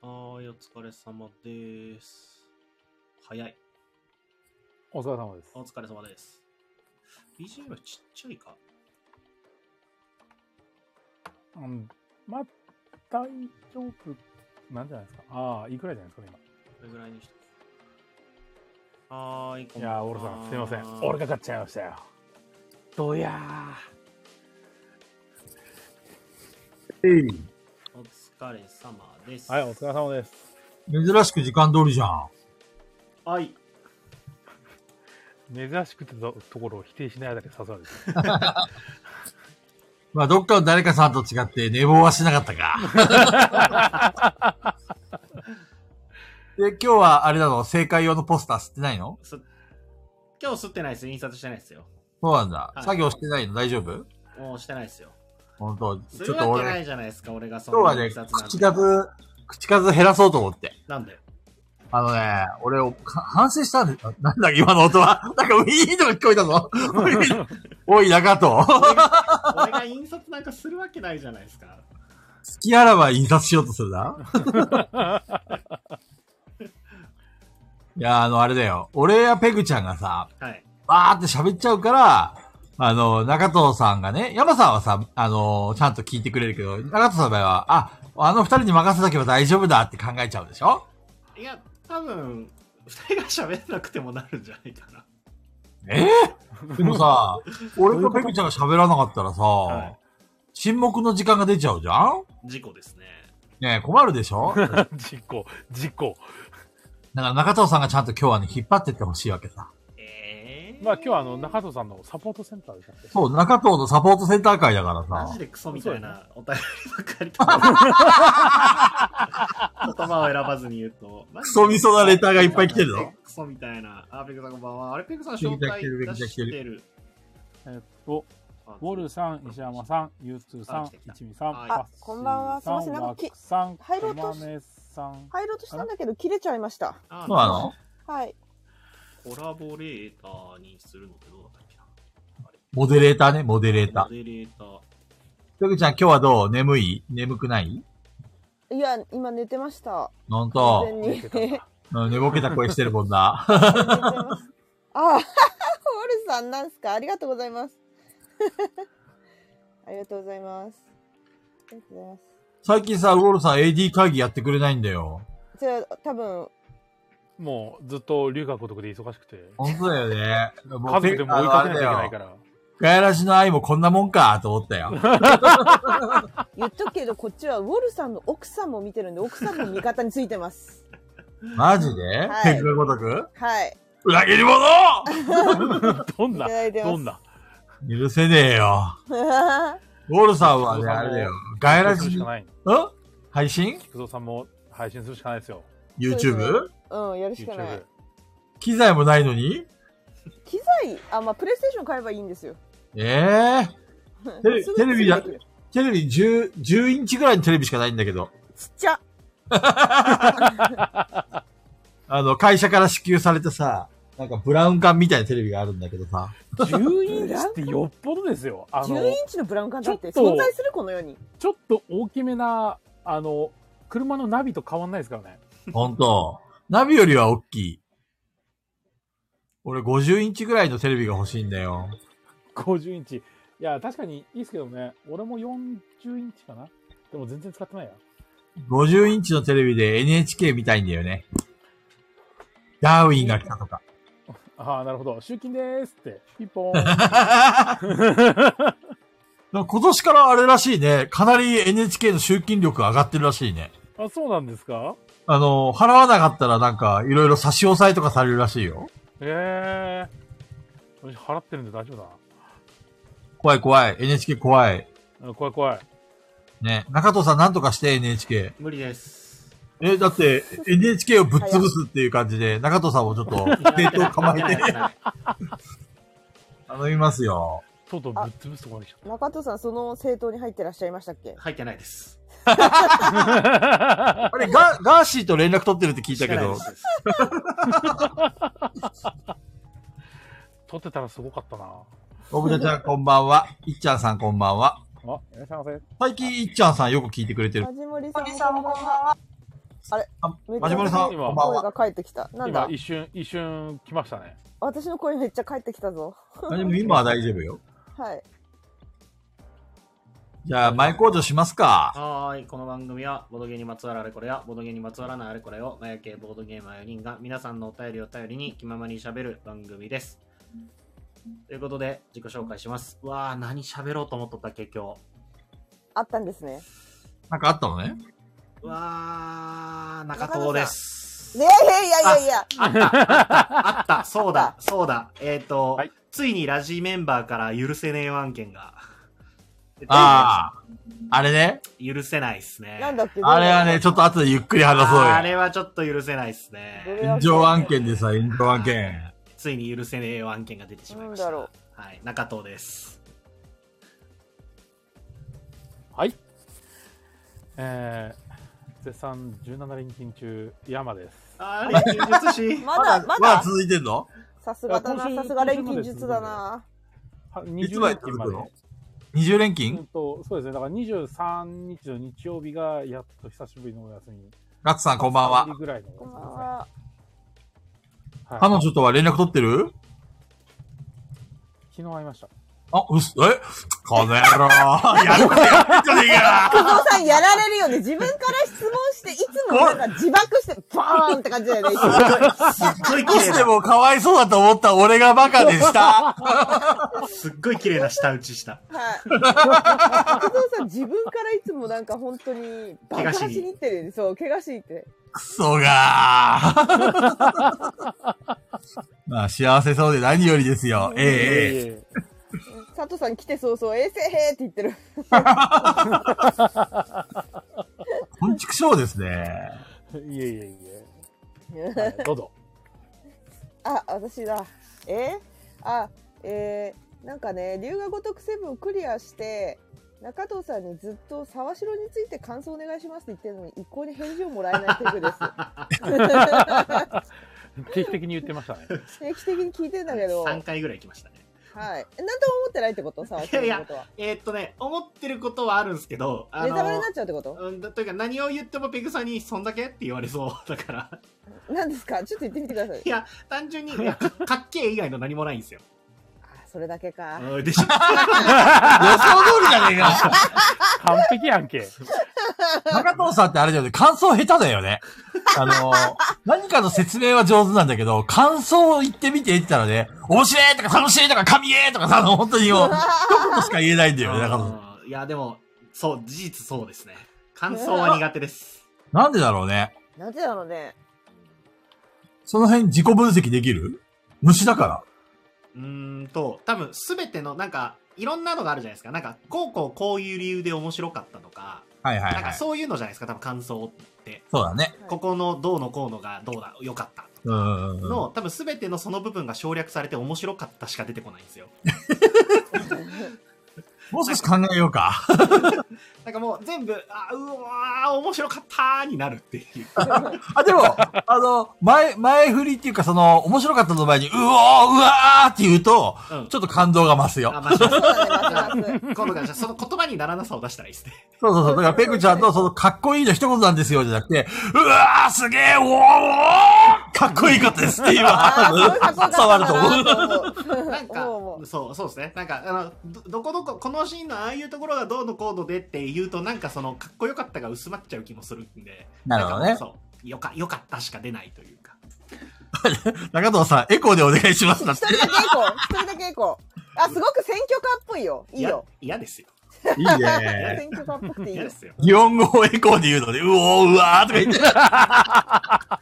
はい、お疲れ様です。早い。お疲れ様ですお。疲れ様です。BGM ちっちゃいかうん、まあ、大丈夫なんじゃないですか。ああ、いいくらいじゃないですかね、これぐらいにしとく。はーい、こ今。いやー、オロさん、すいません。俺が勝っちゃいましたよ。どやお疲れ様です。ー。はい、お疲れ様です。珍しく時間通りじゃん。はい。珍しくてとところを否定しないあたりさすがです。 まあ、どっかの誰かさんと違って寝坊はしなかったか。で、今日はあれだろ、正解用のポスター吸ってないのす今日吸ってないです。印刷してないですよ。そうなんだ。はい作業してないの大丈夫もうしてないですよ。本当すちるょっとわけな俺、いじゃないですか、俺がそ今日はんなね印刷、なん口て。数、口数減らそうと思って。なんであのね、俺を、か反省したんで、ななんだ今の音は。なんかウィーンとか聞こえたぞ。おい、中と。俺が印刷なんかするわけないじゃないですか。好きあらば印刷しようとするな。いや、あの、あれだよ。俺やペグちゃんがさ、はい。バーって喋っちゃうから、あの、中藤さんがね、山さんはさ、あの、ちゃんと聞いてくれるけど、中藤さんの場合は、あ、あの二人に任せとけば大丈夫だって考えちゃうでしょいや、多分、二人が喋んなくてもなるんじゃないかな。えーでもさ、俺とペグちゃんが喋らなかったらさ、はい沈黙の時間が出ちゃうじゃん事故ですね。ねえ、困るでしょだか事故、事故。ら中藤さんがちゃんと今日はね、引っ張ってってほしいわけさ。ええー。まあ今日はあの、中藤さんのサポートセンターでしたっけそう、中藤のサポートセンター会だからマさジ。でクソみたいなお便りばっかりとか言葉を選ばずに言うと。マジでクソみそなレターがいっぱい来てるのクソみたいな。あ、ペグさんこんばんは。あれ、ペグさん来てる招待来てる出して来てる。えっと、あウォルさん、石山さん、ユースーさあん来てき、た一味さん、はいパッシーこんばんはすいませんさなんん、かワックさん、入ろうとコしマネさん。入ろうとしたんだけど切れちゃいました。あそうなのはい。コラボレーターにするのってどうだったっけなモデレーターね、モデレータモー。デレーター。ペグちゃん今日はどう眠い眠くないいや、今寝てました。なん完と、全 に。寝てまうん寝ぼけた声してるもんな。すあ あ、ホールさんなんすかありがとうございます。 ありがとうございます。ありがとうございます。 最近さ、ウォルさん AD 会議やってくれないんだよ。じゃあ、多分、もうずっと龍河如くで忙しくて。本当だよね。。家族でも追いかけないといけないからら。ガヤラジの愛もこんなもんかと思った よ。言っとくけど、こっちはウォルさんの奥さんも見てるんで、奥さんも味方についてます。マジではいペグがごとくはい。 裏切り者 どんいなた、だいてます。どんな。許せねえよ。ウォルさんはね、あれだよ。ガヤラするジ、しんかない。配信菊蔵さんも配信するしかないですよ。 ?YouTube? うん、やるしかない YouTube。。機材もないのに機材、あ、まあ、プレイステーション買えばいいんですよ。ええテ レすぐテレビだすぐできるテレビ10、10インチぐらいのテレビしかないんだけど。ちっちゃ。あの、会社から支給されてさ、なんかブラウン管みたいなテレビがあるんだけどさ。 10インチってよっぽどですよ。あ10イのン、チのブラウン管だってちょっと存在するこの世にちょっと大きめな、あの、車のナビと変わんないですからね。ほんと。ナビよりは大きい。俺50インチぐらいのテレビが欲しいんだよ。 50インチ。いや、確かにいいですけどね。俺も40インチかな。でも全然使ってないや。 50インチのテレビで NHK 見たいんだよね。ダーウィンが来たとか。ああ、なるほど。集金でーすって。ピン ポーン。今年からあれらしいね。かなり NHK の集金力上がってるらしいね。あ、そうなんですかあの、払わなかったらなんか、いろいろ差し押さえとかされるらしいよ。ええー。私払ってるんで大丈夫だ怖い怖い。NHK 怖い。な。うん怖い怖い。ね。中藤さんなんとかして NHK。無理です。え、だって、NHK をぶっ潰すっていう感じで、中藤さんもちょっと、ゲートを構えて、頼みますよ。とうとうぶっ潰すとこまで来ちゃっ中戸さんその政党に入ってらっしゃいましたっけ入ってないです。あれ、ガガーシーと連絡取ってるって聞いたけどして、ないですた。取ってたらすごかったな。あ、おぶたちゃんこんばんは。いっちゃんさんこんばんは。いらっしゃいませ。最近いっちゃんさんよく聞いてくれてる。梶森さんもこんばんはめっマジモリちさゃん、こんばん声は。が返ってきた。なん今だ一瞬、一瞬来ましたね。私の声めっちゃ返ってきたぞ。でも今は大丈夫よ。はい。じゃあ、前工場しますか。はーい、この番組はボードゲームにまつわるあれこれやボードゲームにまつわらないあれこれをマヤ系ボードゲーマー4人が皆さんのお便りを頼りに気ままに喋る番組です。ということで自己紹介します。うわー、何喋ろうと思っとったっけ今日。あったんですね。なんかあったのね。うわー、中藤です。ねえ、いやいやいや。あった、あった、そうだ、そうだ。えっ、と、はいついにラジメンバーから許せねえ案件が。ああ。あれね。許せないっすね。なんだっけあれはね、ちょっと後でゆっくり話そうよ。あれはちょっと許せないっすね。炎上案件でさ、炎上案件。ついに許せねえ案件が出てしまいました。なんだろうはい、中藤です。はい。えー、絶賛17連勤中、山です。あれ、術師。まだ、ままあだ。続いてんのさすがだ今週な、さすが錬金術だな。はいつ20まで連勤続まくで。の ?20 連うん勤と、そうですね。だから23日の日曜日が、やっと久しぶりのお休み。ガッツさんこんばん久はしぶ。りぐらいのお休みですね。はあい彼女とは連絡取ってる昨日会いました。あ、うっす、えこの野 郎やることやってんじゃねえーか久保さんやられるよね。自分から質問して、いつもなんか自爆して、バーンって感 じだよね。すっごいどう綺し麗てな、もかわいそうだと思った俺がバカで した。すっごい綺麗な舌打ちした。はい。久保さん自分からいつもなんか本当に、爆破しに行ってるよね。そう、怪我しに行って。クソがー まあ、幸せそうで何よりですよ。ええええいえいえ佐藤さん来て早々、衛生へって言ってる。 本畜生ですね。いえいえいえ。はいどうぞ。 あ、私だ。えあ、えーなんかね、龍が如くセブンクリアして、中藤さんにずっと沢城について感想お願いしますって言ってるのに、一向に返事をもらえないテク で定期的に言ってましたね。す。定期的に聞いてんだけど、はい。 3回ぐらい行きましたね。えなんとも思ってないってこと沢城のことは。えーっとね、思ってることはあるんですけど、あネタバレにのな、っちゃうってことうん、というか何を言ってもペグさんにそんだけって言われそうだから、 何ですかちょっと言ってみてくださいい。や、単純に、いやか かっけえ以外の何もないんですよ。あ、それだけか。うん でしょ予想通りじゃねえか。完璧やんけ。中藤さんってあれだよね、感想下手だよね。あの、何かの説明は上手なんだけど、感想を言ってみて言ったらね、面白いとか楽しいとか神えとかさ、あの、本当にもう、一言しか言えないんだよね、中藤さん。うんいや、でも、そう、事実そうですね。感想は苦手です。なんでだろうね。なんでだろ うね。その辺自己分析できる虫だから。うーんと、多分すべての、なんか、いろんなのがあるじゃないですか。なんか、こうこうこういう理由で面白かったとか、はいはないんはかい。そういうのじゃないですか、多分感想って。そうだね。はいここのどうのこうのがどうだ、良かった。うんうんうん。の、多分すべてのその部分が省略されて面白かったしか出てこないんですよ。もう少し考えようか。なんかもう全部、あ、うわー、面白かったーになるっていう。あ、 でも、あの、前、前振りっていうか、その、面白かったの前に、うおー、うわーって言うと、うんちょっと感動が増すあ、よ。まあ、そうそうだね、ますます。今度からじゃあその言葉にならなさを出したらいいですね。 そうそうそう。だから、ペグちゃんの、その、かっこいいの一言なんですよ、じゃなくて、うわー、すげー、おー、おーかっこいいことですって今、あーすごいかっこよ伝わると思う。かったなと思う。なんか思う思うそうそうですねなんかあのどどこどここのシーンのああいうところがどうのこうのでって言うとなんかそのかっこよかったが薄まっちゃう気もするんでなるほどねんかそうよかよかったしか出ないというか中藤さん、エコーでお願いします、だ一って。人だけエコ一人だけエコあ、すごく選挙カーっぽいよ。いいやよ。嫌ですよいいね。選挙カーっぽくていい嫌よ で。すよ擬音語をエコーで言うので、うおー、うわーとか言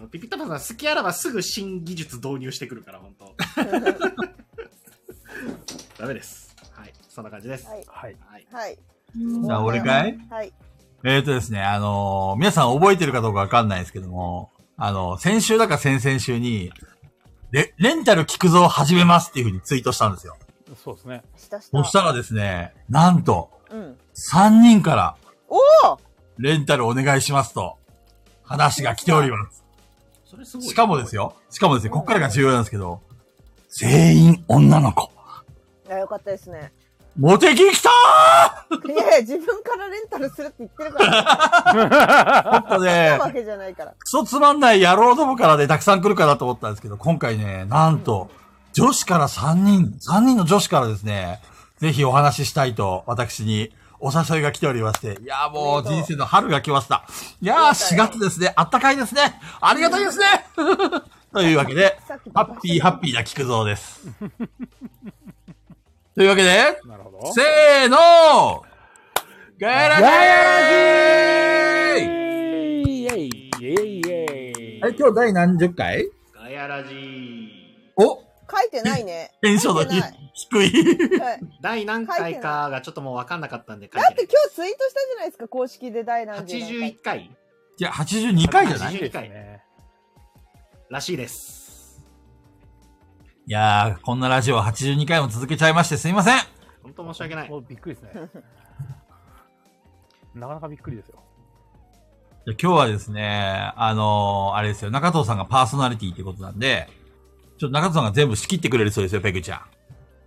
って、ピピタパさん好きあらばすぐ新技術導入してくるから本当ダメ ですはいそんな感じです、はい。はい。はいはい。じゃあ、俺かいはい。えーとですね、あのー皆さん覚えてるかどうかわかんないですけども、あの先週だか先々週に、レ、レンタル聞くぞ始めますっていうふうにツイートしたんですよ。そうですね。したした。そしたらですね、なんと、うん。 3人から、おおレンタルお願いしますと、話が来ております。それすごいしかもですよ、しかもですね、こっからが重要なんですけど、全員女の子。あ、よかったですね。モテキ来たいやいや自分からレンタルするって言ってる から、ーやっぱ来ね た、わけじゃないから。クソつまんない野郎どもからね、たくさん来るかなと思ったんですけど、今回ね、なんと、女子から3人、3人の女子からですね、ぜひお話ししたいと、私にお誘いが来ておりまして、いやーもうありがとう人生の春が来ました。いやー4月ですね、あったかいですね、ありがたいですねというわけで、さっきハッピーハッピーな菊蔵です。というわけで、なるほど。せーのガラガイェーイイェイイェイえ、今日第何十回ガヤラジーお書いてな いね。テンションの書いてない低い。 はい第何回かがちょっともう分かんなかったんで書いだっててない今日ツイートしたじゃないですか、公式で第何十何回。 81回いや、82回じゃないい82です回ね。らしいです。やー、こんなラジオは82回も続けちゃいましてすいません。本当申し訳ないも。うびっくりで すね。なかなかびっくりですよ。今日はですね、あのー、あれですよ、中藤さんがパーソナリティってことなんで、ちょっと中藤さんが全部仕切ってくれるそうですよ、ペグちゃん。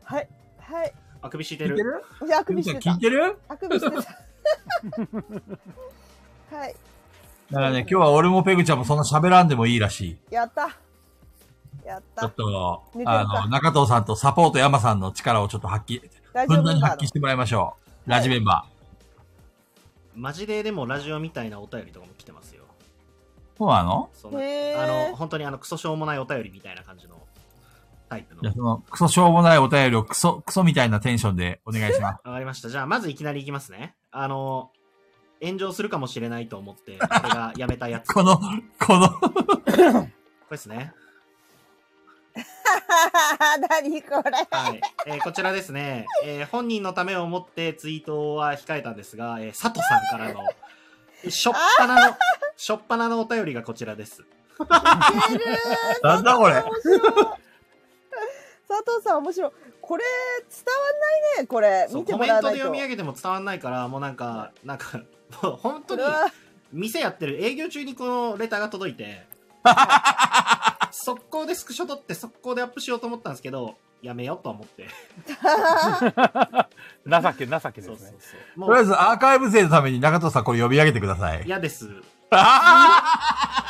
はい。はい。あくび敷いて聞いてる。るいや、あペくグびちゃんして聞たい。てるあくびして た。はい。だからね、今日は俺もペグちゃんもそんな喋らんでもいいらしい。やった。やっ。ちょったと寝て、るかあの、中藤さんとサポート山さんの力をちょっと発揮、ラジふオんだんメにンバ発ー揮のし。てもらいましょう。ラジメンバー。マジででもラジオみたいなお便りとかも来てますよ。そうなのそのへあのー。本当にあのクソしょうもないお便りみたいな感じのタイプのじゃあ。その、クソしょうもないお便りをクソ、クソみたいなテンションでお願いします。 わかりました。じゃあまずいきなりいきますね。あの炎上するかもしれないと思って、これがやめたや つ。ここの、この、れですね。 何これ。はい。えーこちらですね、えー本人のためを思ってツイートは控えたんですが、えー佐藤さんからの、しょっぱな の、しょっぱなのお便りがこちらです。いけるなんだこれ面白い。佐藤さん面白い。これ伝わんないね。これそう見てコもメンらわトなでい読とみ。上げても伝わんないから、もうなんか、なんか、もう本当こにれは店やってる営業中にこのレターが届い て、速攻でスクショ撮って速攻でアップしようと思ったんですけど、やめようと思って。情け、情けそでうすそうね。そう。もとりあえうずアーカイブ勢のために中藤さんこれ呼び上げてください。嫌 です。ちょ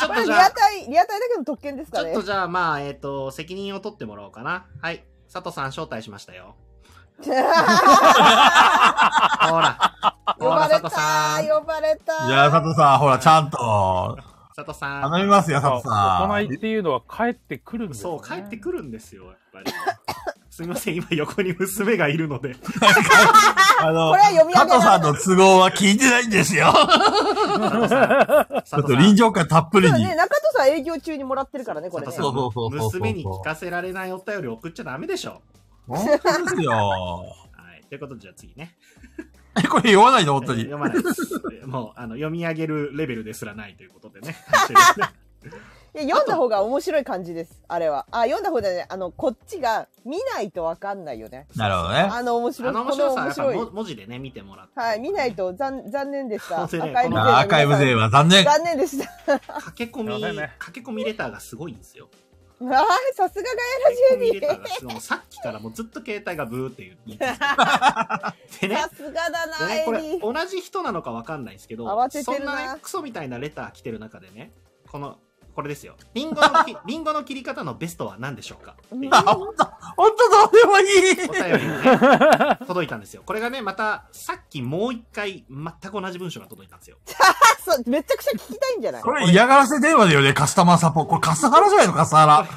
っこれとリじゃアあ、タイリアタイだけの特権ですちかょっねと。じゃあまあ、えっ、と、責任を取ってもらおうかな。はい。佐藤さん招待しました よ。ほら。 呼ほばら、れ佐藤たさん。呼ばれた。じゃあ佐藤さん、ほら、ちゃんと、佐藤さん。頼みますよ、佐藤さ行いん。っていうのは帰ってくるんですそう、帰ってる。くるんですよ、やっぱ り。すみません、今横に娘がいるので。あのこれは読み上加げられない藤さんの都合は聞いてないんですよ。佐ちょっ 藤とさん臨場感たっぷりそうに。ね、中戸さん営業中にもらってるからね、これね佐。藤そうそうそうそうそうさん、娘に聞かせられないお便り送っちゃダメでしょ。本当ですよ。はい。ということで、じゃあ次ね。え、これ言わないの本当に。読まないです。もう、あの、読み上げるレベルですらないということで ね。いや読んだ方が面白い感じです、あれは。あ、読んだ方でね、あの、こっちが見ないとわかんないよね。なるほどね。あの面白あい、のこ面の白さはやっぱ面白いも。文字でね、見てもらって。はい、見ないと残残念 でした。本当にねアーカイこブのアーカイブ勢勢は残念。残念でした。 駆け込み、すいませんね駆け込みレターがすごいんですよ。はい、さすが駆け込みガレヤタラーがすごい。もうさっきからもうずっと携帯がブーっ て言ってジでエリー。ねさ、すがだでな、ねエこリれ同ー。じ人なのかわかんないですけど慌ててそんるななねクソみたいなレター来てる中でねこのこれ ですよリンゴのきリンゴの切り方のベストは何でしょうかっていうあ あ、ほんと、ほんとどうでもおいい。便りがね届いたんですよこれがねまたさっきもう一回全く同じ文章が届いたんですよあ、そう、めちゃくちゃ聞きたいんじゃない これ嫌がらせ電話だよね、カスタマーサポート。これカスハラじゃないの、カスハラ。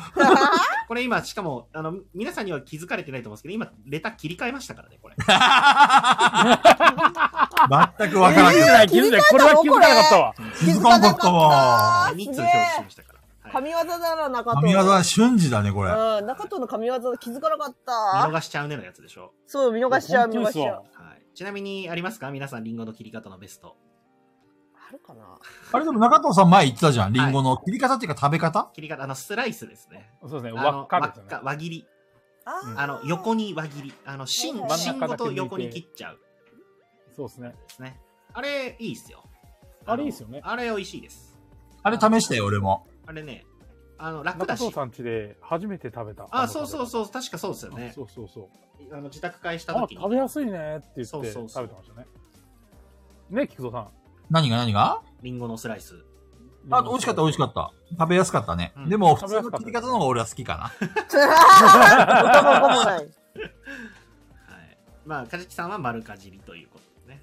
これ今しかもあの皆さんには気づかれてないと思うんですけど今レター切り替えましたからねこれ全くわからん けど。ない、気づいてない。これは気づかなかったわ。気づかな3かった。すつげ表示しえま。したから、はい、神業だな、中藤。神業は瞬時だね、これ。うん、中藤の神業だ気づかなかっ見た。逃しちゃうねのやつでしょ、そう、見逃しちゃう、本見当で逃しすちゃわう。。はい、ちなみにありますか皆さんリンゴの切り方のベストあるかなあれでも中藤さん前言ってたじゃん。リンゴの切り方っていうか食べ方切り方あのスライスですねそうであすね、の輪っかですよね輪っ。輪切りあうんーあの横に輪切り、あの芯はいはい芯ごと横に切っちゃうそうですね。ですね。あれいいっすよ。あれいいっすよねあのあれ美味しいです。あれ試したよ、俺も。あれね、あの、楽中だし藤。さん家で初めて食べた。あ、そうそうう。そう、確かそうですよね。そうそうそう。あの、自宅会したあ、時食べに、やすいねって言ってそ食うべてそうまそうしたね。ね、菊蔵さん。何が何がリンゴのスライス。あ、美味しかった、美味しかた。った。食べやすかったね。うんでも、普通の切り方の方が俺は好きかな。 はいはい。まあ、かじきさんは丸かじりということですね。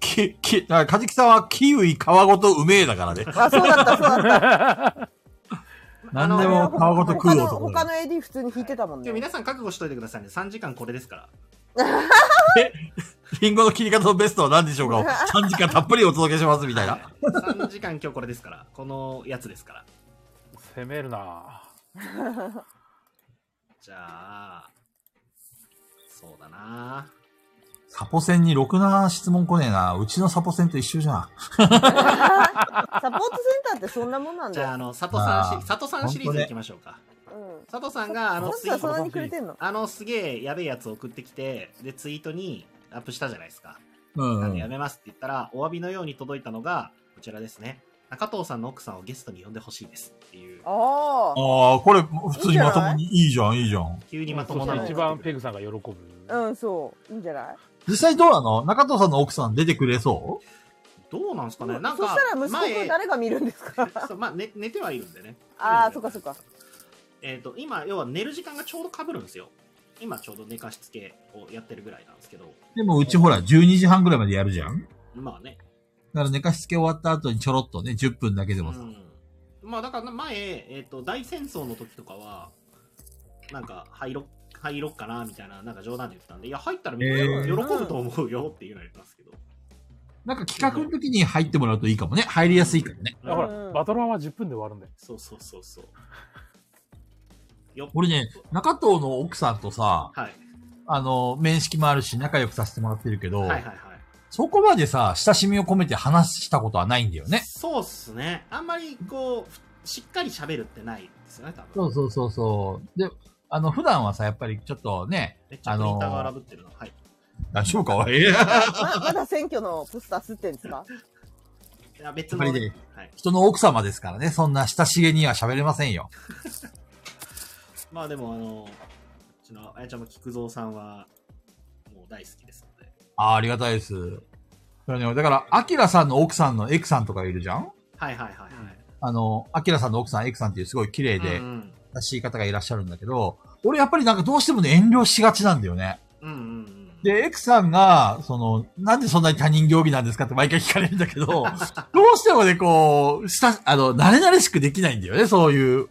き、き、だからかじきさんはキウイ皮ごとうめえだから ね。あ、そうだった、そうだった。あ何のでも皮ごと食他うの男他の AD 普通に引いてたもん今日ね。皆さん覚悟しといてくださいね。3時間これですから。リンゴの切り方のベストは何でしょうか ?3 時間たっぷりお届けしますみたいな。 3時間今日これですから。このやつですから。 攻めるなじゃあ、そうだなサポセンにろくな質問来ねえな。うちのサポセンと一緒じゃん。サポートセンターってそんなもんなんじゃあ、だあよ。の、佐藤さんシあリ、ー佐藤さんシリー本当ズねいきましょうか。うん。佐藤さんが、あの、ポツスイはーそんト、なにくれてんのあの、すげえやべえやつ送ってきて、で、ツイートにアップしたじゃないですか。うん、うなんでやん。めますって言ったら、お詫びのように届いたのが、こちらですね。中藤さんの奥さんをゲストに呼んでほしいですっていう、あああ、これ、普通にまともにいいじゃん、いいじゃん。急にまとそもしなたのをら一送っ番てくペるグさんが喜ぶ。あ。うん、そう。いいんじゃない実際どうなの中藤さんの奥さん出てくれそうどうなんですかねなんそか、したら息子く前ん誰が見るんですかそうまあ、ね、 寝てはいるんでね。ああ、そっかそっか。えっ、と、今、要は寝る時間がちょうど被るんですよ。今ちょうど寝かしつけをやってるぐらいなんですけど、でもうちほら、12時半ぐらいまでやるじゃんまあね。だから寝かしつけ終わった後にちょろっとね、10分だけでうもさ。ん。まあだから前、えっ、と、大戦争の時とかは、なんか、入ろ、入ろっかな、みたいな、なんか冗談で言ってたんで、いや、入ったらみんなえ喜ーぶと思うよって いうのは言ったんですけど。なんか企画の時に入ってもらうといいかもね。入りやすいからね。あほうら、んバトラーは10分で終わるんだよ。そうそうそうそう。よっ俺ね、中藤の奥さんとさ、はい。あの、面識もあるし、仲良くさせてもらってるけど、はいはいはい。そこまでさ、親しみを込めて話したことはないんだよね。そうっすね。あんまり、こう、しっかり喋るってないですよね、多分。そうそうそうそう。で、あの、普段はさ、やっぱりちょっとね、めっちゃプリンターが荒ぶってるの。はい。大丈夫かわいい。やままだ選挙のポスター吸ってんですかいや別っのぱりね、ね、はい。 人の奥様ですからね、そんな親しげには喋れませんよ。まあでも、あの、うちのあやちゃんも菊蔵さんは、もう大好きですので。あーありがたいです。だからね、だから、アキラさんの奥さんのエクさんとかいるじゃはんいはいはいはい。あの、アキラさんの奥さん、エクさんっていうすごい綺麗でう、ん優しい方がいらっしゃるんだけど、俺やっぱりなんかどうしてもね、遠慮しがちなんだよね。うん。うんうんうん。で、エクさんが、その、なんでそんなに他人行儀なんですかって毎回聞かれるん だけど、どうしてもね、こう、した、あの、慣れ慣れしくできないんだよね、そういう。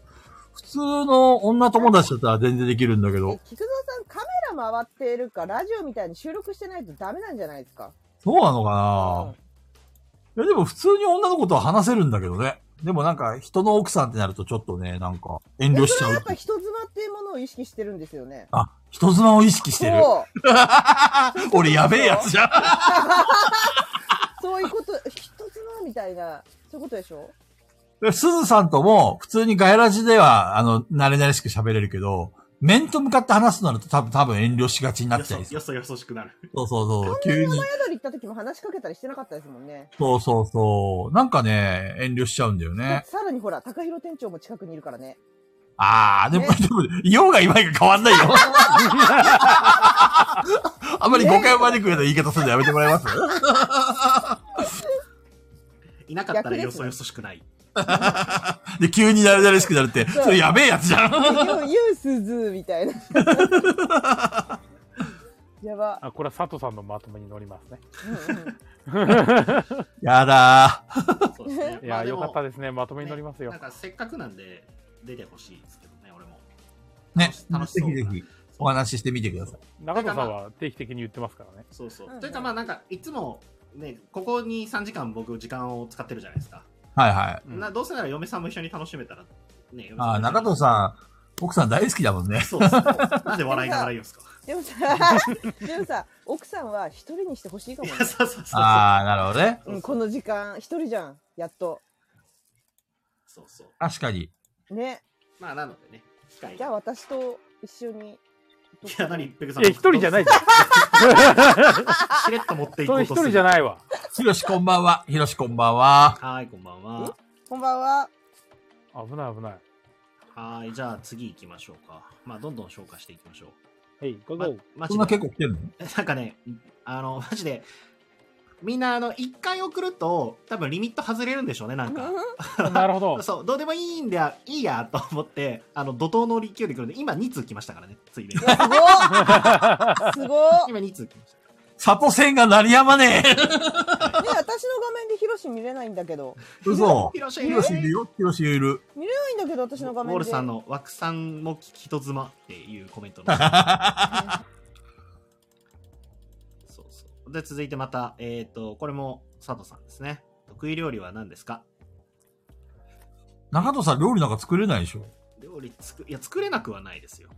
普通の女友達だったら全然できるんだけえど。菊蔵さんカメラ回ってるか、ラジオみたいに収録してないとダメなんじゃないですかそうなのかうな、んいや、でも普通に女の子とは話せるんだけどね。でもなんか、人の奥さんってなるとちょっとね、なんか、遠慮しそちれゃはやうっ。ぱ人妻っていうものを意識してるんですよね。あ、人妻を意識してる。そう。俺やべえやつじゃん。そういうこと、人妻みたいな、そういうことでしょすずさんとも、普通にガヤラジでは、あの、慣れ慣れしく喋れるけど、面と向かって話すとなると多分、多分遠慮しがちになっよちゃそいそう。よそよそしくなる。 そうそうそう。急に。宿に行った時も話しかけたりしてなかったですもんね。そうそうそう。なんかね、遠慮しちゃうんだよね。さらにほら、高弘店長も近くにいるか らね。あー、でも、ねでも、用が今が変わんない よ。あんまり誤解を招くような言い方するのやめてもらえますいなかった逆らですねよそよそしく ない。で、急に慣れ慣れしくなるって、それやべえやつじゃん。ユユースズーみたいな。 やば。あ、これは佐藤さんのまとめに乗りますね。うんうん やだそうですね。いや、でよもかったですね。まとめに乗りますよなん。かせっかくなんで出てほしいですけどね、俺も。ー。ね、楽しぜそうひぜひ、お話ししてみてください。中藤さんは定期的に言ってますからね。そうそうう。んというかまあなんか、いつも、ね、ここに3時間僕時間を使ってるじゃないですか。はいはい。うんなどうせなら嫁さんも一緒に楽しめたら、ね、嫁あー、も中藤さん、奥さん大好きだもんね。そうそうなんで笑いながら言うんです かでもさ、でもさ、奥さんは一人にしてほしいかいもねや、。そうそうそうそう。あー、なるほどね。うん、この時間、一人じゃん、やっと。そうそう。確かに。ね。まあ、なのでね、機会じゃあが。私と一緒に。いや、何、ペグさん。え、一人じゃないじゃん。しれっと持っていこ そうれと一する。人じゃい。ないわ。ひろしこんばんは。ひろしこんばんは。はーい、こんばんは。こんばんは。危ない危ない。はい、じゃあ次行きましょうか。まあ、どんどん消化していきましょはい、ゴう。ーゴまー。、マそジんなで結構来てるのなんかね、あの、マジで、みんな、あの、一回送ると、多分リミット外れるんでしょうね、なんか。なる ほど。そう、どうでもいいんだ、いいや、と思って、あの、怒涛の勢いで来るんで、今2通来ましたからね、ついでに。すごいすごいね今2通来ましサポセンが鳴りやま ねえ。私の画面でヒロシ見れないんだけど。た。嘘。広ヒロシいるよ、ヒロシいる。見れないんだけど、私の画ウ面で。ォルさんの枠さんも人妻っていうコメント のそうそうで続いてまたえっ、とこれも佐藤さんですね得意料理は何ですか中藤さん料理なんか作れないでしょ料理作いや作れなくはないですよ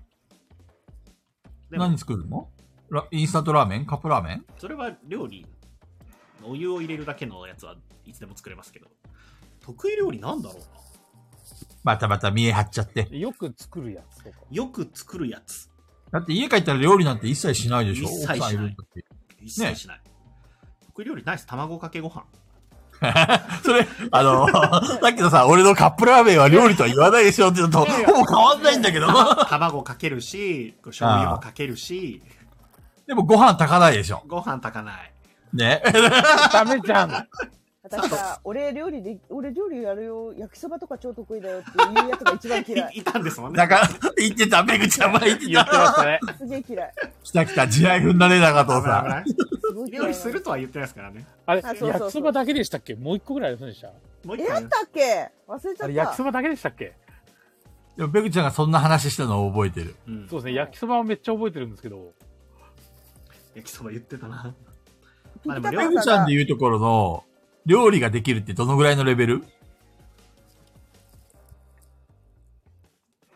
でも何作るのラインスタントラーメンカップラーメンそれは料理お湯を入れるだけのやつはいつでも作れますけど得意料理なんだろうなまたまた見え張っちゃって。よく作るやつとか。よく作るやつだって家帰ったら料理なんて一切しないでしょ一切しない奥さんるんだって一切しない、得意料理ないです卵かけご飯それ、あの、 さっきのさ、俺のカップラーメンは料理とは言わないでしょって言うと、いやいやほぼ変わんないんだけど。 卵かけるし醤油もかけるしでもご飯炊かないでしょ。ご飯炊かないね。ダメじゃん。私さ、俺料理で、俺料理やるよ、焼きそばとか超得意だよっていうやつが一番嫌 い。いいたんですもんねだから、言ってた、ペグちゃんは言って言ってまた。したね。すげえ嫌い。来た来た、地雷踏んだね、中藤さ危ん。ない危ないすごい料嫌いなの。理するとは言ってないですからねあれ、あそうそうそう焼きそばだけでしたっけもう一個ぐらいありませんでしたもうえ、一やっ回たっけ忘れちゃあれ、っ焼きたそ。ばだけでしたっけでも、ペグちゃんがそんな話したのを覚えてる。うんそうですね、焼きそばはめっちゃ覚えてるんですけど。焼きそば言ってたなピピまあタでペもパグンちゃさんんで言がうところの、料理ができるってどのぐらいのレベル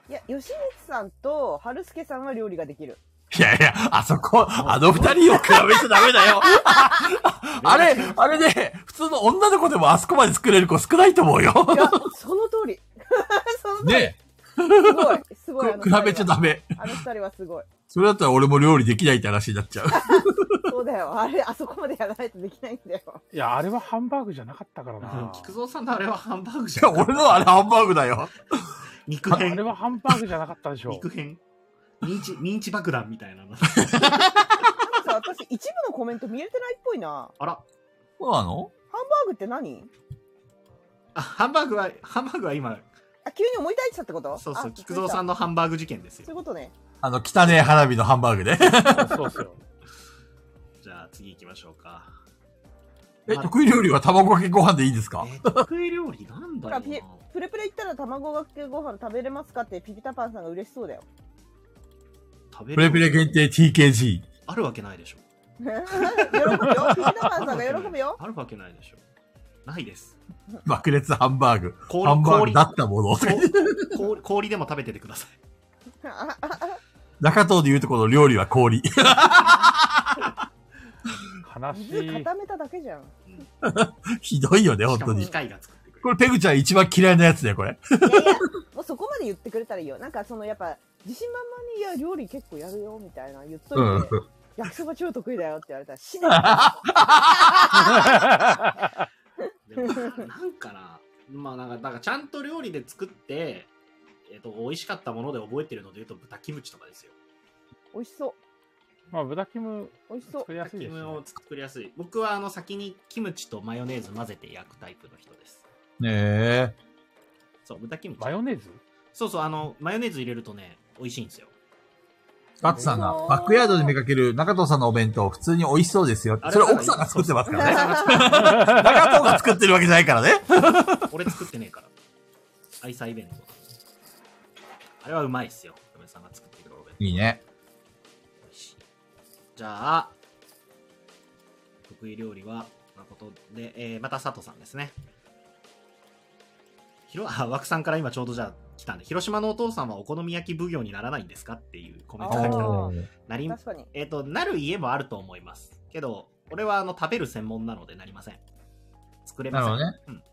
いや、吉光さんと春助さんは料理が できる。いやいや、あそこ、あの二人を比べちゃダメだよ。あれ、あれね、普通の女の子でもあそこまで作れる子少ないと思うよ。いや、その通り。 その通り。ねすごい。すごい。あの比べちゃダメ。あの二人はすごい。それだったら俺も料理できないって話になっちゃ う。そうだよ。あれ、あそこまでやらないとできないんだよ。いや、あれはハンバーグじゃなかったからうんな。菊蔵さんのあれはハンバーグじいゃや、ん俺のあれハンバーグだよ。肉あれ片はハンバーグじゃなかったでしょ肉。片ミンチミンチ爆弾みたいなのさ私、一部のコメント見れてないっぽいな。ハンあらそうなのバーグって何あハンバーグはハンバーグは今あ、急に思い出したってことそうそうあ菊蔵さんのハンバーグ事件ですそういようことね。あの、汚ねえ花火のハンバーグね。そうっすよ。じゃあ次行きましょうか え、得意料理は卵かけご飯でいいですかえ得意料理なんだろうほらピなプレプレ行ったら卵かけご飯食べれますかってピピタパンさんが嬉しそうだよ。食べプレプレ限定 TKG。あるわけないでしょ喜ぶよ。ピピタパンさんが喜ぶよ。あるわけないでしょないです 爆裂ハンバーグ。氷ハンバーグ氷だったもの。氷氷でも食べててくださいあああ中東で言うとこの料理は氷。 悲し水 い。固めただけじゃん。ひどいよね、本しか当もに機。械が作ってくれこれペグちゃん一番嫌いなやつだよ、これ。いやいや、もうそこまで言ってくれたらいいよ。なんかそのやっぱ、自信満々に、いや、料理結構やるよ、みたいな言っとういんて、。焼きそば超得意だよって言われたら、死ねあでもななんかな、まあなんか、なんかちゃんと料理で作って、えっ、と、美味しかったもので覚えてるので言うと、豚キムチとかですよ。美味しそう。まあ、豚キム美味 しそう作。りや豚すいキです、ねム。を作りやすい。僕はあの、先にキムチとマヨネーズ混ぜて焼くタイプの人です。ねえ。そう、豚キムチマ。ヨネーズそうそう、あの、マヨネーズ入れるとね、美味しいんですよ。ガッツさんが、バックヤードで見かける中藤さんのお弁当、普通に美味しそうですよって。あれそれ奥さんが作ってます からね。中藤が作ってるわけじゃないからね。俺作ってねえから。愛妻弁当。あれはうまいっすよ。嫁さんが作ってくれるお弁当。いいね。美味しいじゃあ、得意料理は、なことで、えーまた佐藤さんですね。ひろ、あ、枠さんから今ちょうどじゃあ来たんで、広島のお父さんはお好み焼き奉行にならないんですかっていうコメントが来たあーなり、確かに。えっ、と、なる家もあると思います。けど、俺はあの、食べる専門なのでなりません。作れまなるせんほ。どね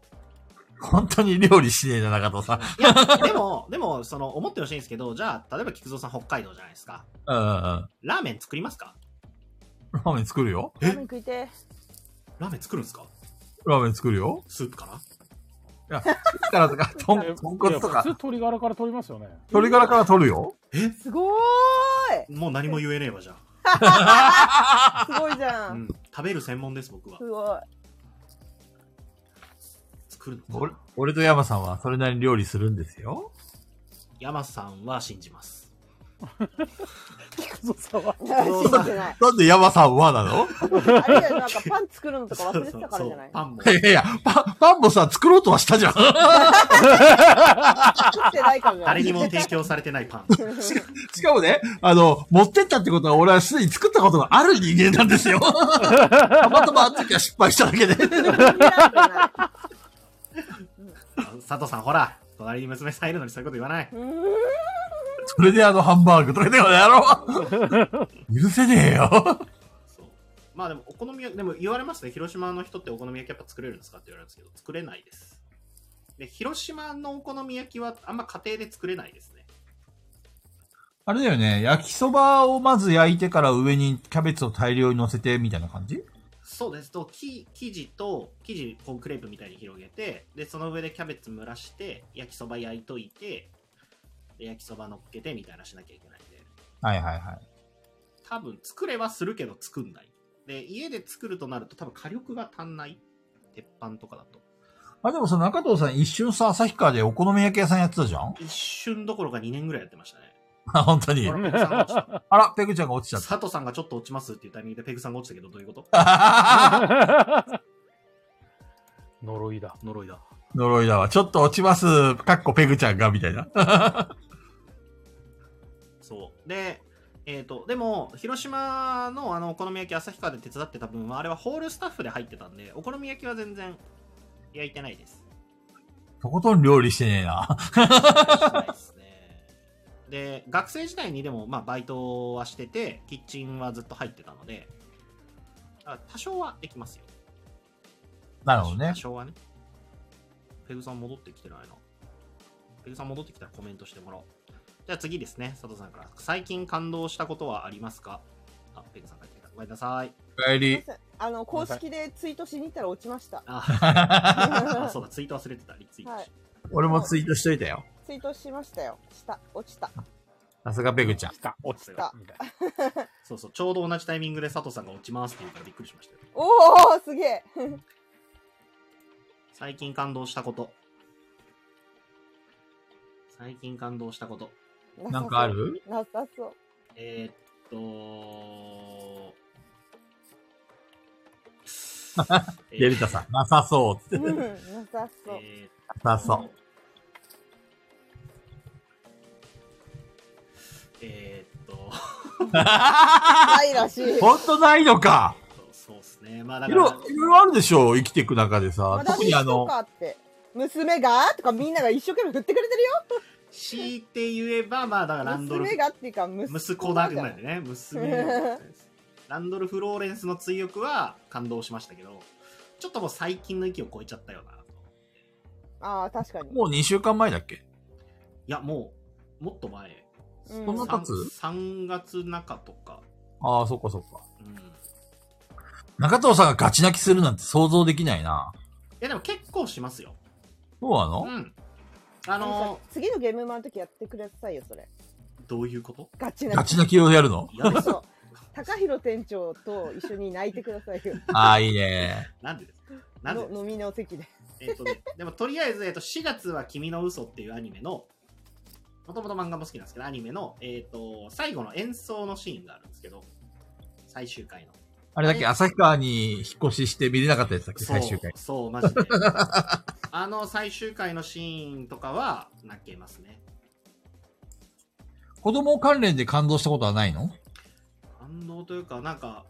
うん。本当に料理しねえな、中藤さん。いや、でも、でも、その、思ってほしいんですけど、じゃあ、例えば菊蔵さん北海道じゃないですか。うんうんうん。ラーメン作りますかラーメン作るよ。ラーメン食いてえ。ラーメン作るんですかラーメン作るよ。スープからからとか、とんえ豚骨といやか普通、鶏ガラから取りますよね。鶏ガラから取るよ。す ごーいもう何も言えねえわ、じゃすごいじゃ。あ。うんん。食べる専門です、僕はす。ごい。作るの俺、俺と山さんはそれなりに料理するんですよ。山さんは信じます。菊蔵さんは。信じてない。なんで山さんはなのあれだよ、なんかパン作るのとか忘れてたからじゃないパンも。いやいや、パン、パンもさ、作ろうとはしたじゃん。 作ってないかも。誰にも提供されてないパン。 しかもね、あの、持ってったってことは俺はすでに作ったことがある人間なんですよ。たまたまあの時は失敗しただけで。あ佐藤さん、ほら、隣に娘さんいるのにそういうこと言わない。それであのハンバーグとかでもやろう。許せねえよ。そうまあでも、お好み焼き、でも言われますね、広島の人ってお好み焼きやっぱ作れるんですかって言われるんですけど、作れないです。で、広島のお好み焼きはあんま家庭で作れないですね。あれだよね、焼きそばをまず焼いてから上にキャベツを大量に乗せてみたいな感じそうですとき生地と生地こうクレープみたいに広げてでその上でキャベツ蒸らして焼きそば焼いといてで焼きそば乗っけてみたいなしなきゃいけないんではいはいはい。多分作れはするけど作んないで家で作るとなると多分火力が足んない鉄板とかだとあ、でもさ、中藤さん一瞬さ、旭川でお好み焼き屋さんやってたじゃん 一瞬どころか2年ぐらいやってましたねあ、本当にほ。らペ グさんが落ち たあら、ペグちゃんが落ちちゃっ佐藤さんがちょっと落ちますっていうタイミングでペグさんが落ちたけどどういうことた。呪いだ。呪いだ呪いだわ。ちょっと落ちます。かっこペグちゃんが、みたいな。そう。で、えっ、と、でも、広島のあの、お好み焼き旭川で手伝ってた分は、あれはホールスタッフで入ってたんで、お好み焼きは全然焼いてないです。とことん料理してねえな。 してないですね。で、学生時代にでも、まあ、バイトはしてて、キッチンはずっと入ってたので、あ多少はできますよ。なるほどね多。少はね。ペグさん戻ってきてないな。ペグさん戻ってきたらコメントしてもらおう。じゃあ次ですね、佐藤さんから。最近感動したことはありますかあ、ペグさん帰ってきた。ごめんなさい。お帰り。あの、公式でツイートしに行ったら落ちました。 あ あ、そうだ、ツイート忘れてた。リツイートし、はい俺もツイートしといたよ。ツイートしましたよ。した、落ちた。さすがペグちゃん来。た、落ちた。みたいなそうそう、ちょうど同じタイミングで佐藤さんが落ちますって言うからびっくりしましたよ。おお、すげえ。最近感動したこと。最近感動したこと。なんかあるなさそう。えー、っと、えデルタさん。なさそう っつって。うん、なさそう。えーっなさとそう。えー、っと、 ないらしい。ほんとないのかそうっすね。まあだいかろら、いろあるでしょう生きていく中でさま。だ特にあとの、かって娘がとかみんなが一生懸命振ってくれてるよ。強いて言えば、まあだからランドルフ娘がっていうか息子息子だぐじゃらないでね娘がランドルフ・ローレンスの追憶は感動しましたけどちょっともう最近の域を超えちゃったよなとああ、確かに。もう2週間前だっけいやもうもっと前うんそんな経 3, 月つ中とか、ああ、そっかそっか。うん、い中藤さんがガチ泣きするなんて想像できないな。やでも結構しますよそうなうのんあの次のゲームマンの時やってくださいよ、それ。どういうことガチな。ガチ泣きをやる の嫌ですそう高弘店長と一緒に泣いてくださいよ。ああ、いいね。なんでですかなんでの飲みの席で。えっとね、でもとりあえず、えっと、4月は君の嘘っていうアニメの、もともと漫画も好きなんですけど、アニメの、えっと、最後の演奏のシーンがあるんですけど、最終回の。あれだっけ旭川に引っ越しして見れなかったやつだっけそう最終回。そう、マジで。 あの最終回のシーンとかは泣けますね。子供関連で感動したことはないの感動というか、なんか、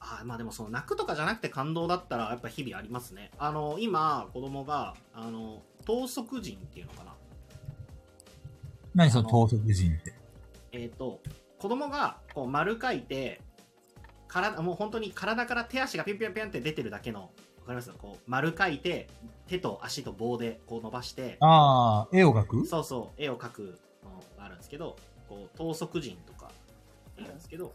あーまあでもその泣くとかじゃなくて感動だったらやっぱ日々ありますね。あの、今、子供が、あの、等速人っていうのかな。何その盗賊人って。えっ、と、子供がこう丸書いて、体、もう本当に体から手足がピュンピュンピュンって出てるだけの、わかりますこう丸書いて、手と足と棒でこう伸ばして、ああ、絵を描くそうそう、絵を描くのがあるんですけど、こう、等速人とか、いるんですけど、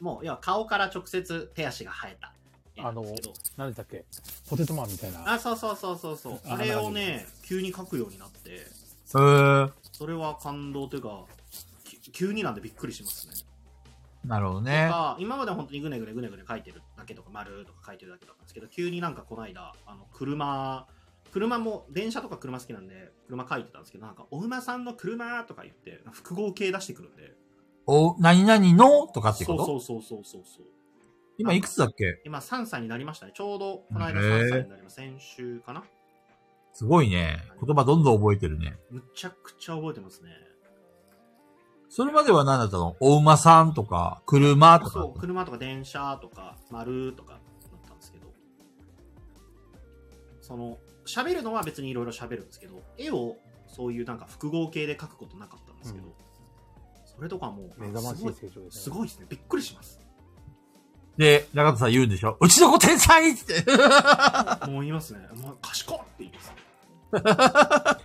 もう、要は顔から直接手足が生えた絵けなんですけど。何でしたっけポテトマンみたいな。あ、そうそうそうそうそう。あれをね、急に書くようになって、へー。それは感動というか、き急になんでびっくりしますね。なるほどね。が今までは本当にぐねぐねぐねぐね書いてるだけとか丸とか書いてるだけだったんですけど急になんかこの間あの車車も電車とか車好きなんで車書いてたんですけどなんかお馬さんの車とか言って複合形出してくるんでお、何々のとかってそこうとそうそうそうそうそう今いくつだっけ今3歳になりましたねちょうどこの間へー3歳になります先週かなすごいね。言葉どんどん覚えてるね。むちゃくちゃ覚えてますねそれまでは何だったのお馬さんとか、車とかだそっうたの。車とか電車とか丸とかだったんですけどその喋るのは別にいろいろ喋るんですけど絵をそういうなんか複合形で描くことなかったんですけど、うんそれとかも目覚ますしごいい成長ですね。すごいですねびっくりしますで、中田さん言うんでしょうちの子天才って。もう言いますねもう賢っって言います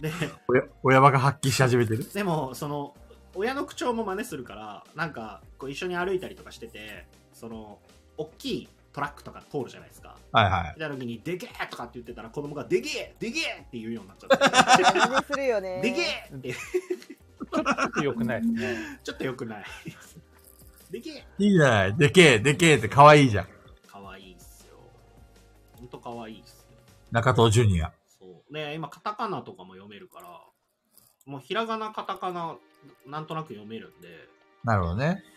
で親親バカ発揮し始めてる。でもその親の口調も真似するからなんかこう一緒に歩いたりとかしててその大きいトラックとか通るじゃないですかはいはい。みたいな時に、でけえとかって言ってたら、子供がでけえでけえって言うようになっちゃっ感じするよね て、でけえって、よくないですね。ちょっと良くない。でけえいいじゃない。でけえ、でけえって可愛いじゃん。かわいいっすよ。ほんとかわいいっすよ。中藤ジュニア。そう。ね今、カタカナとかも読めるから、もうひらがな、カタカナ、なんとなく読めるんで、なるほどね。そう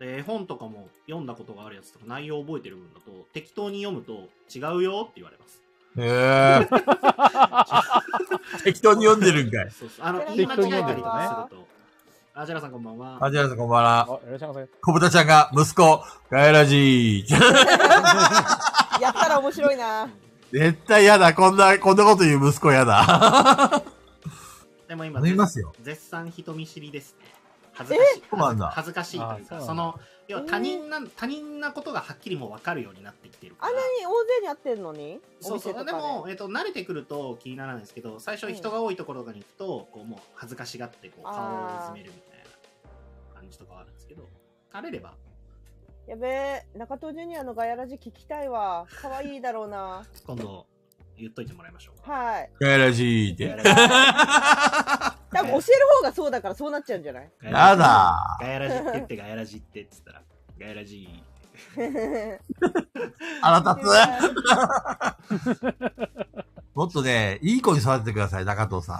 で絵本とかも読んだことがあるやつとか内容覚えてる分だと適当に読むと違うよって言われます。へえ。 適当に読んでるんかい。そうそう。あの、言い適間当に違え読たりんでるととねかすると。あジェラさんこんばんは。あ、じゃあこんばんあ、は。いらっしゃいませ。小豚ちゃんが、息子、ガエラジー。 やったら面白い な絶対嫌だ。こんな、こんなこと言う息子嫌 だ。でも今、頼みますよ。絶賛人見知りですね。恥ずかしい。そうなんだ恥ずかしいというあか、そうそなんだの、要は他人な、他人なことがはっきりもう分かるようになってきてるかあらんな。に大勢にやってんのにそうそう。お店でとかも、えっと、慣れてくると気にならないですけど、最初人が多いところとかに行くと、こう、もう恥ずかしがって、こう、顔をうずめるみたいな感じとかはあるんですけど、慣れれば、やべえ中藤ジュニアのガヤラジ聞きたいわ可愛いだろうな今度、言っといてもらいましょうか。はいガエラジー って。多分教える方がそうだからそうなっちゃうんじゃない やだガヤラジって言って、ガヤラジってって言ったら、ガヤラジ腹立つ。もっとね、いい子に育ててください、中藤さ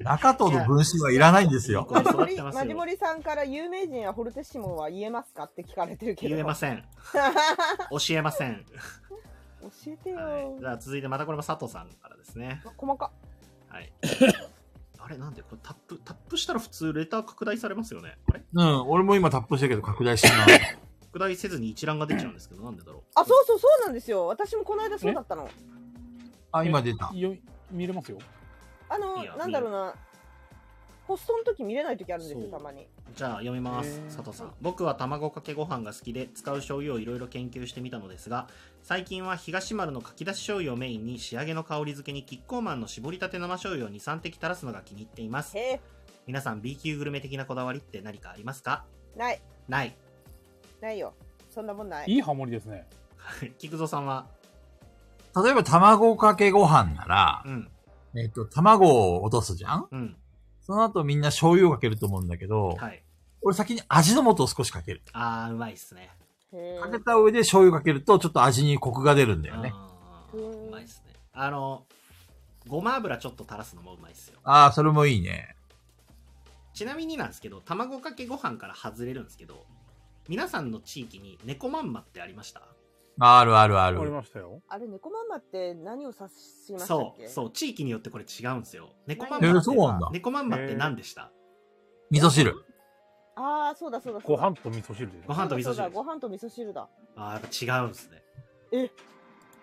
ん。中藤の分身はいらないんですよ。マジモ育っリてますよマジモリさんから有名人やホルテッシモは言えますかって聞かれてるけど言えますせん。教えません。 教えてよ、はい、じゃあ続いてまたこれも佐藤さんからですね。あ細か はい、あれなんでこれタップタップしたら普通レター拡大されますよね。あれうん、俺も今タップしてるけど拡大 してない。拡大せずに一覧が出ちゃうんですけどなんでだろう。あそうそうそうなんですよ私もこの間そうだったのあ、今出た。よ見れますよ。あのいやなんだろうなポストの時見れない時あるんですそようたまにじゃあ読みますへー佐藤さん僕は卵かけご飯が好きで使う醤油をいろいろ研究してみたのですが最近は東丸のかき出し醤油をメインに仕上げの香り付けにキッコーマンの絞りたて生醤油を23滴垂らすのが気に入っていますへえ皆さん B 級グルメ的なこだわりって何かありますかないない ないよそんなもんないいいハモリですね。菊蔵さんは例えば卵かけご飯ならう、んえっと、卵を落とすじゃんうんその後みんな醤油をかけると思うんだけど、はい俺先に味の素を少しかける。ああうまいっすねへかけた上で醤油かけると、ちょっと味にコクが出るんだよね。あーうまいっすね。あの、ごま油ちょっと垂らすのもうまいっすよ。ああ、それもいいね。ちなみになんですけど、卵かけご飯から外れるんですけど、皆さんの地域に猫まんまってありましたあるあるあありる。ましたよ。あれ猫ママって何を指しましたっそけう、そう、地域によってこれ違うんですよ。猫まんえまー、っそうて、なんだ。猫まんまって何でした味噌汁。ああそうだそうだそごうだ飯と味噌汁ですご。飯と味そ噌うだ汁。ご飯と味噌汁だああ、やっぱ違うんですね。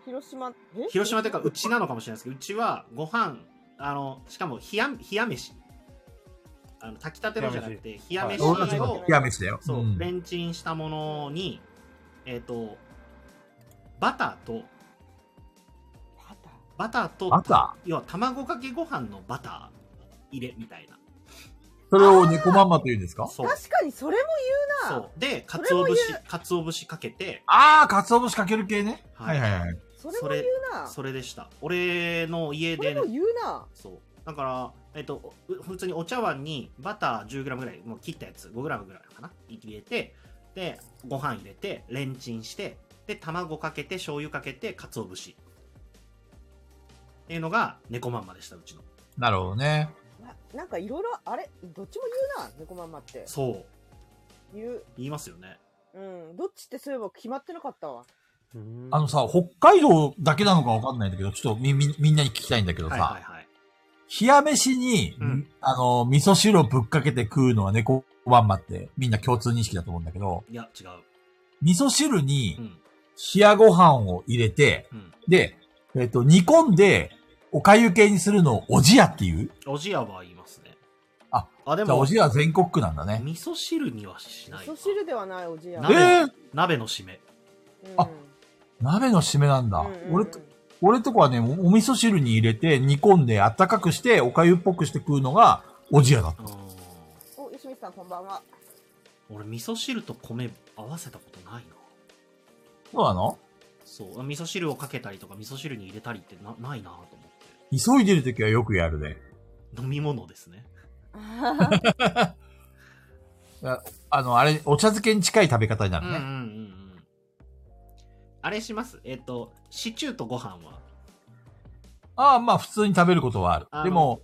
広島え広島というか、うちなのかもしれないですけど、うちはご飯、あの、しかも冷や、冷や飯。あの、炊きたてのじゃなくて、冷や飯はを、い俺たちの冷や飯だよ。そう、んレンチンしたものに、えっ、と、バターと、バターバターと、バタ要は卵かけご飯のバター入れみたいな。ー。それを猫まんまと言うんですかそう。確かにそれも言うな。そう。で、かそつれおも言う節、かつお節かけて、ああ、鰹節かける系ね。ははいいはいはい。それも言うな。そそれでした。俺の家れで、も言うな。そう。だから、えっと、う普通にお茶碗にバター 10g ぐらい、もう切ったやつ、5g ぐらいかな入れて、で、ご飯入れて、レンチンして、で、卵かけて、醤油かけて、かつお節。っていうのが、猫まんまでした、うちの。なるほどね。ななんかいろいろあれどっちも言うな猫まんまってそう。言う言いますよね。うんどっちってそういえば決まってなかったわあのさ、北海道だけなのかわかんないんだけど、ちょっとみ、み、みんなに聞きたいんだけどさ、はいはいはい。冷や飯に、うんあの、味噌汁をぶっかけて食うのは猫まんまって、みんな共通認識だと思うんだけど、いや、違う。味噌汁にうん。冷やご飯を入れて、うん。で、えっ、と、煮込んで、おかゆ系にするのをおじやっていうおじやは言いますね。あ、あ、でじゃあも、お味じやは全国区なんだね。噌汁にはしない味か。噌汁ではないおじやなえ鍋ー、鍋の締め。うんあ鍋の締めなんだ。うんうんうん俺と、俺とかはね、おお味噌汁に入れて、煮込んで、あったかくして、おかゆっぽくして食うのが、おじやだ。うーん。お吉光さんこんばん は俺、味噌汁と米合わせたことないな。そうなのそう。味噌汁をかけたりとか、味噌汁に入れたりってなないなと思っ急いでるときはよくやるね。て。飲み物ですね。あの、あれ、お茶漬けに近い食べ方になうるんうんうんね。うん。あれしますえっ、と、シチューとご飯はああ、まあ、普通に食べることはあるあ。のでも、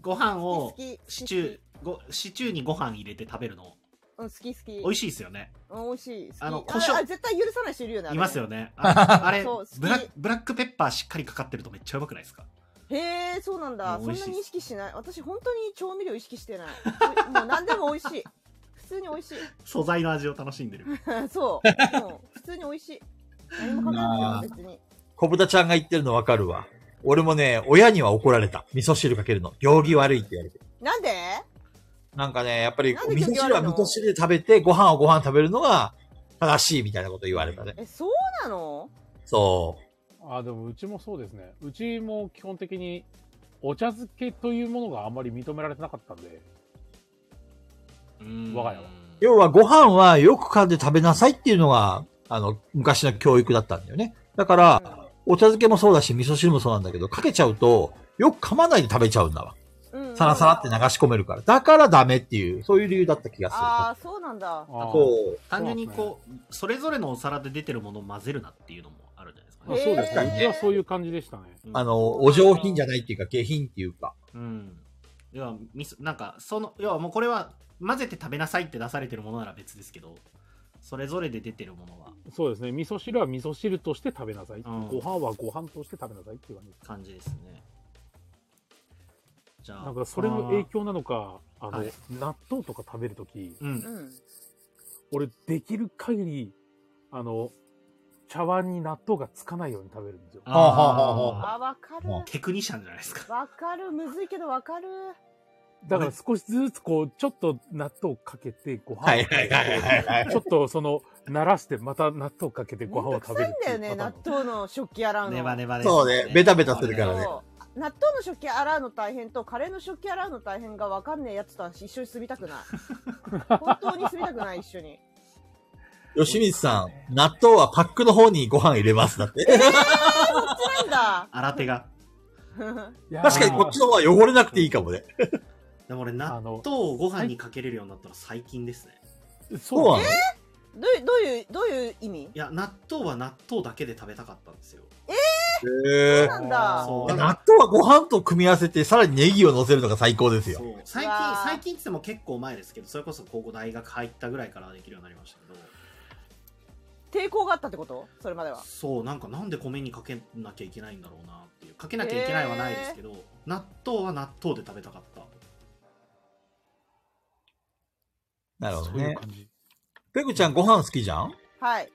ご飯を好、き好きシチュー、ご、シチューにご飯入れて食べるの、うん好き好き美味しいですよね。うん美味しい好きああのの胡椒あ絶対許さない人いるよねあれいねますよね。ああれそう好きブラ、ブラックペッパーしっかりかかってるとめっちゃうまくないですかへえそうなんだうんそ美味んしいなに意識しない私本当に調味料意識して ないもう何でも美味しい普通に美味しい 素材の味を楽しんでる。そうもう普通に美味しい何も考えなくても別に小豚ちゃんが言ってるのわかるわ。俺もね、親には怒られた。味噌汁かけるの。行儀悪いって言われて。なんでなんかね、やっぱり、なんで味噌行儀汁悪はい味の噌汁で食べて、ご飯はご飯食べるのが正しいみたいなこと言われたね。えそうなのそあでもうちもそうですねうちも基本的にお茶漬けというものがあんまり認められてなかったんで我が家はう。要は、ご飯はよく噛んで食べなさいっていうのが、あの、昔の教育だったんだよね。だから、お茶漬けもそうだし、味噌汁もそうなんだけど、かけちゃうと、よく噛まないで食べちゃうんだわ。うんうんサラサラって流し込めるから。だからダメっていう、そういう理由だった気がする。ああそうなんだあーそう。単純にこう、それぞれのお皿で出てるものを混ぜるなっていうのもあるじゃないですかまあね。そうですへねーうちはそういう感じでしたねうんあの、お上品じゃないっていうか、下品っていうか。うん。要は、みそ、なんか、その、要はもうこれは、混ぜて食べなさいって出されてるものなら別ですけど、それぞれで出てるものはそうですね味噌汁は味噌汁として食べなさい、うんご飯はご飯として食べなさいっていう感じです感じですね。じゃあ、なんかそれの影響なのかあの、はい納豆とか食べるときう。うんん俺できる限りあの茶碗に納豆がつかないように食べるんですよあはあはあはあわかるあテクニシャンじゃないですか。わかるむずいけどわかるだから少しずつこうちょっと納豆かけてご飯をはいはいはいはいはい。ちょっとその、慣らしてまた納豆かけてご飯を食べるっていめんどくさいんだよねうパ納ターン豆の食器洗うのネバネバです、そうねベタベタするからねそう納豆の食器洗うの大変とカレーの食器洗うの大変がわかんねえやつとは一緒に住みた くない本当に住みたくない一緒に吉光さん、納豆はパックの方にご飯入れます。だって。なんだ 新手が。いやー確かにこっちの方は汚れなくていいかもね。でも俺、納あの豆をご飯にかけれるようになったの最近ですね。そうなののどういうどういうどういう意味いや、納豆は納豆だけで食べたかったんですよ。へえそうなんだそう納豆はご飯と組み合わせて、さらにネギを乗せるのが最高ですよ。そう最近うわー最近っつっても結構前ですけどそれこそ高校大学入ったぐらいからできるようになりましたけど抵抗があったってことそれまではそうなんかなんで米にかけなきゃいけないんだろうなっていうかけなきゃいけないはないですけど、納豆は納豆で食べたかったなるほどそういうね。感じ。ペグちゃんご飯好きじゃんはい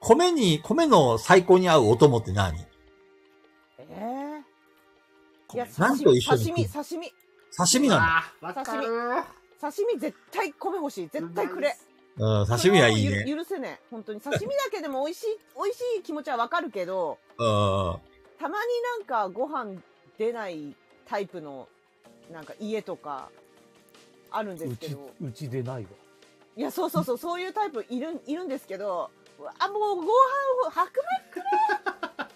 米に、米の最高に合うお供って何ええい米やなんと一緒に刺身刺身刺身なあわかる刺身絶対米欲しい絶対くれの。うん、刺身はいいそれはもね。うゆ許せねえ本当に刺身だけでも美味しい美味しい気持ちはわかるけどうん。たまになんかご飯出ないタイプのなんか家とかあるんですうけちど、うち出ないわ。いや、そうそうそう、そういうタイプいるん、いるんですけど、あ、もうご飯を白米く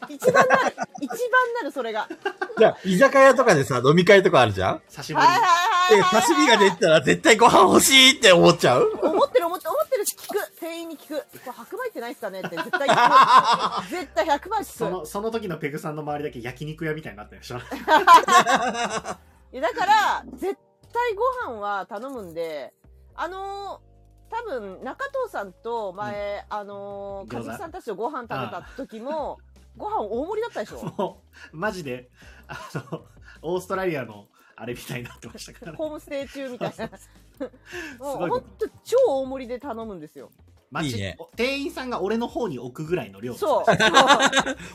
れ一番な る、一番なる、それが。はいじゃあ、居酒屋とかでさ、飲み会とかあるじゃん久しぶりに。はいで、はいはい。刺身が出てたら絶対ご飯欲しいって思っちゃう思ってる思ってる思ってるし聞く店員に聞くこれ白米ってないっすかねって絶対 聞く絶対100倍聞そくの、その時のペグさんの周りだけ焼肉屋みたいになってるで しょ。いやだから絶対ご飯は頼むんであのー多分中藤さんと前、あのー餃和子樹さんたちとご飯食べた時もご飯大盛りだったでしょもう、マジで、あの、オーストラリアのあれみたいになってましたからね。ホームステイ中み たいなもうすごいほこんとと超大盛りで頼むんですよマジいいね店員さんが俺の方に置くぐらいの量。 そう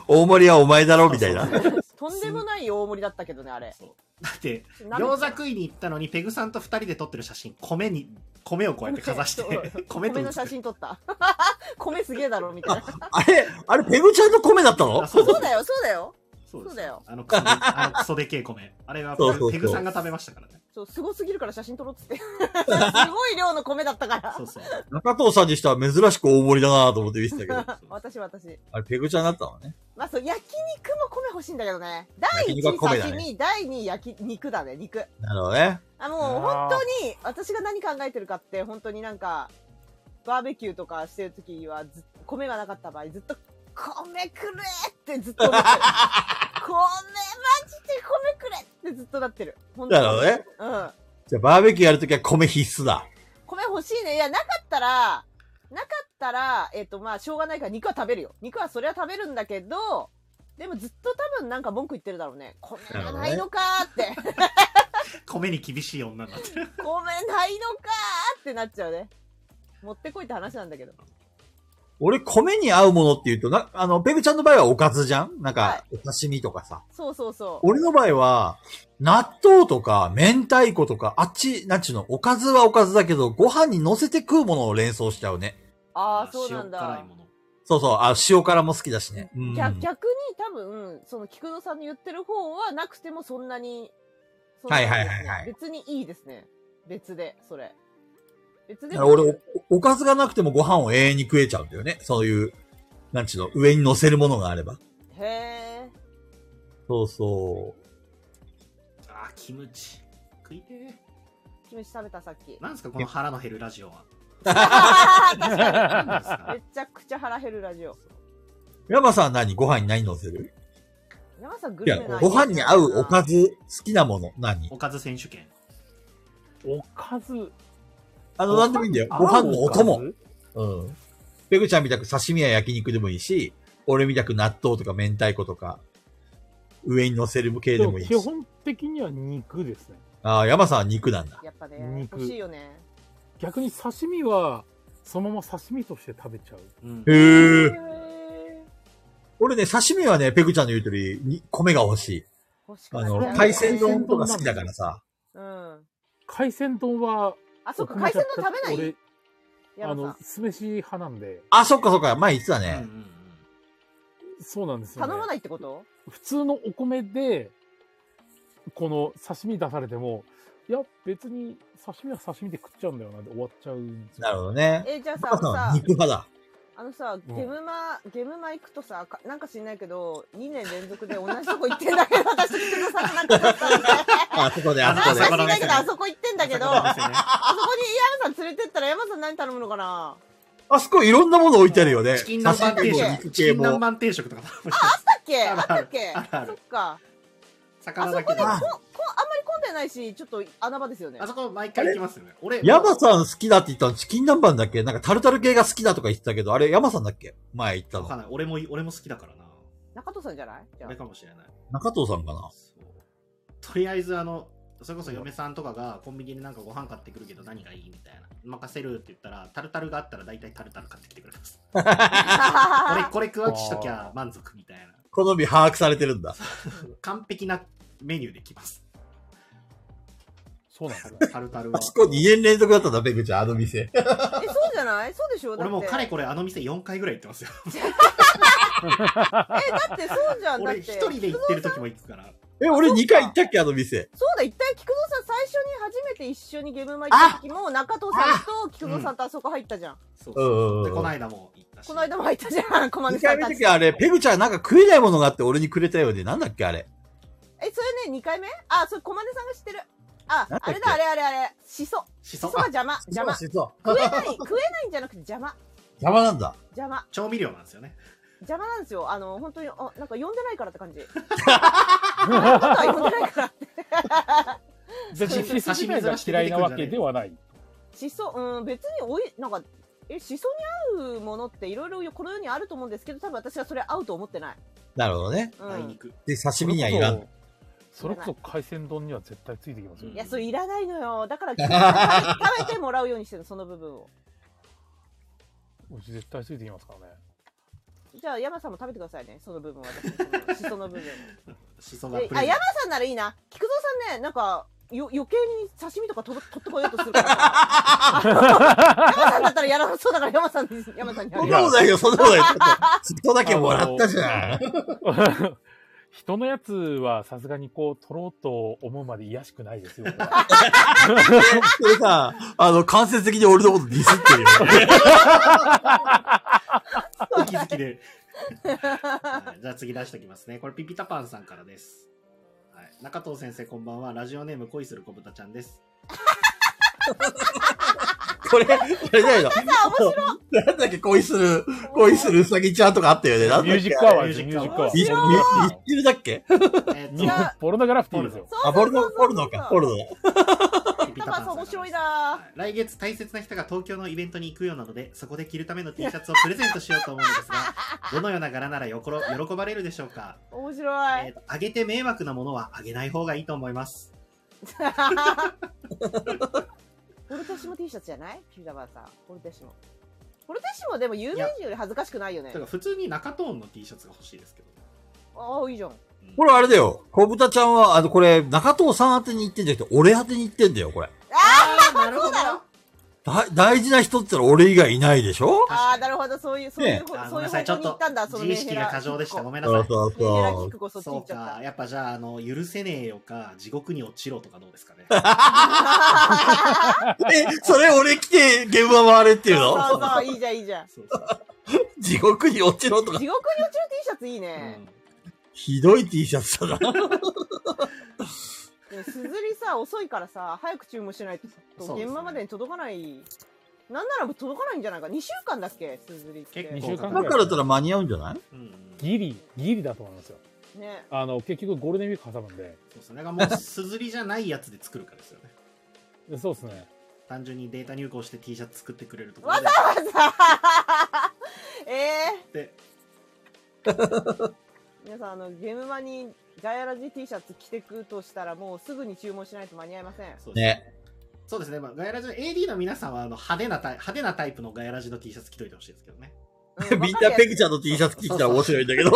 大盛りはお前だろみたいな。そうそうそうとんでもない大盛りだったけどねあれそうだって、な餃子食いに行ったのに、ペグさんと二人で撮ってる写真、米に、米をこうやってかざしてそう、米と米写の写真真撮った 米すげえだろみたいなあれ、あれ、ペグちゃんの米だったのそそうだよそうだよそうそうだよあのクソで、あのクソでけえ米。あれはそうそうそうペグさんが食べましたからね。そう、すごすぎるから写真撮ろうっ つって。すごい量の米だったからそ。うそう。中藤さんにしては珍しく大盛りだなと思って見てたけど。私私。あれ、ペグちゃんだったのね。まあそう、焼肉も米欲しいんだけどね。第一焼肉は米だね刺身、第二焼き肉だね、肉。なるほどね。あ、もうあー本当に、私が何考えてるかって、本当になんか、バーベキューとかしてる時はず、米がなかった場合、ずっと、米くれってずっと思 ってる。米、マジで米くれってずっとなってる。本当なにるほどね。うん。じゃあ、バーベキューやるときは米必須だ。米欲しいね。いや、なかったら、なかったら、えっ、と、まあ、しょうがないから肉は食べるよ。肉はそれは食べるんだけど、でもずっと多分なんか文句言ってるだろうね。米がないのかーって。米に厳しい女になってる。 米ないのかーってなっちゃうね。持ってこいって話なんだけど。俺、米に合うものって言うと、な、あの、ペグちゃんの場合はおかずじゃんなんはか、お刺身とかさ。そうそうそう。俺の場合は、納豆とか、明太子とか、あっち、なんちゅうの、おかずはおかずだけど、ご飯に乗せて食うものを連想しちゃうね。ああ、そうなん塩辛だい。もの。そうそう、あ、塩辛も好きだしね。うん。逆逆に多分、その菊野さんの言ってる方はなくてもそんなに、そんなはにいはいはいはい別にいいですね。別で、それ。別でも。俺お、おかずがなくてもご飯を永遠に食えちゃうんだよね。そういう、なんちゅうの、上に乗せるものがあれば。へえ。そうそう。あー、キムチ。食いてーキムチ食べたさっき。なんですか、この腹の減るラジオは。なんです確かか に。めちゃくちゃ腹減るラジオ。山さんは何ご飯に何乗せる山さんグいやルメな、ご飯に合うおかず。ず、好きなもの、何おかず選手権。おかず。あの、なんでもいいんだよ。ご飯のお供。。うん。ペグちゃんみたく刺身や焼肉でもいいし、俺みたく納豆とか明太子とか、上に乗せる系ででももいいし基。本的には肉ですね。ああ、山さんは肉なんだ。やっぱね、肉欲しいよね。逆に刺身は、そのまま刺身として食べちゃう。うん。へへえ。ー俺ね、刺身はね、ペグちゃんの言う通り、に米が欲しい。欲しくあなっちゃうねの、海鮮丼とか好きだからさ。うん。海鮮丼は、あ、そっか、奥間海ちゃん鮮丼食べない俺、あ山の、酢飯派なんで、あ、そっかそっか。前言ってたうんうね。んそうなんですさよ、ん。ね。頼まないってこと普通のお米で、この刺身出されても、いや、別に刺身は刺身で食っちゃうんだよな、で終わっちゃうんですよ。なるほどね。え、じゃあさ、あ山さんのはさ肉、派だ。あのさ、ゲムマ、ゲムマ行くとさ、かなんか知んないけど、2年連続で同じとこ行ってんだけど、私、菊野さんがなんかちょっとあ、あそこで、あなそんこでか知。んないけど、あそこ行ってんだけど、ああそこの店ねそこに山さん連れてったら山さん何頼むのかなあそこいろんなもの置いてあるよね。チキン南蛮刺定身も食。肉チキ系ン南も。蛮定食とか頼むしあったっけあったっけあるあるそっか。あ魚そだこけでで。こんこあんあんまり混んでないし、ちょっと穴場ですよね。そこ毎回行きますよね。俺、山さん好きだって言ったのチキン南蛮だっけなんかタルタル系が好きだとか言ってたけど、あれ山さんだっけ前言ったわかんの。ない。俺も、俺も好きだからな。中戸さんじゃないじゃあ俺かもしれない。中藤さんかなそうとりあえずあのそれこそ嫁さんとかがコンビニになんかご飯買ってくるけど何がいいみたいな任せるって言ったらタルタルがあったら大体タルタル買ってきてくれますこれこれ食わしときゃ満足みたいな好み把握されてるんだ。完璧なメニューできますそうなんですタよル。タルタルはあそこ2年連続だったんだ、ペグちゃん、あの店。 え、そうじゃないそうでしょだっ俺て。もうかれこれあの店4回ぐらい行ってますよえ、だってそうじゃん。だっ俺て。一人で行ってる時も行くからえ、俺2回行ったっけ、あの店。そうだ、一旦菊蔵さん最初に初めて一緒にゲームマ行った時も中藤さんと菊蔵さんとあそこ入ったじゃん。そううんそううんうんでこの間も行ったし。この間も入ったじゃん、駒二口さ回ん目たのち時。あれ、ペグちゃんなんか食えないものがあって俺にくれたようで、なんだっけあれ。え、それね、2回目あ、それ駒根さんが知ってる。あなんだっ、けあれだ、あれあれあれ。しそ。ししそそが邪魔、邪魔。そうそう食えない、食えないんじゃなくて邪魔。邪魔なんだ。邪魔。調味料なんですよね。邪魔なんですよ。あの、本当に、あなんか呼んでないからって感じ。あなたは呼んでないから。刺別にシスメが嫌いなわけではない。しそ、うん、別におい、なんか、え、しそに合うものっていろいろこの世にあると思うんですけど、多分私はそれ合うと思ってない。なるほどね。うあいにん。く。で、刺身にはいらん。それこそ海鮮丼には絶対ついてきますよ。いや、それいらないのよ。だから、食べ食べてもらうようにしてるの、その部分を。うち絶対ついてきますからね。じゃあ、山さんも食べてくださいね、その部分は。私のしその部分しそを。がでプあ、レゼン山さんならいいな。菊蔵さんね、なんか、よ余計に刺身とかと取ってこようとするからさ。あの山さんだったらやらなそうだから山さんに、山さんにあそんげなる。ことないよ、そんなことないよ。人だけもらったじゃん。 人のやつはさすがにこう取ろうと思うまで癒やしくない ですよ。それさ、あの、間接的に俺のことディスってるよね。トお気づき で。はいじゃあ次出しておきますね。これピピタパンさんからです。はい、中藤先生こんばんは。ラジオネーム恋する小豚ちゃん です。これ、これだよ。なんだっけ、恋する、恋するうさぎちゃんとかあったよね。なんミだュっーけジックアワーです、ミミュューージジックックアアワーワー。ミュミューージックだっけえー、ジック違っうアワーポルノグラフィティですよ。あ、ボルノ、ボルノか、ボルノ。と、ピタパンさん面白いなはい来月大切な人が東京のイベントに行くようなのでそこで着るための T シャツをプレゼントしようと思うんですが どのような柄ならよころ喜ばれるでしょうか、面白えいー。とあげて迷惑なものはあげない方がいいと思います ポルテッシモ T シャツじゃないピザバーさん。ポルテッシモ。ポルテッシモでも有名人より恥ずかしくないよねだか。ら普通に中トーンの T シャツが欲しいですけど、ああ、いいじゃん。うんこれあれだよ。小豚ちゃんは、あの、これ、中藤さん宛てに言ってんじゃなくて、俺宛てに言ってんだよ、これ。あーなるほそうだろだ大事な人って言ったら俺以外いないでしょああ、なるほど。そういう、そういう、あごそめんういうなさいちょ方向っに行とったんだ。その自意識が過剰でしたごめんなさいそうメンヘラキそッうク。こそついそうちゃったか。やっぱじゃああの許せねえよか地獄に落ちろとかどうですかねえ、それ俺来て現場回れっていうそうそうの そう、いいじゃん、いいじゃん。そうそう地獄に落ちろとか地。獄に落ちる T シャツいいうねん。ひどい T シャツだな。でも、すずりさ、遅いからさ、早く注文しないそと、うですね現場までに届かない。なんなら届かないんじゃないか。2週間だっけ、すずりって。結構二週間だからだったら間に合うんじゃないうんうんギリ、ギリだと思いますよ。ね。 あの、結局ゴールデンウィーク挟むんで。そうですねだからもうすずりじゃないやつで作るからですよねでそうですね。単純にデータ入稿して T シャツ作ってくれるところわでざわざええで 皆さんあのゲームマにガヤラジ T シャツ着てくとしたらもうすぐに注文しないと間に合いませんそうですねね。そうですね、まあ、ガヤラジの AD の皆さんはあの派手なタイ派手なタイプのガヤラジの T シャツ着といてほしいですけどね。うみんなペググちゃんの T シャツ着たら面白いんだけど。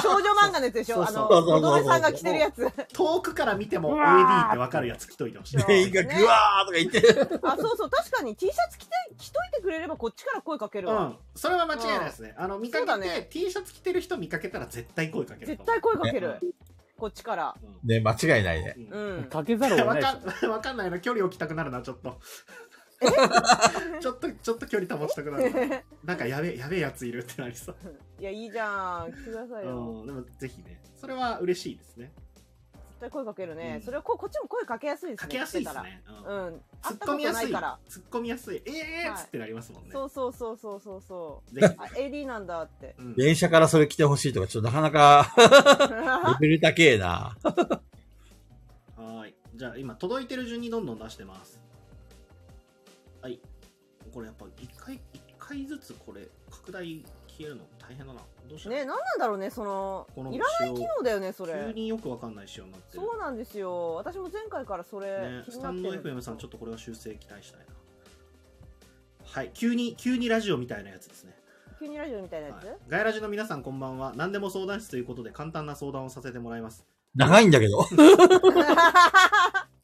少女漫画のやつでしょそうあそうのそうそうおどめさんが着てるやつ 遠くから見てもうわ AD ってわかるやつ着といてほしい。そう全員がグワーとか言って。あそうそう確かに T シャツ着て着といてくれればこっちから声かけるうわ、ん、それは間違いないですね。あの見かけそうだて、ね T シャツ着てる人見かけたら絶対声かける絶と思対う。声かける、ねこっちからね、間違いないね。うんううんんかけざるを得ないわですよかんわかんないな距離置きたくなるなちょっと ちょっとちょっと距離保ちたくなる ななんかやべえやべえやついるってなりそう、 いやいいじゃん着てくださいようん、でもぜひねそれは嬉しいですね絶対声かけるね、うんそれはこうこっちも声かけやすいですねかけやすいです着てね、たうんらうん突会っった込こみとやなすいいから突っ込みやすいええーっつってなりますもんね、そうそうそうそうそうそうぜひあ AD なんだ ってうん電車からそれ着てほしいとか、ちょっとなかなかレベル高えな。はーい。じゃあ今届いてる順にどんどん出してます。はい。これやっぱ一回、一回ずつこれ拡大消えるの大変だな。どうしよう。ね、なんなんだろうね、その、このいらない仕機様能だよね、そ急れ。によくわかんない仕様になってる。そうなんですよ。私も前回からそれね、、気スになタってンるド FM さんちょっとこれは修正期待したいな。はい。急に、急にラジオみたいなやつですね。急にラジオみたいなやはつ、い、ガイラジの皆さんこんばんは。何でも相談室ということで簡単な相談をさせてもらいます。長いんだけど。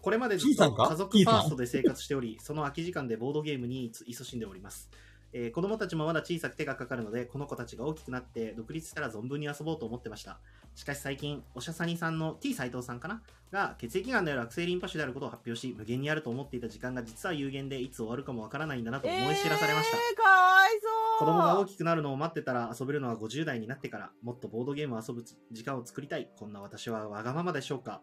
これまでずっ T さとんか家族フ T さんァーストで生活しており、その空き時間でボードゲームにいつ勤しんでおります。えー子供たちもまだ小さく手がかかるので、この子たちが大きくなって独立したら存分に遊ぼうと思ってました。しかし最近、おしゃさにさんの T 斎藤さんかなが血液がんである悪性リンパ腫であることを発表し、無限にあると思っていた時間が実は有限でいつ終わるかもわからないんだなと思い知らされました。えー、かわいそう子供が大きくなるのを待ってたら遊べるのは50代になってからもっとボードゲームを遊ぶ時間を作りたいこんな私はわがままでしょうか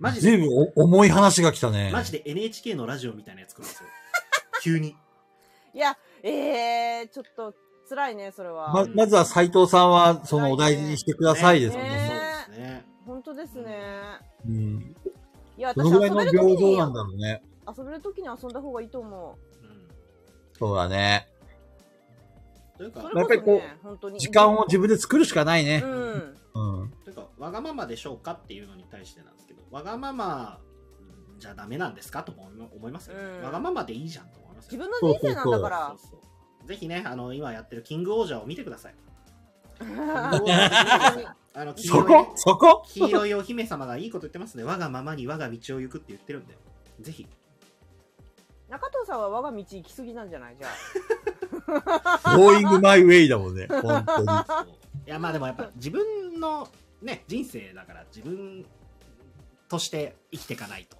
マジ随で分お重い話が来たね。マジで NHK のラジオみたいなやつ来るんですよ 急にいや、えー、ちょっと辛いね、それは。ま、まずは斎藤さんは、そのお大事にしてくださいですもんねね。そうですね本当ですね。うん。いや、ど私の遊ぐらべいのる平時に等なんだろうね。遊べる時に遊んだ方がいいと思うんそうだね。というう。かそやっれこぱそりこうね、本当に。時間を自分で作るしかないねう。ん。うん。というかわがままでしょうかっていうのに対してなんですけどわがままじゃダメなんですかとも思い思いますよね、うんわがままでいいじゃんと思います自よね分の人生なんだから。そうそうぜひねあの今やってるキングオージャーを見てくださ い本当にあの黄色いそねこ そこ黄色いお姫様がいいこと言ってますね。我がままに我が道を行くって言ってるんで。ぜひ。 中藤さんは我が道行き過ぎなんじゃないじゃゴーイングマイウェイだもんね。本当に。そう いや、まあでもやっぱ自分のね、人生だから自分として生きていかないと。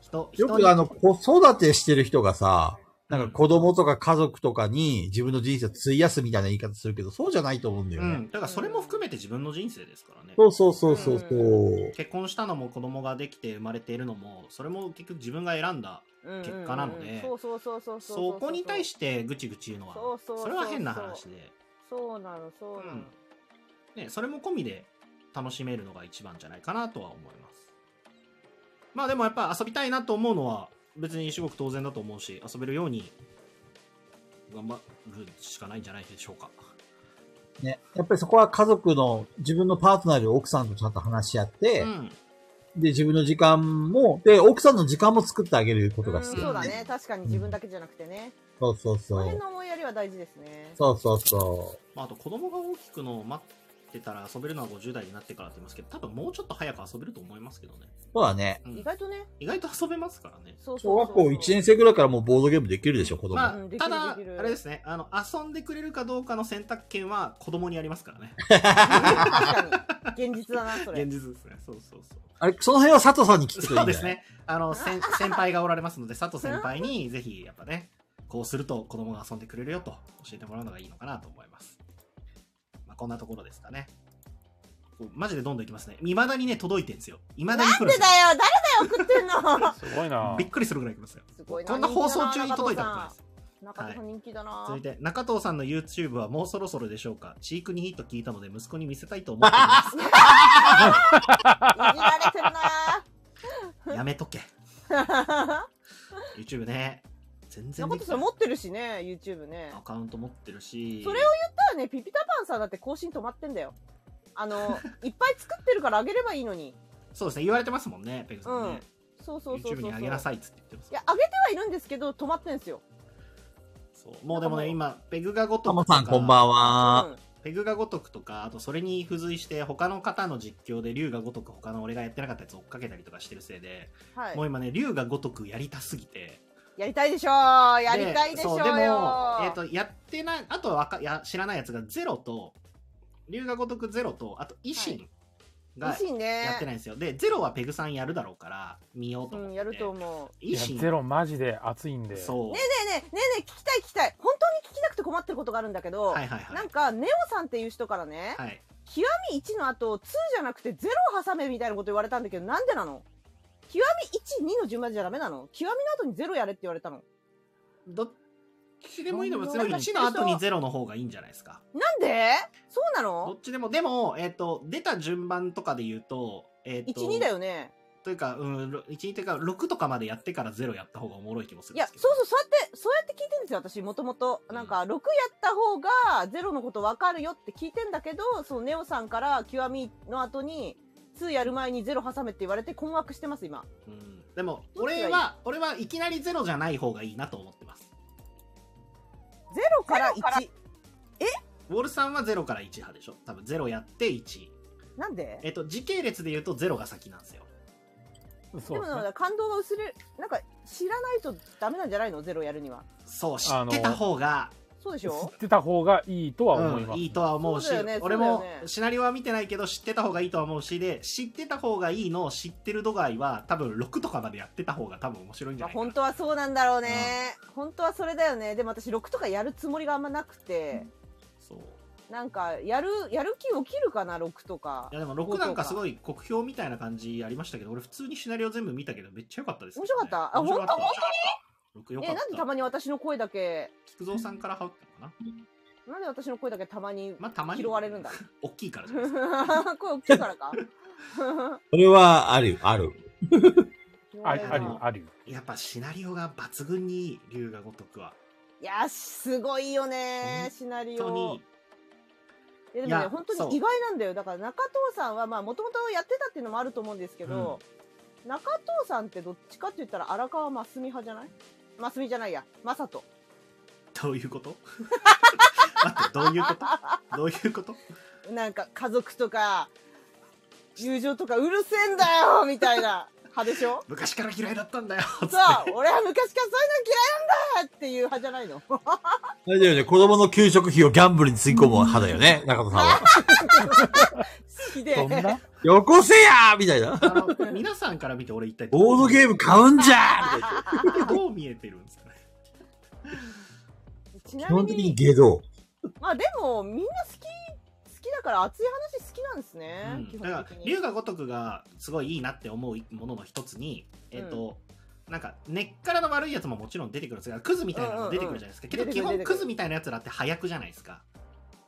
人、人よにくあの、、子育てしてる人がさ、なんか子供とか家族とかに自分の人生を費やすみたいな言い方するけど、そうじゃないと思うんだようね。ん。だからそれも含めて自分の人生ですからね。そうそうそうそうそう。結婚したのも子供ができて生まれているのも、それも結局自分が選んだ。ん。うん結果なのでそうそうそうそううそうこに対て。してぐちぐち言うのはそう、そうそうそうそれは変な話で。そうなの、そうなうのん。ね、それも込みで楽しめるのが一番じゃないかなとは思います。まあでもやっぱ遊びたいなと思うのは別に至極当然だと思うし、遊べるように頑張るしかないんじゃないでしょうか。ね。やっぱりそこは家族の、自分のパートナーで奥さんとちゃんと話し合ってう、ん。で、自分の時間も、で、奥さんの時間も作ってあげるこうとがん必そ要うだね。確かに自分だけじゃなくてね。そうそうこその辺う。の思いやりは大事ですね。そうそうそまああと子供が大きくのを待ってたら遊べるのは50代になってからって言いますけど、多分もうちょっと早く遊べると思いますけどね。う。そうだね。うん意外とね、意外と遊べますからね。そうそ小うそ学う校1年生ぐらいからもうボードゲームできるでしょ、子供。まうあ、んできるただ、あできるれですね、あの、遊んでくれるかどうかの選択権は子供にありますからね。確かに。現実だな、それ。現実ですね。そうそうそう。あれ、その辺は佐藤さんに聞くといいそうんだでよす。ね。あの、先先輩がおられますので、佐藤先輩に、ぜひ、やっぱね、こうすると子供が遊んでくれるよと教えてもらうのがいいのかなと思います。まあ、こんなところですかね。こうマジでどんどんいきますね。未だにね、届いてんですよ。未だに来るんでなんですだよ。よ誰だよ送ってんのすごいなびっくりするぐらい来ますよ。すごい なこんな放送中に届いたことないです。中田さん人気だな続いて、中藤さんの YouTube はもうそろそろでしょうか飼育にいいと聞いたので、息子に見せたいと思っていまいじられてる す。やめとけ。 な YouTube ね。全然中で田きさなんい持ってるしね YouTube ねアカウント持ってるし。それをただねピピタパンさんだって更新止まってんだよ あのいっぱい作ってるからあげればいいのにそうですね。言われてますもんね、ペグさんね。そうそうそうそう YouTube に上げなさいっつって言ってますいやあげてはいるんですけど止まってんすよそうもうでもね今ペグがごとタくモとさかん、こんばんは。うんペグがごとくとかあとそれに付随して他の方の実況で龍がごとく他の俺がやってなかったやつ追っかけたりとかしてるせいで、はいもう今ね龍がごとくやりたすぎてやりたいでしょうやりたいでしょうそうよでも、えー、とやってないあとはわかや知らないやつがゼロと龍がごとくゼロとあと維新が嬉しいやってねないんですよ、でゼロはペグさんやるだろうから見ようとう思って、んやると思うい維や新ゼロマジで熱いんでそうねえねえねえねえねえ聞きたい聞きたい本当に聞きなくて困ってることがあるんだけど、はいはいはなんいかネオさんっていう人からね、はい極み1の後2じゃなくて0を挟めみたいなこと言われたんだけどなんでなの極み1、2の順番じゃダメなの極みの後に0やれって言われたの。どっちでもいいのもど別んなに1の後にゼロの方がいいんじゃないですかなんでそうなどのっちでも、でも、えっ、と、出た順番とかで言うと、えっ、と、 ?1、2だよね。というか、うん、ろ1、2というか、6とかまでやってから0やった方がおもろい気もするいんでや、すそけど。うそう、そうやって、そうやって聞いてんですよ、私、もともと。なんか、6やった方が0のことわかるよって聞いてんだけど、そのネオさんから極みの後に2やる前に0挟めって言われて困惑してます、今。うん、でも、どっちがいい俺は、俺はいきなり0じゃない方がいいなと思ってます。 0から1。ウォルさんは0から1派でしょ多分0やって1。なんでえっ、と、時系列で言うと0が先なんですよ。そうででもすなんねか感動が薄れるなんか知らないとダメなんじゃないのゼロやるにはそう、知ってた方が、そうでし知ょってた方がいいとは思いうんます。いいとは思うしそうだよね俺そうもだよねシナリオは見てないけど知ってた方がいいとは思うしで知ってた方がいいのを知ってる度合いは多分6とかまでやってた方が多分面白いんじまゃなあ、いかな、本当はそうなんだろうね、本当はそれだよねでも私6とかやるつもりがあんまなくて、そうなんかやるやる気起きるかな6とかいやでも6なんかすごい酷評みたいな感じありましたけど俺普通にシナリオ全部見たけどめっちゃ良かったです、面白かったあ面白かった本6良かえっなんでたたまに私の声だけ菊蔵さんから羽織ったのかななんで私の声だけたまにまあたまに拾われ るんだ大きいからじゃないで すか声大きい からかそれは、ある、ある。拾あわれり、るあなり、あ り。やっぱシナリオが抜群にいい龍が如くはいやすごいよねシナ本リ当オにいやでいもねや本そ当うに意外なんだよだから中藤さんはまあもともとやってたっていうのもあると思うんですけど、中藤さんってどっちかって言ったら荒川真澄派じゃない真澄じゃないや正人どういうこと 待ってどういうことどういうことなんか家族とか友情とかうるせえんだよみたいな派で しょ昔から嫌いだったんだ よつってそう俺は昔からそういうの嫌いなんだっていう派じゃないの大丈夫ね。子供の給食費をギャンブルにつぎ込む派だよね、中田さんは。 ひでえどん なよこせやーみたいな。あの皆さんから見て俺一体ボードゲーム買うんじゃーみたーいな。ムどう見えてるんですかねち基なみ本的にに下道。まあでもみんな好き好きだから熱い話好きなんですね、うん基だか本ら的に龍が如くがすごいいいなって思うものの一つにえっ、と、なんか根っからの悪いやつももちろん出てくるんですがクズみたいなのも出てくるじゃないですか、うんうんうけどん基出てくる本出てくクるズみたいなやつらって早くじゃないですか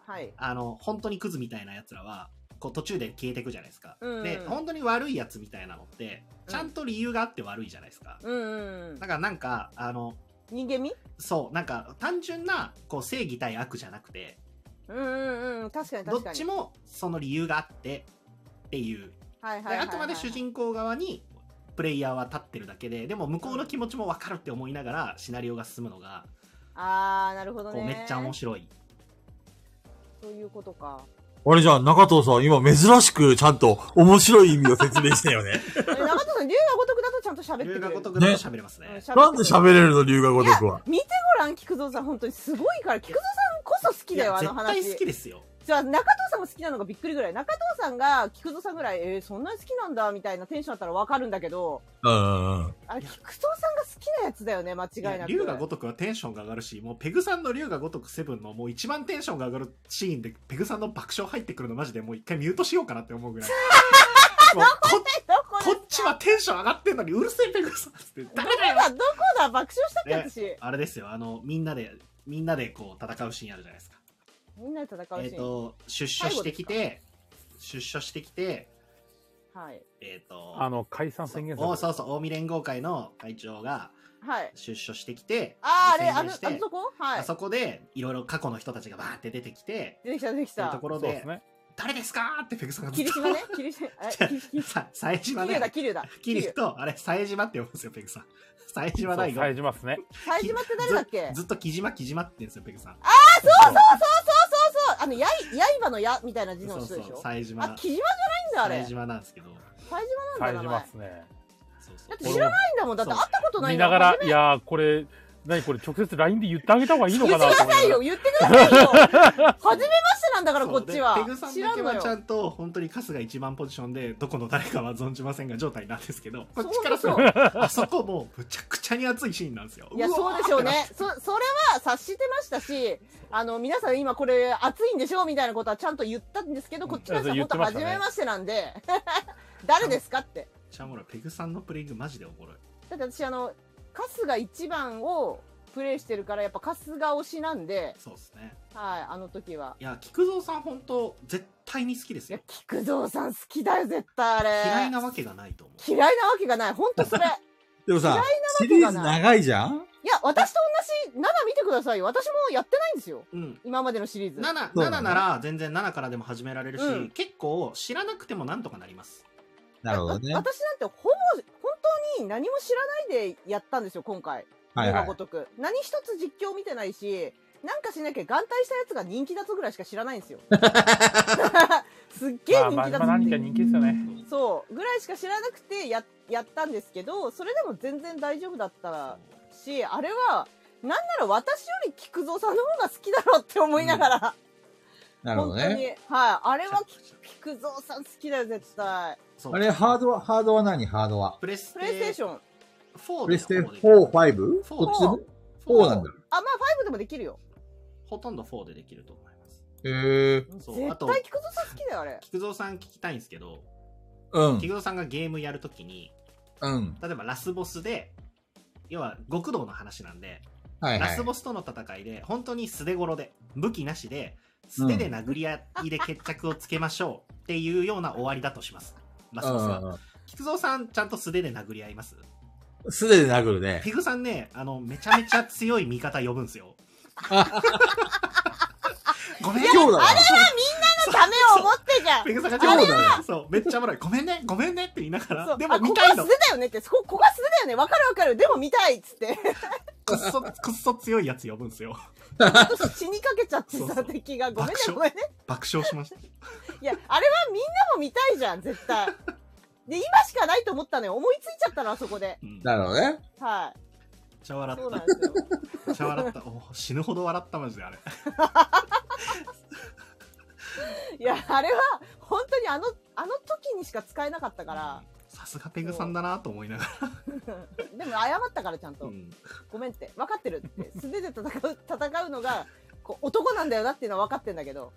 はいあの本当にクズみたいなやつらはこう途中で消えてくじゃないですか、うんうんで本当に悪いやつみたいなのってちゃんと理由があって悪いじゃないですか、うんうんうんだからなんかあの人間味そうなんか単純なこう正義対悪じゃなくてうんうんうん確かにど確かっにちもその理由があってっていうはいはいではいはいあくまで主人公側にプレイヤーは立ってるだけででも向こうの気持ちも分かるって思いながらシナリオが進むのがああなるほどこねうめっちゃ面白いそういうことかあれじゃん、中藤さん、今珍しくちゃんと面白い意味を説明したよね。え中田さん龍が如くだとちゃんと喋ってく龍れるがと如くだと喋れますねなんで喋れるの、龍が如くは。見てごらん菊蔵さん本当にすごいから菊蔵さんこそ好きだよあのいや話絶対好きですよじゃあ中藤さんも好きなのがびっくりぐらい中藤さんが菊蔵さんぐらいえー、そんなに好きなんだみたいなテンションだったらわかるんだけどうんうんうん。あれ菊蔵さんが好きなやつだよね間違いいやなく龍が如くはテンションが上がるしもうペグさんの龍が如くセブンのもう一番テンションが上がるシーンでペグさんの爆笑入ってくるのマジでもう一回ミュートしようかなって思うぐらいもうこどこですこっちはテンション上がってんのにうるせえペグさんっつってどこだどこだ爆笑したっけ私、あれですよあのみんなでみんなでこう戦うシーンあるじゃないですかみんなで戦うシーン、えっ、と出所してきて出所してきてはいえっ、とあの、解散宣言おそうそう近江連合会の会長がはい出所してきてあああでれあ宣の言してあそこはいあそこでいろいろ過去の人たちがバーって出てきて出てきた出てきというたところそうでですね。誰ですかってペグさんがずっ霧と島ね霧島え霧 島さ冴島桐ね生だ、桐生だ。桐桐生とあれ冴島って呼ぶんですよペグさん冴島そう大冴悟えますね。生冴島って誰だっけずっと木島木島って言うんですよペグさんあそう、あの、やい、刃の矢みたいな字のそう人そうでそしうょ冴島あ、木島じゃないんだ、あれ。冴冴島なんですけど島なん冴だ、え名前。まだすね。そうそうって知らないんだもん、だって会ったことない見んなだがもんら、いやー、これ、何これ、直接 LINE で言ってあげた方がいいのか言っなてくと思いなだがらさいよ、言ってくださいよ。初めましてなんだから、こそうっちはでペグさ。ん知だらけんのはよち。ゃんと本当に春日一番ポジションでどこの誰かは存じませんが状態なんですけどこっちからするそうそうとあそこもうむちゃくちゃに熱いシーンなんですよいや、そうでしょうね。そ、それは察してましたし、あの、皆さん今これ熱いんでしょみたいなことはちゃんと言ったんですけど、こっちからしたらうん本当初めましてなんで、 誰ですかって。じゃあもうペグさんのプレイングマジでおもろいだって私あの春日一番をプレイしてるからやっぱ春日推しなんで、そうですねはい、あの時はいや菊蔵さん本当絶対に好きですいやよ菊蔵さん好きだよ絶対あれ嫌いなわけがないと思う嫌いなわけがないほんとそれいでもさ、シリけーがないズ長いじゃんや私と同じ7見てくださいよ私もやってないんですようん今までのシリーズ7そうだね7なら全然7からでも始められるし、うん結構知らなくてもなんとかなりますなるほどね。 あ私なんてほぼ本当に何も知らないでやったんですよ今回はいは龍がい。如く何一つ実況見てないしなんかしなきゃ眼帯したやつが人気だぞぐらいしか知らないんで すよすっげえ人気まあ、だぞまあまってあ、何か人気ですよね。そうぐらいしか知らなくてややったんですけどそれでも全然大丈夫だったしあれはなんなら私より菊蔵さんの方が好きだろうって思いながら、なるほど本当ね。にはいあれは菊蔵さん好きだよ絶対そうあれ、ハードは、ハードは何ハードは。プレスプレイステーテション、 4プレステで4、5? フォどーっちでもフォ ?4 なんだ。あまあ5でもできるよほとんど4でできると思います。へえ。そうあ絶と、対菊蔵さん好きだよあ れ菊蔵さん聞きたいんですけど、うん。菊蔵さんがゲームやるときに、うん。例えばラスボスで、要は極道の話なんで、はいはラいス。ボスとの戦いで、本当に素手頃で、武器なしで、素手で殴り合いで決着をつけましょうっていうような終わりだとします。ラスボスうんは。うん菊蔵さん、ちゃんと素手で殴り合いますうん素手で殴るね。ペグさんね、あの、めちゃめちゃ強い味方呼ぶんです よ。ごめんね今日だわ。ダメを思ってじゃ んペグさんがそうだよそう、めっちゃおもろい。ごめんね、ごめんねって言いながそら、うでもあ見たいのここは素。手だよねってこここが素手だよねわかるわかるでも見たいっつって くっそ、くっそ強いやつ呼ぶんですよ。ちょっと死にかけちゃってそうさそう敵がごめんね爆笑ごめんね爆笑しました。いやあれはみんなも見たいじゃん絶対で今しかないと思ったのよ思いついちゃったのあそこでうん。めっなるほどね。はちゃい笑そうっな んですよた。めっちゃ笑った。お死ぬほど笑ったマジであれ。いやあれは本当にあのあの時にしか使えなかったから さすがペグさんだなと思いながら。でも謝ったからちゃんと、うんごめんって分かってるって素手で戦う戦うのがこう男なんだよなっていうのは分かってんだけど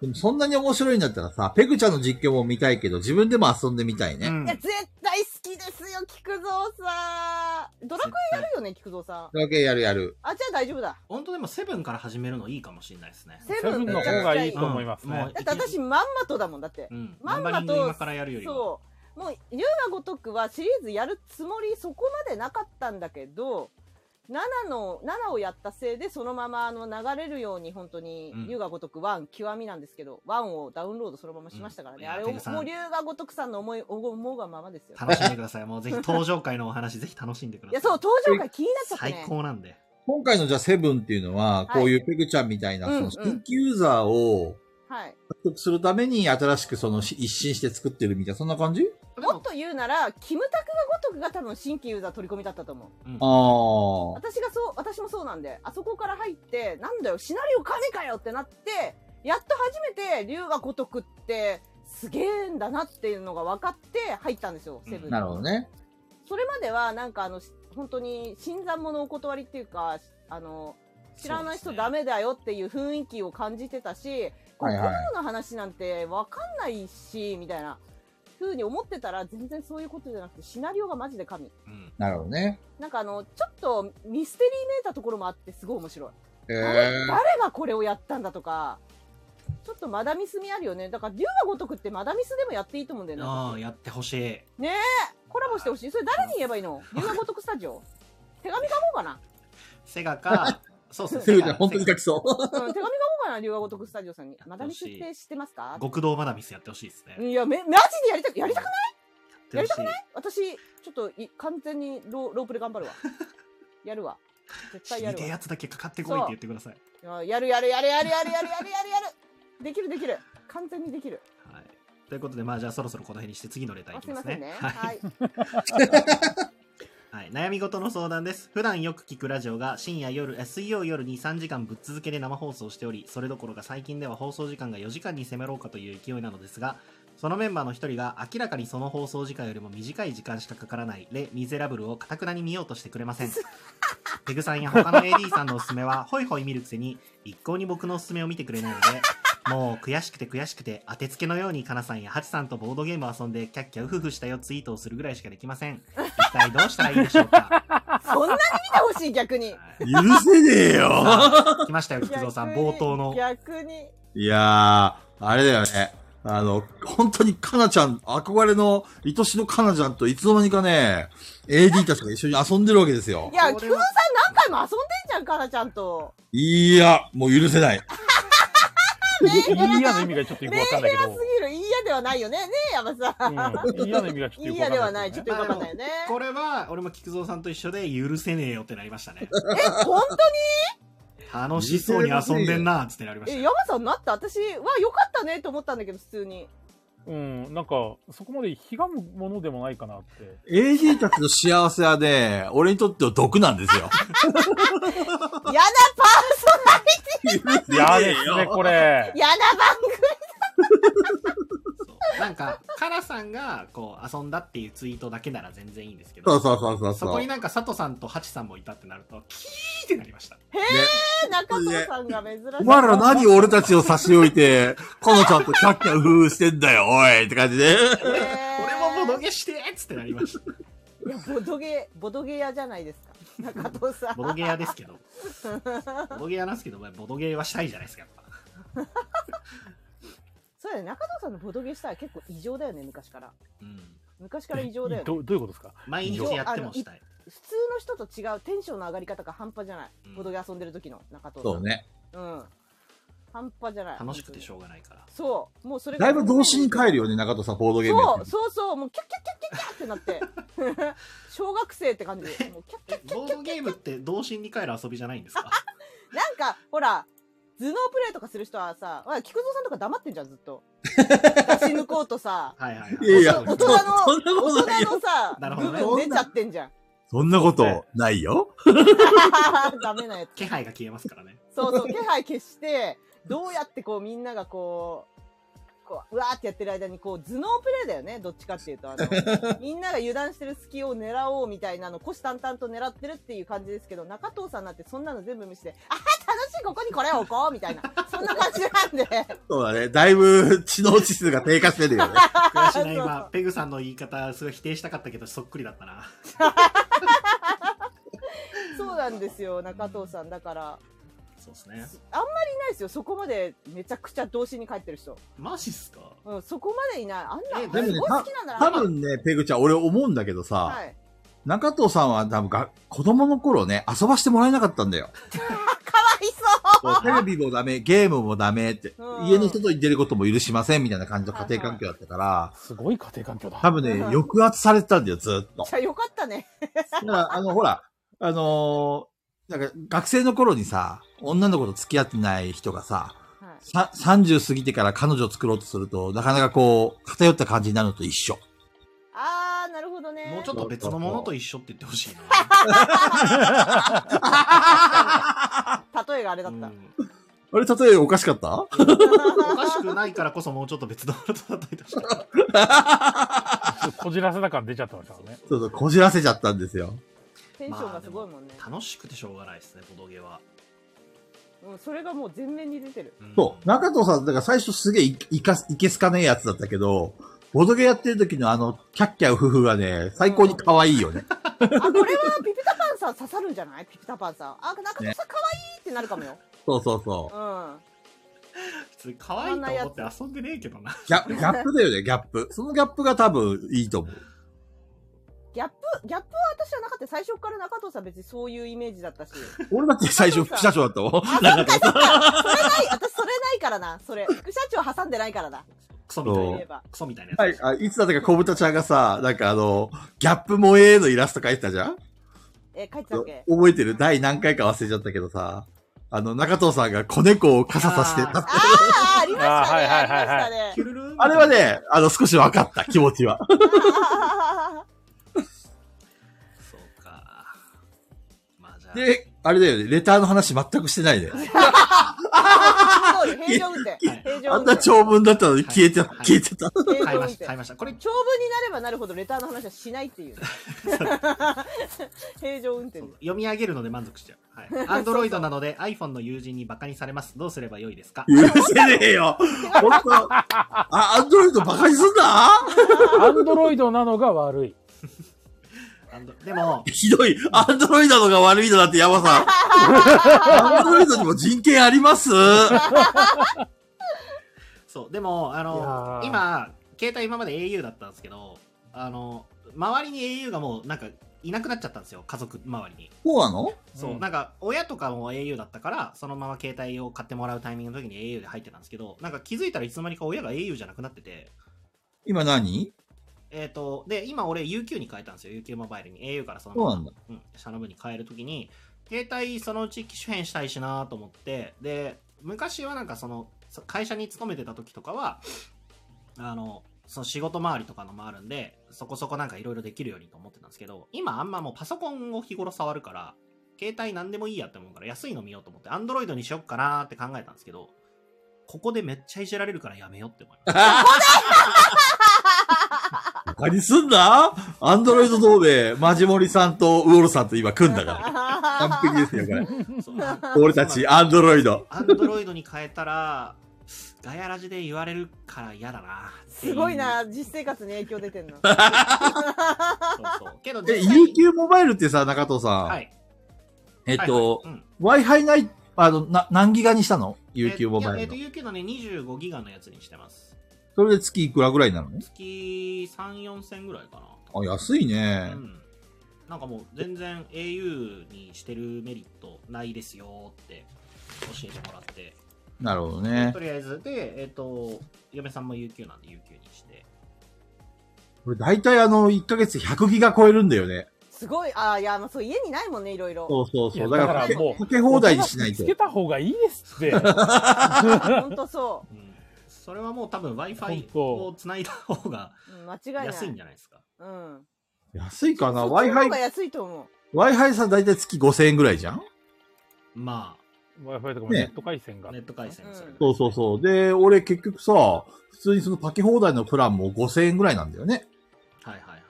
でもそんなに面白いんだったらさ、ペグちゃんの実況も見たいけど、自分でも遊んでみたいね。うんいや絶対好きですよ菊蔵さんドラクエやるよね菊蔵さんそれだけやるやる。あじゃあ大丈夫だ本当でもセブンから始めるのいいかもしれないですね。セセブブンンのめち方ゃくちがゃいいいいと思いますうんもう。ねだって私まんまとだもんだってうん。まナンんバまとリング今からやるよりも。そうもう龍が如くはシリーズやるつもりそこまでなかったんだけど7の7をやったせいでそのままあの流れるように本当にうん龍が如く1極みなんですけど1をダウンロードそのまましましたからね、うんあれいやをてかさもう龍が如くさんの思い思うがままですよ楽しんでください。もうぜひ登場会のお話、ぜひ楽しんでください。いやそう登場回気になっちゃった最ね高なんで。今回のじゃあセブンっていうのは、こういうペグちゃんみたいな、うんそうのん新規ユーザーをはい獲得するために新しくその一新して作ってるみたいな、そんな感じもっと言うならキムタクが如くが多分新規ユーザー取り込みだったと思ううんああ。私がそう私もそうなんであそこから入ってなんだよシナリオ金かよってなってやっと初めて龍が如くってすげえんだなっていうのが分かって入ったんですよセブン、なるほどね。それまではなんかあのし本当に新参者お断りっていうかあの知らない人ダメだよっていう雰囲気を感じてたし、こうはいはいプロの話なんて分かんないしみたいな風に思ってたら全然そういうことじゃなくてシナリオがマジで神うん。なるほどね。なんかあのちょっとミステリーめいたところもあってすごい面白いえ誰ー、誰がこれをやったんだとか、ちょっとマダミス味あるよね。だから、竜が如くってマダミスでもやっていいと思うんだよね。ああ、やってほしい。コラボしてほしい。それ誰に言えばいいの竜が如くスタジオ手紙書こうかな。セガ か、そうそう。セブンちゃガん本当に書きそう。うん、手紙書こうかな、竜が如くスタジオさんに。マダミスって知ってますか極道マダミスやってほしいですね。いや、め、マジでやりたく、やりたくないやってほしい私、ちょっとい、完全にローロープで頑張るわ。やるわ。絶対や死にるてえやわ。つだけかかってこいって言ってください。いややるやるやるやるやるやるやるやるやる。できるできる。完全にできる。はい。ということで、まあじゃあそろそろこの辺にして次のレターいあきすいまますせね。んね。はいはい。はい。悩み事の相談です。普段よく聞くラジオが深夜夜、え水曜夜に3時間ぶっ続けで生放送しており、それどころか最近では放送時間が4時間に迫ろうかという勢いなのですが、そのメンバーの一人が明らかにその放送時間よりも短い時間しかかからないレ・ミゼラブルをかたくなに見ようとしてくれません。ペグさんや他の AD さんのおすすめは、ホイホイ見るくせに、一向に僕のおすすめを見てくれないので、もう悔しくて悔しくて、当てつけのようにかなさんやハチさんとボードゲームを遊んで、キャッキャウフフしたよツイートをするぐらいしかできません。一体どうしたらいいでしょう かそんなに見てほしい、逆に。 許せねえ よ。来ましたよ、菊蔵さん、冒頭の。逆にいやー、あれだよね。あの、本当にかなちゃん、憧れの、愛しのかなちゃんといつの間にかね、AD たちが一緒に遊んでるわけですよい。やこれは菊蔵さん何回も遊んでんじゃんかなちゃんといや、もう許せない。いいやの意味がちょっとよくわかんないけすぎるいいやではないよねねえ山さん、ど。うん。いいやの意味がちょっといよいくわやかでんなはいないけちどょっとよくわかんないよねこれは、俺も菊蔵さんと一緒で、許せねえよってなりましたね。え本楽しそうに遊んでんな、つってなりま当しにたえよ。山さんなった私は良かったねと思ったんだけど普通にうん、なんか、そこまで悲願ものでもないかなって。 AD たちの幸せはね、俺にとっては毒なんです よ。やだパーソナリやですね、これティ。やだ番組そうなんか、カラさんが、こう、遊んだっていうツイートだけなら全然いいんですけど、そうそうそうそう。そこになんか佐藤さんとハチさんもいたってなると、キーってなりました。中藤さんが珍しい。お前ら何俺たちを差し置いて、このちゃんとキャッキャウフフしてんだよ、おいって感じで。俺俺もボドゲしてっつってなりました。いやボドゲボドゲ屋じゃないですか中藤さんボドゲ屋ですけど。ボドゲ屋なんですけど、まあボドゲはしたいじゃないですか、やっぱ。そうだね中藤さんのボドゲしたら結構異常だよね昔からうん。昔から異常だよねどどういうことですか毎日やってもしたい。普通の人と違うテンションの上がり方が半端じゃない、うんボドゲ遊んでる時の中藤さんそうね。うん半端じゃない楽しくてしょょうがないから。そうもうそれがだいぶ童心に帰るよね、中戸さん、ボードゲームやっそうてそうそうもうキャッキャッキャッキャッキャってなって小学生って感じもうキャッキャッボードゲームって童心に帰る遊びじゃないん ですかなんか、ほら、頭脳プレイとかする人はさ、まあ、菊蔵さんとか黙ってんじゃん、ずっと。出し抜こう とさ、はいはいはい。いやいやそう大人の、そんなこと大ないよ人のさ、なるほ部どね分出ちゃってんじゃん。そんなことないよ。 ダメなやつ。気配が消えますからね。そうそう、気配消して、どうやってこう、みんながこう、こう、うわーってやってる間に、こう、頭脳プレイだよね、どっちかっていうと。あ の、みんなが油断してる隙を狙おうみたいなの、虎視眈々と狙ってるっていう感じですけど、中藤さんなんてそんなの全部無視で、あー楽しい、ここにこれ置こうみたいな、そんな感じなんで。そうだね。だいぶ知能指数が低下してるよ ね。悔しいな、そ う今、ペグさんの言い方、すごい否定したかったけど、そっくりだったな。そうなんですよ、中藤さん。だから、そうですね。あんまりいないですよ、そこまでめちゃくちゃ童心に帰ってる人。マジっすかうん、そこまでいない。あんな、えすでごもねい好きなんだな。多分ね、ペグちゃん、俺思うんだけどさ、はい。中藤さんは多分が子供の頃ね、遊ばしてもらえなかったん だよ。かわいそうテレビもダメ、ゲームもダメって、うん家の外に出ることも許しませんみたいな感じの家庭環境だったから、すごい家庭環境だ。多分ね、抑圧されてたんだよ、ずーっ と。じゃあよかったね。だから、あの、ほら、あのーなんか学生の頃にさ、女の子と付き合ってない人がさ、はいさ30過ぎてから彼女を作ろうとすると、なかなかこう、偏った感じになるのと一緒。あー、なるほどね。もうちょっと別のものと一緒って言ってほしい例えがあな。れだった。うんあれ、例えおかしかったおかしくないからこそもうちょっと別のものと叩いてほしい。こじらせだから出ちゃってましたからね。そうそう、こじらせちゃったんですよ。テンションがすごいもんね。楽しくてしょうがないですね、ボドゲは。うん、それがもう全面に出てる。うんそう。中藤さん、だから最初すげえいいかす、いけすかねえやつだったけど、ボドゲやってる時のあの、キャッキャウフフがね、最高に可愛いよね。あ、これはピピタパンさん刺さるんじゃないピピタパンさん。あ、中野さんかわいいってなるかもよ。そうそうそうう。ん。別に可愛いと思って遊んでねえけどな。ギャギャップだよね、ギャップ。そのギャップが多分いいと思う。ギャップ、ギャップは私はなかった。最初から中藤さん別にそういうイメージだったし。俺だって最初副社長だったもん。あ、そっかそっか。それない、私それないからな。それ。副社長挟んでないからだ。クソみたいそうな言え。ば。クソみたいなはやい、あいつだったか小豚ちゃんがさ、なんかあの、ギャップ萌えのイラスト描いてたじゃんえ、書いてたっけ覚えてる第何回か忘れちゃったけどさ、あの、中藤さんが子猫を傘さしてあーた。ああ、ありましたね。ああーはいりまはいはいしはたいつ。ねキュルルンあれは、ね、あの、少し分かった、気持ちは。。あそうか。まあじゃあ。で、あれだよね、レターの話全くしてないね。ーあー通り平常運転。平常あ運んな転。長文だったのに消えてた、はい消えてた。平買常い運まし 転た、。買いました。これ、長文になればなるほどレターの話はしないっ ていうね。平常運転です。読み上げるので満足しちゃう。 はい。アンドロイドなので iPhone の友人にバカにされます。どうすればよいですか許せねえよ本当あ、アンドロイドバカにすんだアンドロイドなのが悪い。アンドでも、ひどい。アンドロイドのが悪いのだって山 さん。アンドロイドにも人権ありますそう、でも、あいやの、ー今、携帯今まで au だったんですけど、あの、周りに au がもう、なんか、いなくなっちゃったんですよ、家族周りに。そうなのそう、うんなんか、親とかも au だったから、そのまま携帯を買ってもらうタイミングの時に au で入ってたんですけど、なんか気づいたらいつの間にか親が au じゃなくなってて、今何えっ、と、で、今俺 UQ に変えたんですよ、UQ モバイルに。au からそのそうまなまんだ。うん、シャノブに変えるときに、携帯そのうち機種変したいしなと思って、で、昔はなんかその、そ会社に勤めてた時とかは、あの、その仕事周りとかのもあるんで、そこそこなんかいろいろできるようにと思ってたんですけど、今あんまもうパソコンを日頃触るから、携帯なんでもいいやって思うから安いの見ようと思って、アンドロイドにしよっかなーって考えたんですけど、ここでめっちゃいじられるからやめようって思いました。何すんだアンドロイド同盟、マジモリさんとウオルさんと今組んだ から。完璧ですよ、これ。そうなんです 俺たち、アンドロ イド。アンドロイドに変えたら、ガヤラジで言われるから嫌だな。すごい。な、実生活に影響出てんその。うそう。けどえ、実際、 UQ モバイルってさ、中藤さん、はい。えっとはい、はいうん Wi-Fi ない、あの、な、何ギガにしたのえっと ?UQ モバいイルの。やえっと、UQ のね、25ギガのやつにしてます。それで月いくらぐらいなのね月3、4千ぐらいかあ、安いな。ねう。ん。なんかもう、全然 au にしてるメリットないですよって教えてもらって。なるほどでねと。りあえず、で、えっと、嫁さんも UQ なんで UQ にして。これ大体あの、1ヶ月100ギガ超えるんだよね。すごい、あーいや、まあそう、家にないもんね、いろいろ。そうそういそやう。だからだかからけ、もうかけ放題にしないつ と。けた方がいいですって。ほんとそうん。それはもう多分本 Wi-Fi 当を繋いだ方がう。うん間違いない。安いんじゃないですか。うん。安いかなそっちの方 ?Wi-Fi が、安いと思う。 Wi-Fi さ、大体月5000円ぐらいじゃんま Wi-Fi とかもねネット回線あ、が。ネット回線もれぐらいそうそうそう。で、俺結局さ、普通にそのパケ放題のプランも5000円ぐらいなんだよね。はいはいはいはい。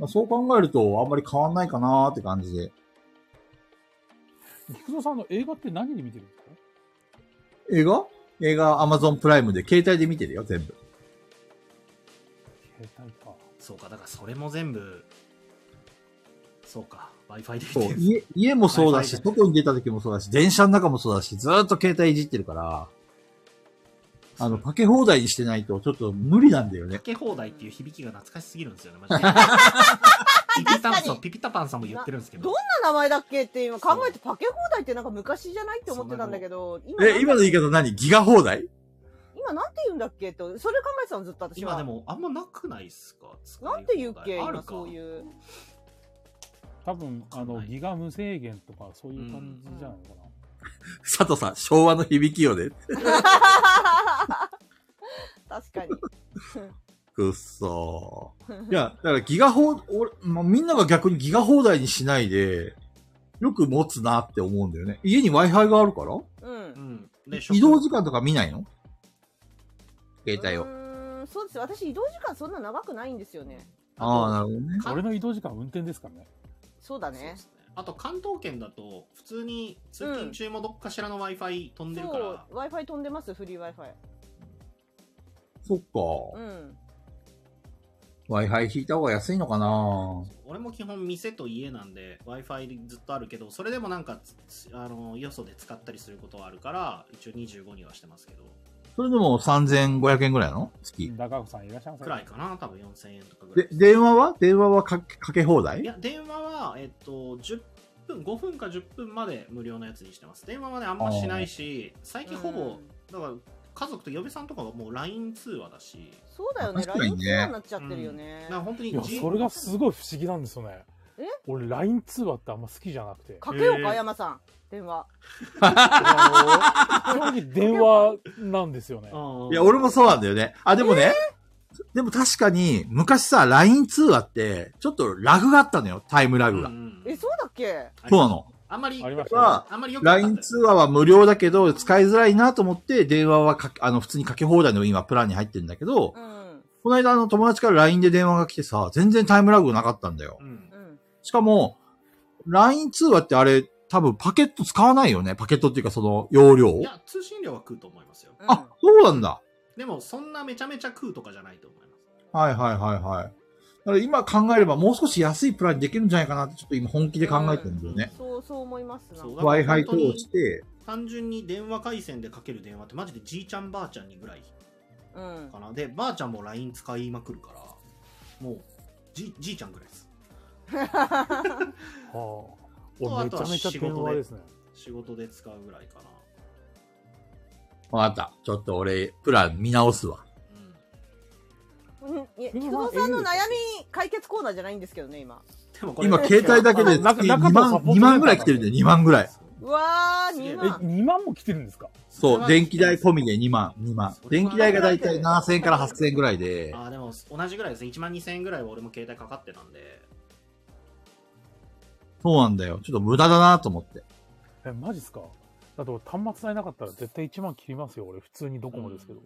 まあ、そう考えると、あんまり変わんないかなーって感じで。菊蔵さんの映画って何で見てるんですか映画映画 Amazon プライムで携帯で見てるよ、全部。携帯か。そうか、だからそれも全部、そうか、Wi-Fi で見そうてる。家家もそうだ Wi-Fi し、で外に出た時もそうだし、電車の中もそうだし、ずーっと携帯いじってるから、あの、パケ放題にしてないと、ちょっと無理なんだよかね。け放題っていう響きが懐かしすぎるんですよね、マジ で。ピピタパンさん、ピピタパンさんも言ってるんですけどど。どんな名前だっけって今考えて、パケ放題ってなんか昔じゃないって思ってたんだけど、今なんえ、だ、今の言い方何ギガ放題 今なんて言うんだっけって、それ考えてたのずっと私は。今でもあんまなくないっすか使い放な題んて言うっけある今かそういう。多分、あわの、かんないギガ無制限とか、そういう感じじゃないのかな。佐藤さん、昭和の響きよね。 確かに。くっそー。いや、だからギガ放、俺、まあ、みんなが逆にギガ放題にしないで、よく持つなって思うんだよね。家に Wi-Fi があるからうんう。ん。で、移動食時間とか見ないの携帯うを。ーんそうです私移動時間そんな長くないんですよねああ、なあるほどね。か俺の移動時間は運転ですからね。そうだとそうねっすねあと関東圏だと、普通に通勤中もどっかしらの Wi-Fi 飛んでそるから、う w i f i 飛んでますフリー w i f i そっうか。ん Wi-Fi 引いた方が安いのかな俺も基本店と家なんで w i f i ずっとあるけどそれでもなんかつあのよそで使ったりすることはあるから一応25にはしてますけどそれでも3500円ぐらいなの月。中岡さんいらっしゃいませ。くらいかな多分4000円とかぐらでい、す電話は電話はかかけ放題いや電話はえっと10分5分か10分まで無料のやつにしてます電話はねあんましないし最近ほぼだから家族と嫁さんとかはもう LINE 通話だしそうだよね確か LINE に通ね話になっちゃってるよだねから本当にいや、じそれがすごい不思議なんですよねえ。俺、LINE 通話ってあんま好きじゃなくて。かけようへかえ山さん電話あの正直電話なんですよね。うんいや、俺もそうなんだよね。あ、でもね、でも確かに、昔さ、LINE 通話って、ちょっとラグがあったのよ、タイムラうグんうが。んえそうだっけそうなの。あんまりありましはたあんまりよくなかった LINE 通話は無料だけど、使いづらいなと思って、電話はかけ、あの、普通にかけ放題の今、プランに入ってるんだけど、うんこの間、あの、友達から LINE で電話が来てさ、全然タイムラグなかったんだよう。んうんしかも、LINE 通話ってあれ、多分パケット使わないよね。パケットっていうかその容量い。や通信料は食うと思いますようんあ、そうなんだ。でもそんなめちゃめちゃ食うとかじゃないと思いますはいはいはいはい。だから今考えればもう少し安いプランにできるんじゃないかなってちょっと今本気で考えてるんだよね。そうそう思いますなそうだから Wi-Fi 本当に通して、単純に電話回線でかける電話ってマジでじいちゃんばあちゃんにぐらいうんかなでばあちゃんも LINE 使いまくるからもうじじいちゃんぐらいですはあ、と俺あめとちゃはめちゃ電話ですね。仕事で使うぐらいかなわかった。ちょっと俺、プラン見直すわ。うんうんいや菊蔵さんの悩み解決コーナーじゃないんですけどね今でもこれ今、携帯だけで中2中藤サポートセ万、ンター2万ぐらい来てるんだよ、2万ぐらい。そううわー、すげえ2え、万。 2万も来てるんですかそう、電気代込みで2万、2万。電気代がだいたい7000円から8000円ぐらいで、あーでも同じぐらいですね1万2000円ぐらいは俺も携帯かかってたんでそうなんだよ。ちょっと無駄だなと思って。え、マジっすかだって俺端末代なかったら絶対1万切りますよ、俺。普通にドコモですけど。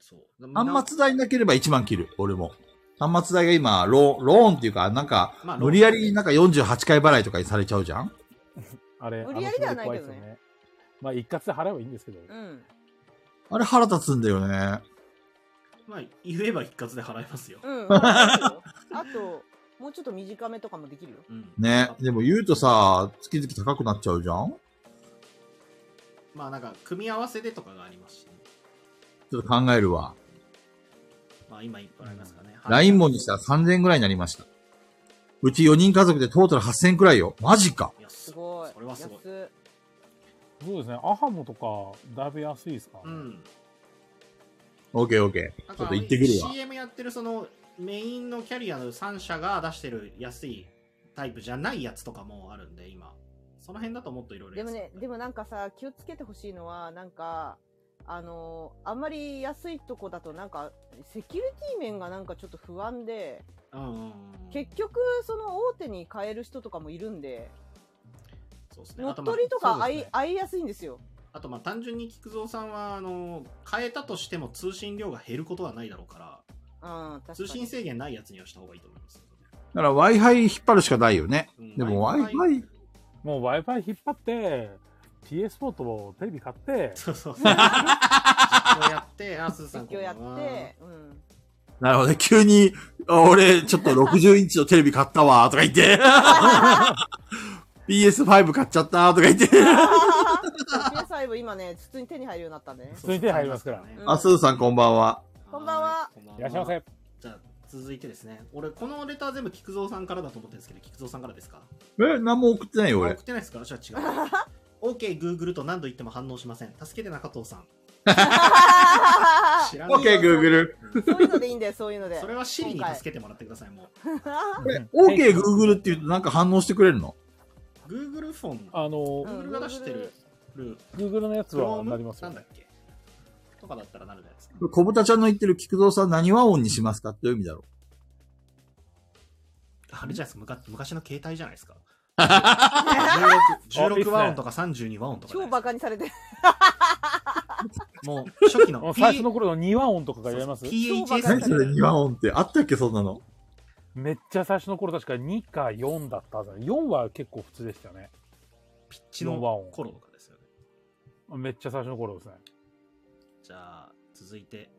そう端末代なければ1万切る、俺も。端末代が今、ローローンっていうか、なんか、まあ無理やりなんか48回払いとかにされちゃうじゃんあれ、無理やりではないけどねあのすご怖っすよ。まあ、一括で払えばいいんですけど。うん。あれ腹立つんだよね。まあ言えば一括で払いますよ、うん。 あと、もうちょっと短めとかもできるよ。うんね。でも言うとさ、月々高くなっちゃうじゃんまあなんか組み合わせでとかがありますしね、ちょっと考えるわ。まあ今いっぱいありますからね、 LINE もにしたら3000円ぐらいになりました。うち4人家族でトータル8000円くらいよ。マジか。いやすすごい。それはすごい安そうですね。アハモとか、だいぶ安いですか、うらねんオッケーオッケー。なんちょかっと行ってくるわ。 CM やってるそのメインのキャリアの3社が出してる安いタイプじゃないやつとかもあるんで今その辺だともっといろいろでもね、でもなんかさ、気をつけてほしいのは、なんか、あのーあんまり安いとこだとなんか、セキュリティ面がなんかちょっと不安で、うんうんうん結局、その大手に変える人とかもいるんで、そうですね乗あっとまあ取りとか合い,、そうですね合いやすいんですよ。あとまあ単純に菊蔵さんはあの変えたとしても通信量が減ることはないだろうからうん、確か通に。信制限ないやつにはした方がいいと思います、だから Wi-Fi 引っ張るしかないよね。うんでも Wi-Fi、もう Wi-Fi 引っ張って、PS4 とテレビ買って、そうそうそう実況やってあすーさん実こんば況やっんはて、うん。なるほどね。急に、あ俺、ちょっと60インチのテレビ買ったわ、とか言って。PS5 買っちゃった、とか 言って。 PS5 今ね、普通に手に入るようになったんでね。そうそう続いて入りますからねうんあ、すーさんこんばんは。こんばんはこんばんいらっしゃいませ。じゃあ続いてですね俺このレター全部菊蔵さんからだと思ってるんですけど菊蔵さんからですかえ、何も送ってないよ、送俺っ。てないですかじゃあ 違う OKGoogle と何度言っても反応しません助けて中藤さん知らない OKGoogle。 そういうのでいいんだよ、そういうので。それは Siri に助けてもらってくださいも OKGoogle って言うとなんか反応してくれるのう Google フォンあの、う Google んが出してるル Google のやつは Chrome なりますなよんだねっ。けとかだったらなるじゃないですか小豚ちゃんの言ってる菊蔵さん何はオンにしますかっていう意味だろあれじゃないですか昔昔の携帯じゃないです かあいいっ 16, す16ね和音とか32和音とかじゃ 超ないバカにされてる。ですかもう初期あのの P- 最初の頃の2話音とかがやりますそう超バう。カ何 PHS それ2はオンってあったっけそんなの。めっちゃ最初の頃確か2か4だったはずだ4は結構普通でしたよね。ピッチの頃とかですよねめっちゃ最初の頃ですね。じゃあ続いて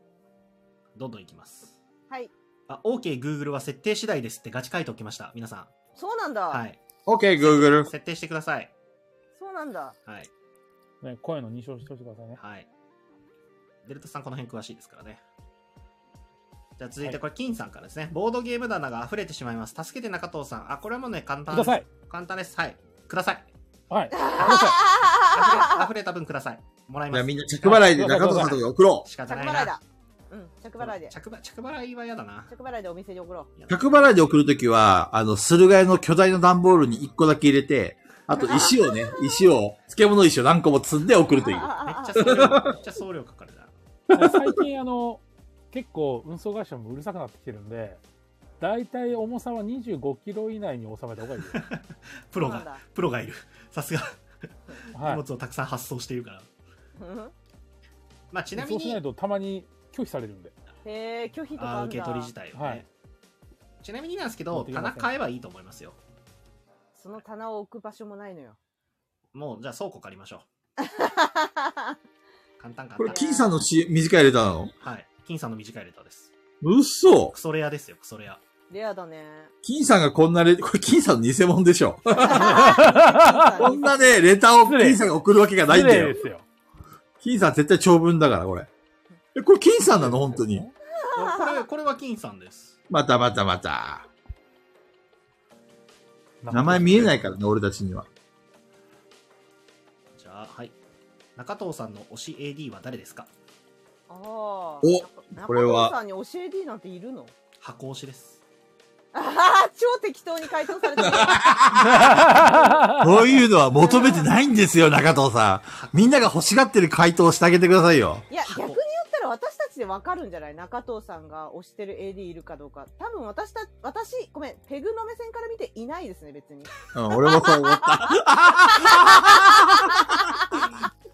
どんどんいきますはい。あ OKGoogle は設定次第ですってガチ書いておきました皆さそうなんだ。んはい OKGoogle。設定してくださいそうなんだ。はいね声の認証しておいてくださいね。はいデルタさんこの辺詳しいですからねじゃあ続いてこれ金さんからですね、ボードゲーム棚が溢れてしまいます助けて中藤さんあこれはもうね簡単でくだすさい簡単ですはいくださいはい。くださあふれ溢れた分ください。もらいじまゃあす。みんな着払いで中中戸戸ささんんととか送ろ仕方着ない払いな。だ。うん、着払いで。着払着払いは嫌だな。着払いでお店に送ろ嫌う。だ着払いで送るときは、あの、駿河屋の巨大な段ボールに1個だけ入れて、あと石をね、石を、漬物石を何個も積んで送るとう。 いう。めっあああちゃ送料、めっちゃ送料かかるな。い最近あの、結構運送会社もうるさくなってきてるんで、だいたい重さは25キロ以内に収めた方がいいです。プそうロなんが、だ。プロがいる。さすが、は荷い。物をたくさん発送しているから。うんまあ、ちなみそうしなにい、とたまに拒否されるんで。へえ、拒否とかああーん受け取りだ。自体はね。はいちなみになんですけ持どっ、てきませ棚ん買えばいいと思いますよ。その棚を置く場所もないのよ。もう、じゃあ倉庫借りましょう。簡単簡これ、単。金さんのし短いレターなのはい。金さんの短いレターです。嘘クソレアですよ、クソレア。レアだね。金さんがこんなレ、 これ金さんの偽物でしょ。こん なね、レターを失礼金さんが送るわけがないんだ礼よで。すよ。。金さん絶対長文だから、これ。え、これ金さんなの本当に。これ、これは金さんです。またまたまた。名前見えないいからね、俺たちには。じゃあ、はい。中藤さんの推し AD は誰ですかああ。おおこれはさんに教え D なんているの 箱推しです。ああ、超適当に回答されてる。そういうのは求めてないんですよ、中藤さん。みんなが欲しがってる回答をしてあげてくださいよ。いや、逆に言ったら私たちでわかるんじゃない中藤さんが推してる AD いるかどうか。多分私た、私、ごめん、ペグの目線から見ていないですね、別に。うん、俺もそう思 った。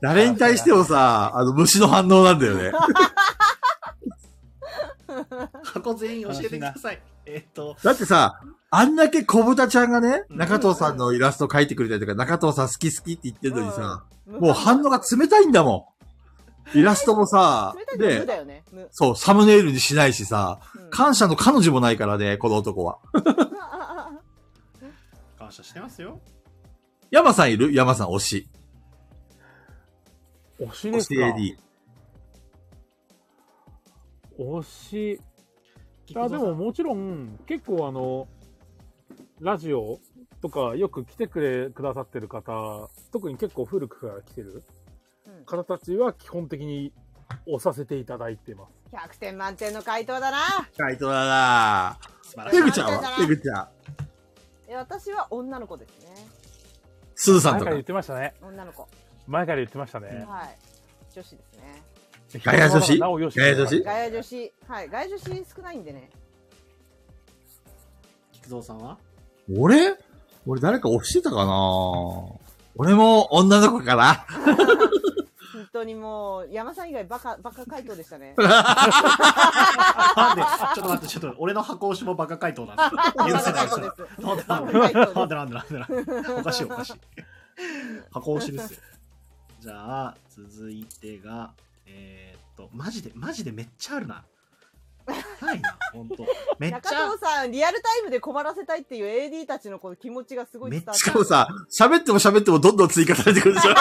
誰に対してもさ、あの、虫の反応なんだよね。箱全員教えてください。えっと、だってさ、あんだけ小豚ちゃんがね、中藤さんのイラスト描いてくれたりとか、中藤さん好き好きって言ってるのにさ、もう反応が冷たいんだもん。イラストもさ冷た、いの無で、だよね。無。そう、サムネイルにしないしさ、うん感謝の彼女もないからね、この男は。感謝してますよ。山さんいる山さん推し。推し推でしすか AD。推し。菊あ蔵さでんも、もちろん結構あのラジオとかよく来てくれくださってる方特に結構古くから来てるうん方たちは基本的に押させていただいてます100点満点の回答だな。回答だなぁ。素晴らしペい。グちゃんはペグちゃん。え私は女の子ですね。すずさん前とか。から言ってましたね女の子。前から言ってましたね、はい。女子ですね。ガヤ女子なおよしガヤ女子外来女子。はい。外来女子少ないんでね。菊蔵さん は俺俺誰か押してたかなぁ俺も女の子かな本当にもう、山さん以外バカ、バカ回答でした ね。なんで、ちょっと待って、ちょっと、俺の箱押しもバカ回答なん ですよ。許せないバカ回です答よ。です。なんでなんでなんでなんでなんでなんでおかしいおかしい。箱押しですよ。じゃあ、続いてが、えー、っと、マジで、マジでめっちゃあるな。ないな、ほんと。めっちゃ、中藤さん、リアルタイムで困らせたいっていう AD たちのこの気持ちがすごい伝わってしかもさ、喋っても喋ってもどんどん追加されてくるでしょ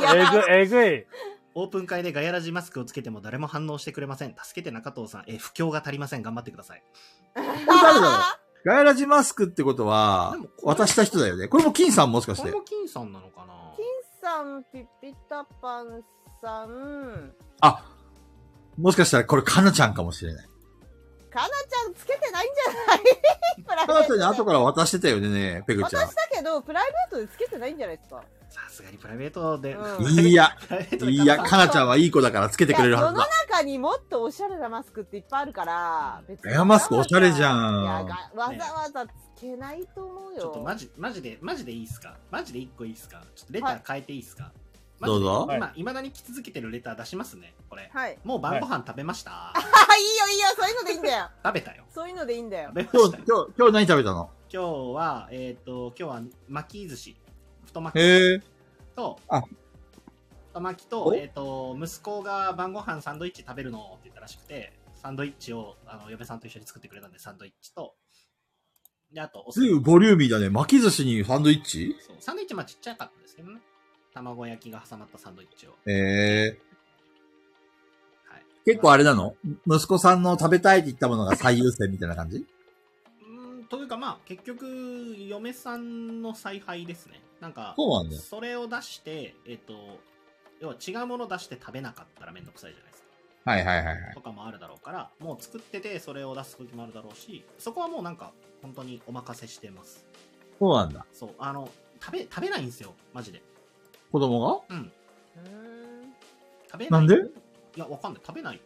嫌だえぐえオープン会でガヤラジマスクをつけても誰も反応してくれません。助けて中藤さん。え、不況が足りません。頑張ってください。誰だろうガヤラジマスクってことはでも、これ渡した人だよね。これも金さんもしかしこれて。も金さんなのかな金さん、ピピタパンさん、あ、もしかしたらこれかなちゃんかもしれない。かなちゃんつけてない んじゃないプかラなちイゃベんにー後トから渡してたよね、ペグ私ちゃだけど、プライベートでつけてないんじゃないですか。さすがにプライベートで。うんん。いや、プライベートでいや、かなちゃんはいい子だからつけてくれるいやは世ずのだ。中にもっとおしゃれなマスクっていっぱいあるから、別エアマスクおしゃれじゃいやん。がわざわざつけないと思うよ。ちょっとマジ、マジで、マジでいいっすかマジで一個いいっすかちょっとレター変えていいっすか、マジでどうぞ。今、いまだに来続けてるレター出しますね、これ。はい。もう晩ご飯食べました、あ、いいよいいよ、そういうのでいいんだよ。食べたよ。そういうのでいいんだよ食。べま今し日たよ。、今日、今日何食べたの今日は、えっ、と、今日は巻き寿司。太巻きへえ。と、あ太巻きおと、えっ、と、息子が晩ご飯サンドイッチ食べるのって言ったらしくて、サンドイッチを、あの、嫁さんと一緒に作ってくれたんで、サンドイッチと、で、あと、おすぐボリューミーだね。巻き寿司にサンドイッチそうサンドイッチまあちっちゃかったですけどね。卵焼きが挟まったサンドイッチを。ええ。はい、結構あれなの息子さんの食べたいって言ったものが最優先みたいな感じうんというかまあ結局嫁さんの采配ですねなんかそうなんだよそれを出してえっ、と要は違うもの出して食べなかったらめんどくさいじゃないですかはいはいはいはい。とかもあるだろうからもう作っててそれを出す時もあるだろうしそこはもうなんか本当にお任せしてますそうなんだ。そうあの食べ食べないんですよマジで子供がうんうーん。食べないなんでいやわかんない食べ ない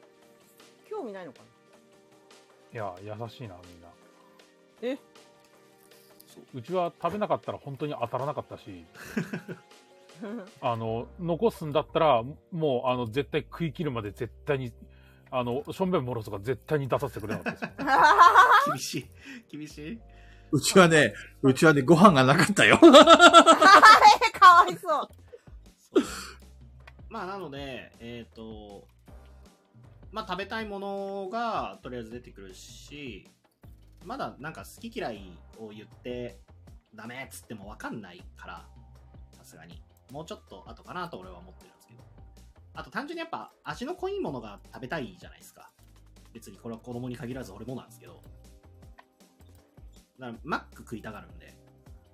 興味ないのかな。いや優しいなみんなえそううちは食べなかったら本当に当たらなかったし あの残すんだったらもうあの絶対食い切るまで絶対にあのしょんべんもろとか絶対に出させてくれなか ったです、ね、厳しい厳しいうちはね、うちはね、ご飯 がなかったよ。え、かわいそう。そうまあなのでえっ、とまあ食べたいものがとりあえず出てくるしまだなんか好き嫌いを言ってダメっつっても分かんないからさすがにもうちょっと後かなと俺は思ってるんですけどあと単純にやっぱ味の濃いものが食べたいじゃないですか別にこれは子供に限らず俺もなんですけどだからマック食いたがるんで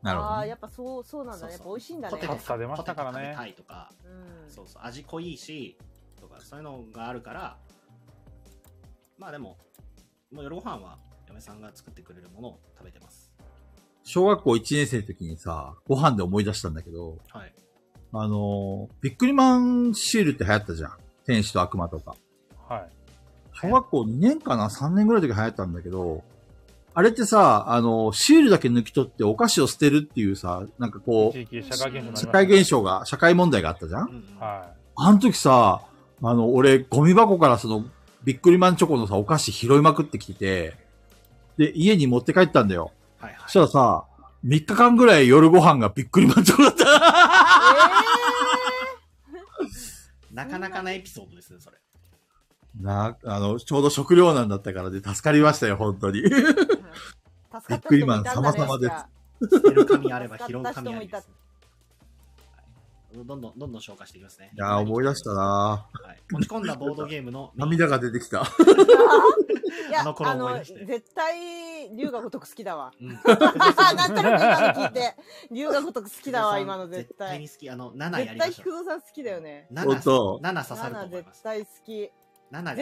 なるほあどあ、ね。やっぱそう、そうなんだね。やっぱ美味しいんだポねテ。トパスタ出ましたからねポテト食べたいとかうん。そうそう味濃いしとかそういうのがあるからまあでももう夜ご飯は嫁さんが作ってくれるものを食べてます。小学校1年生の時にさ、ご飯で思い出したんだけど、はい。あのー、ビックリマンシールって流行ったじゃん。天使と悪魔とか。はい。小学校2年かな ?3 年ぐらいの時流行ったんだけど、あれってさ、あのー、シールだけ抜き取ってお菓子を捨てるっていうさ、なんかこ地域社会現象になりまう、す社会現象が、社会問題があったじゃうんんうんはあの時さ、あの、俺、ゴミ箱からその、ビックリマンチョコのさ、お菓子拾いまくってきてて、で、家に持って帰ったんだよ。はいはそいしたらさ、3日間ぐらい夜ご飯がビックリマンチョコだった。 なかなかなエピソードですね、それ。な、あの、ちょうど食糧難だったからで助かりましたよ、本当に。助びかっっくたり人マもンいたんだね様々ですじゃあ捨てる神あれば 拾う神ありです、ねはい。どんどん、どんどん消化していきますね。いやー、思い出したなはい。持ち込んだボードゲームのー 涙が出てきた。いやあの頃あ思いの出して絶対龍が如く好き だわ うんなんとなく今の聞いて龍が如く好き だわ今の絶絶対対に好き。あの、7や絶りま対しょ菊う。蔵さん好きだよね7、本当7刺さると7思い絶ます。対好き7がいい絶対好きだ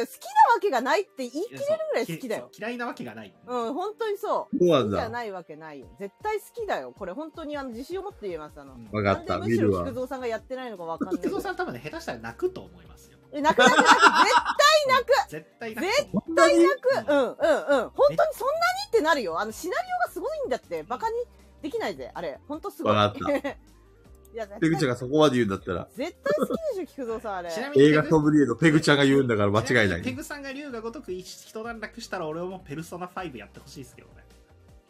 よ好きなわけがないって言い切れるぐらい好きだよそう嫌いなわけがない。うん本当にそうそうな好んきじゃだ。ないわけないよ絶対好きだよこれ本当にあの自信を持って言えますあの、うんわかなっんでた、む見しるろわ菊。蔵さんがやってないのかわかんない菊蔵さん多分ね、下手したら泣くと思いますよ。え泣く泣く泣泣く絶対泣くと思う。絶対くうんうんうん本当にそんなにってなるよあのシナリオがすごいんだってバカにできないぜあれ本当 すごいわかったいやペ絶グちゃん対がそこまで言うんだった ら、絶対好きでしょ菊蔵さんあれちなみに映画ソムリエのペグちゃんが言うんだから間違いなペい。グさんが竜が如く一段落したら俺もペルソナ5やってほしいですけどね。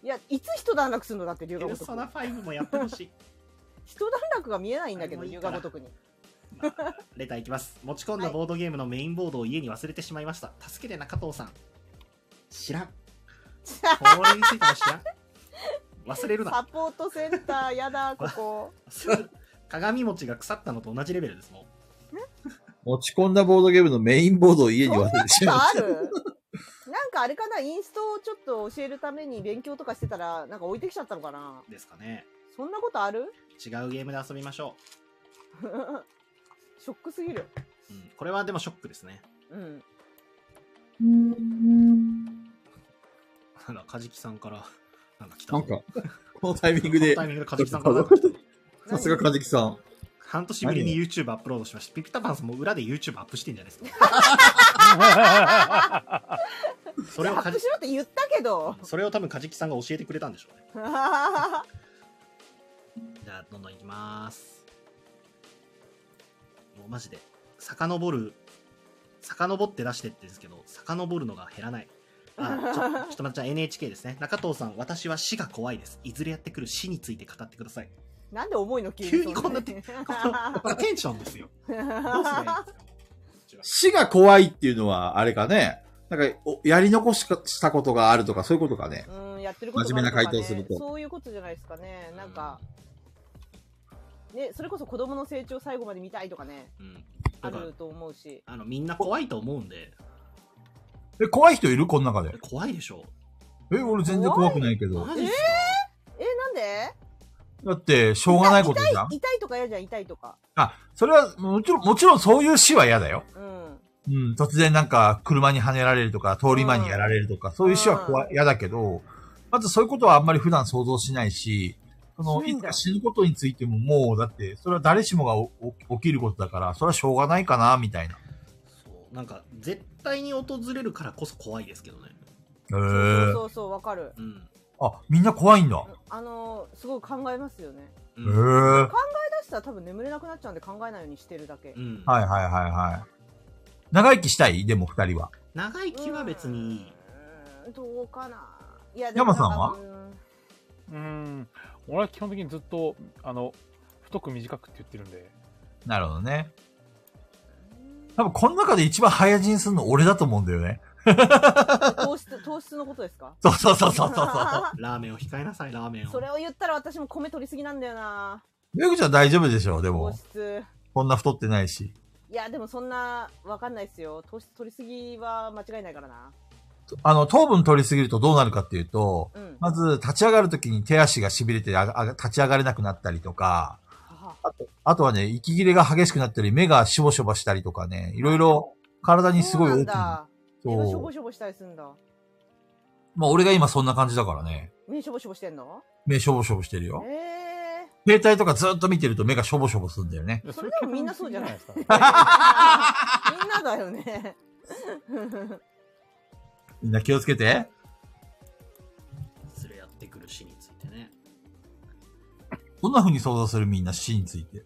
いやいつ一段落するのだって龍ペがル如くソナ5もやってほしい。一段落が見えないんだけどあれもい龍いかがな如くに まあレターいきます。持ち込んだボードゲームのメインボードを家に忘れてしまいました。助けて中藤さん。知らん。これについても知らん。忘れるな。サポートセンターやだこ こ忘れる鏡餅が腐ったのと同じレベルですもん。持ち込んだボードゲームのメインボードを家に忘れてしまう。あるなんかあれかなインストをちょっと教えるために勉強とかしてたらなんか置いてきちゃったのかなですかね。そんなことある違うゲームで遊びましょショックすぎるう。うん、これはでもショックですね。うん あら、カジキさんから、 なんか来た。なんか、このタイミングこのでタイ、ミングでカジキさんからなんか来た。さすがかじきさん。半年ぶりに YouTube アップロードしました。ピピタパンさんも裏で YouTube アップしてんじゃないです か。そそれれをアカッジプしろって言ったけど それを多分カジキさんが教えてくれたんでしょうね。あじゃあ、どんどんいきます。もうマジで、遡る、遡って出してって言うんですけど、遡るのが減らない。あ、 ちょちょっと待って、じゃあ NHK ですね。中藤さん、私は死が怖いです。いずれやってくる死について語ってくだ さい。なんで重いの急に急にこんな どうすこのやっぱテンションですよ。どうすればいいんですかこっちは死が怖いっていうのは、あれかね。なんか、おやり残しかしたことがあるとか、そういうことかね。うんやってること真面目ながあるとか回答するとそういうことじゃないですかねなんか、ねそれこそ子供の成長最後まで見たいとかねうん。あだからると思うしあの、みんな怖いと思うんで、え、怖い人いるこの中で。怖いでしょえ、俺全然怖くないけう。ど。マジですか、えなんでだって、しょうがないことじゃん。痛いとか嫌じゃん痛いとかあ、それは、もちろん、もちろんそういう死は嫌だよ。うんうん、突然なんか、車にはねられるとか、通り魔にやられるとか、そういう死は怖い、嫌だけど、まずそういうことはあんまり普段想像しないし、その、しないいつんだか死ぬことについてももう、だって、それは誰しもがおお起きることだから、それはしょうがないかな、みたいな。そう。なんか、絶対に訪れるからこそ怖いですけどね。へそうえ。そうそうわかるうん。あ、みんな怖いんだ。あのすごい考えますよねうへんえ。は出したら多分眠れなくなっちゃうんで考えないようにしてるだけうんいはいはいはい。長生きしたいでも二人は。長生きは別にいい。うーんどうかないや山さんは うん。俺は基本的にずっと、あの、太く短くって言ってるんで。なるほどね。多分この中で一番早死にするの俺だと思うんだよね。糖質 糖質のことですかそうそうそうそうそうそう。ラーメンを控えなさい、ラーメンを。それを言ったら私も米取りすぎなんだよなめぐちゃん大丈夫でしょで糖も。質こんな太ってないし。いやでもそんなわかんないですよ糖質取りすぎは間違いないからなあの、糖分取りすぎるとどうなるかっていうと、うんまず立ち上がるときに手足が痺れてあがあが立ち上がれなくなったりとか、ははあとはね、息切れが激しくなったり、目がしぼしぼしたりとかね、いろいろ体にすごいそ大うなんきな。だそ目がしょぼう。しょぼしたりするんだまあ俺が今そんな感じだからね。目しょぼしょぼしてんの目しょぼしょぼしてるよ。え携帯とかずっと見てると目がしょぼしょぼするんだよね。それでもみんなそうじゃないですか。あー、みんなだよね。 みんな気をつけて。連れやってくる死についてね。どんな風に想像するみんな死について。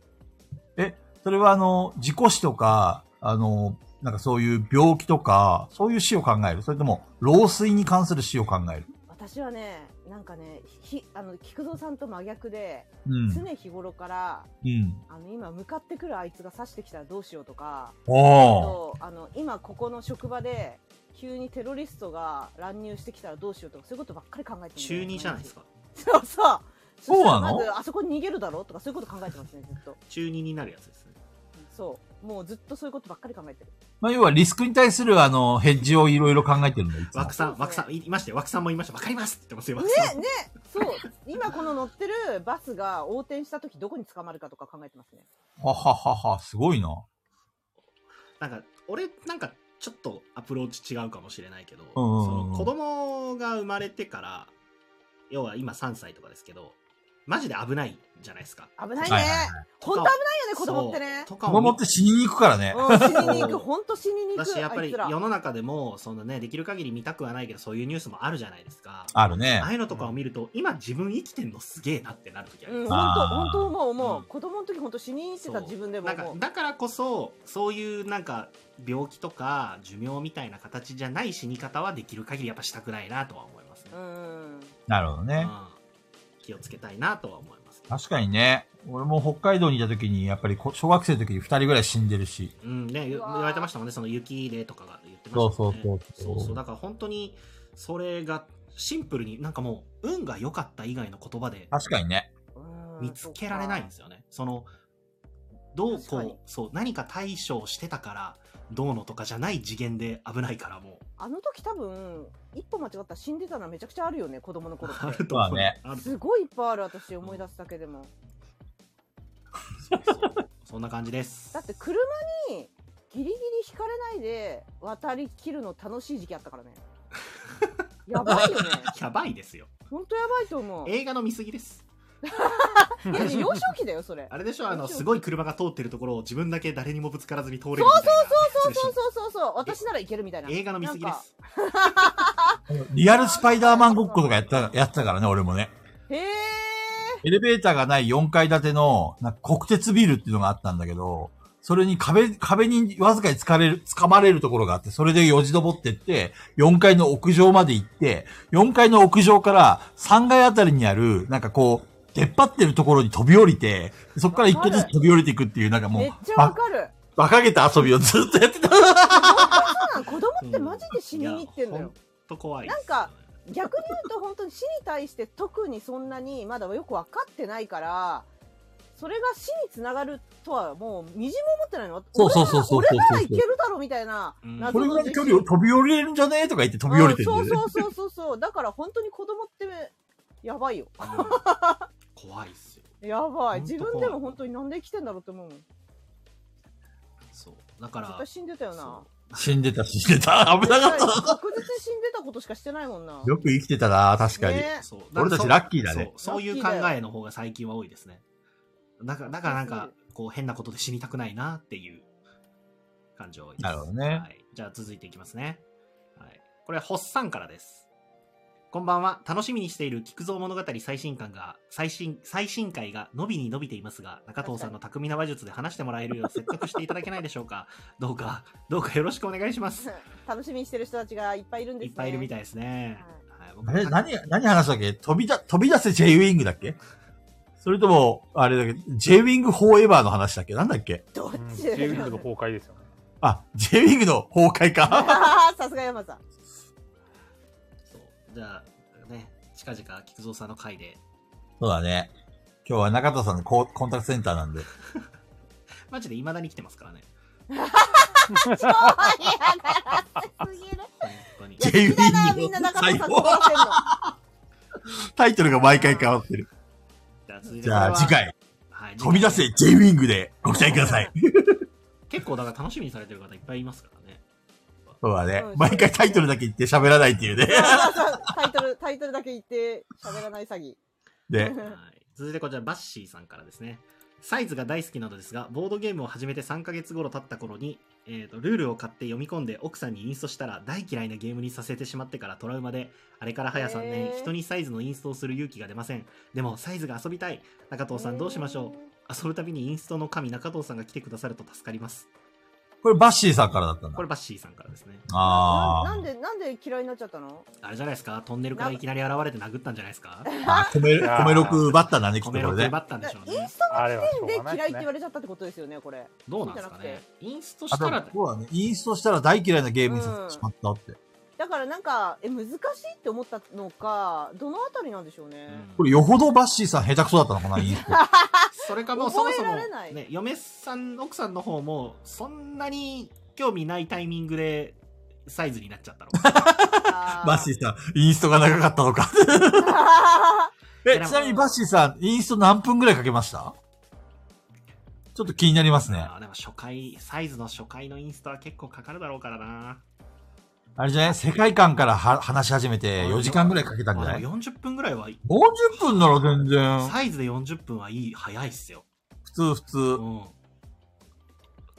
え、それはあの、事故死とか、あの、なんかそういう病気とか、そういう死を考えるそれとも、老衰に関する死を考える私はね、なんかね、ひあの菊蔵さんと真逆で、うん。常日頃からうん。あの今向かってくるあいつが刺してきたらどうしようとか、あおー。とあの今ここの職場で急にテロリストが乱入してきたらどうしようとかそういうことばっかり考えてる。中二じゃないですか。。そうそう。そうなのそしたらまずあそこに逃げるだろうとかそういうこと考えてますねずっと。中二になるやつですね。そう。もうずっとそういうことばっかり考えてる。まあ、要はリスクに対するあの、ヘッジをいろいろ考えてるんだよ、いつも枠さん、そうそう枠さん、いいましたよ。枠さんもいました。わかりますって言ってますよ、枠さん。ねね。そう。今この乗ってるバスが横転した時どこに捕まるかとか考えてますね。はははは、すごいな。なんか、俺、なんか、ちょっとアプローチ違うかもしれないけど、うんうんうんその子供が生まれてから、要は今3歳とかですけど、マジで危ないじゃないですか。危ないね。はいはいはい本当危ないよね子供ってねそう。とか子を供って死にに行くからね。うん死にに行 く本当死にに行だくし、やっぱあいりつら。世の中でも、そのね、できる限り見たくはないけど、そういうニュースもあるじゃないですか。あるねあ。あいうのとかを見ると、今自分生きてんのすげえなってなる時ありうん、ます。本当あー本当思う思う、うん子供の時本当死ににしてた自分でもなん思かうだからこそそういうなんか病気とか寿命みたいな形じゃない死に方はできる限りやっぱしたくないなとは思いますねう、んなるほどうね。ん気をつけたいなとは思います、確かにね。俺も北海道にいた時に、やっぱりこ小学生の時に二人ぐらい死んでるし。うんね、言うわー言われてましたもんねその雪でとかが言ってましたもんねそうそうそうそうそうそうだから本当にそれがシンプルになんかもう運が良かった以外の言葉で確かにね。うん見つけられないんですよね。そのどう確こかうにそう何か対処してたからどうのとかじゃない次元で危ないからもうあの時多分一歩間違ったら死んでたのはめちゃくちゃあるよね子供の頃 あっるてと思うまあねあるすごいいっぱいある私思い出すだけでもそうそうそんな感じですだって車にギリギリ引かれないで渡りきるの楽しい時期あったか らねやばいよねやばいですよ本当やばいと思うい映画の見過ぎですや で幼少期だよそれあれでしょあのもちろんすごい車が通ってるところを自分だけ誰にもぶつからずに通れるみたいなそうそうそうそうそう私ならいけるみたいな映画の見過ぎなでんかすリアルスパイダーマンごっことかやった、やってたからね、俺もね。へえエレベーターがない4階建ての、なんか国鉄ビルっていうのがあったんだけど、それに壁、壁にわずかに疲れる、掴まれるところがあって、それでよじ登ってって、4階の屋上まで行って、4階の屋上から3階あたりにある、なんかこう、出っ張ってるところに飛び降りて、そこから一個ずつ飛び降りていくっていう、なんかもめっう、ちゃわば、かる馬鹿げた遊びをずっとやってた。そうなん子供ってマジで死にに行ってんいのやよほと怖いなんか逆に言うと本当に死に対して特にそんなにまだよく分かってないからそれが死につながるとはもうみじんも思ってないのそうそうそうそう俺なら俺ならいけるだろうみたいなうん謎このれぐらいの距自信離を飛び降りれるんじゃねえとか言って飛び降りてるんだよね。うんそうそうそうそうそうだから本当に子供ってやばいようん怖いっすよやば本い当怖い自分でも本当になんで生きてんだろうと思うもん絶そうだから対死んでたよなそ死んでた、死んでた。 危なかった。絶対確実に死んでたことしかしてないもんなよく生きてたな、確かに。ね うそう俺たちラッキーだねそうそういう考えの方が最近は多いですねだからだからなんかこう変なことで死にたくないなっていう感情が多いですなるほどねはい、じゃあ続いていきますね、はい、これはホッサンからですこんばんは楽しみにしている菊蔵物語最新刊が最新最新回が伸びに伸びていますが中藤さんの巧みな話術で話してもらえるよう説得していただけないでしょうかどうかどうかよろしくお願いします楽しみにしてる人たちがいっぱいいるんでいっすねぱいいるみたいですね、はい僕あもれ、何、何話したっけ飛びだ、飛び出せ J ウィングだっけそれとも、あれだっけ ?J ウィングフォーエバーの話だっけなんだっけどっうんち J ウィングの崩壊ですよね。あ、J ウィングの崩壊かあー さす が山さん。そうじゃあね近々菊蔵さんの回で そうだね。今日は中田さんのココンタクトセンターなんで。マジで未だに来てますからね本当に J ウ嫌だな、ィみんンなグの中田さん最と後。話してんの。タイトルが毎回変わってる。じゃあ続いてじゃあ次回、はい飛び出せ J ウィングでご期待ください。結構だから楽しみにされてる方いっぱいいますからねやっぱそうだねうん毎回タイトルだけ言って喋らないっていう ね。あそうそうタイトル、タイトルだけ言って喋らない詐欺。で、はい続いてこちらバッシーさんからですねサイズが大好きなのですがボードゲームを始めて3ヶ月頃経った頃に、えー、とルールを買って読み込んで奥さんにインストしたら大嫌いなゲームにさせてしまってからトラウマであれから早3年、へー人にサイズのインストをする勇気が出ませんでもサイズが遊びたい中藤さんどうしましょう遊ぶたびにインストの神中藤さんが来てくださると助かりますこれバッシーさんからだったんだこ。れバッシーさんからですねあなーなんで、なんで嫌いになっちゃったのあれじゃないですかトンネルからいきなり現れて殴ったんじゃないですかあ。米、米六奪ったんだね、き止っとこめれろってね奪。ったんでしょうねあれはしょうでがない嫌いでってす言ね。われちゃったってことですよね、これ。どうなんですかねインストしあたとら、そうだね。インストしたら大嫌いなゲームにさせてしまったって。だからなんか、え、難しいって思ったのか、どのあたりなんでしょうね。うんこれよほどバッシーさん下手くそだったのかな、イン スト。それかもうそもそも、覚えられないね、嫁さん奥さんの方もそんなに興味ないタイミングでサイズになっちゃったのあーバッ シーさん、インストが長かったのか。え、ちなみにバッシーさん、インスト何分ぐらいかけましたちょっと気になりますね。あーでも初回サイズの初回のインストは結構かかるだろうからなあれじゃない世界観からは話し始めて4時間ぐらいかけたんじゃなあいでも40分ぐらいはいい ?40 分なら全然。サイズで40分はいい早いっすよ、普通普通う。ん、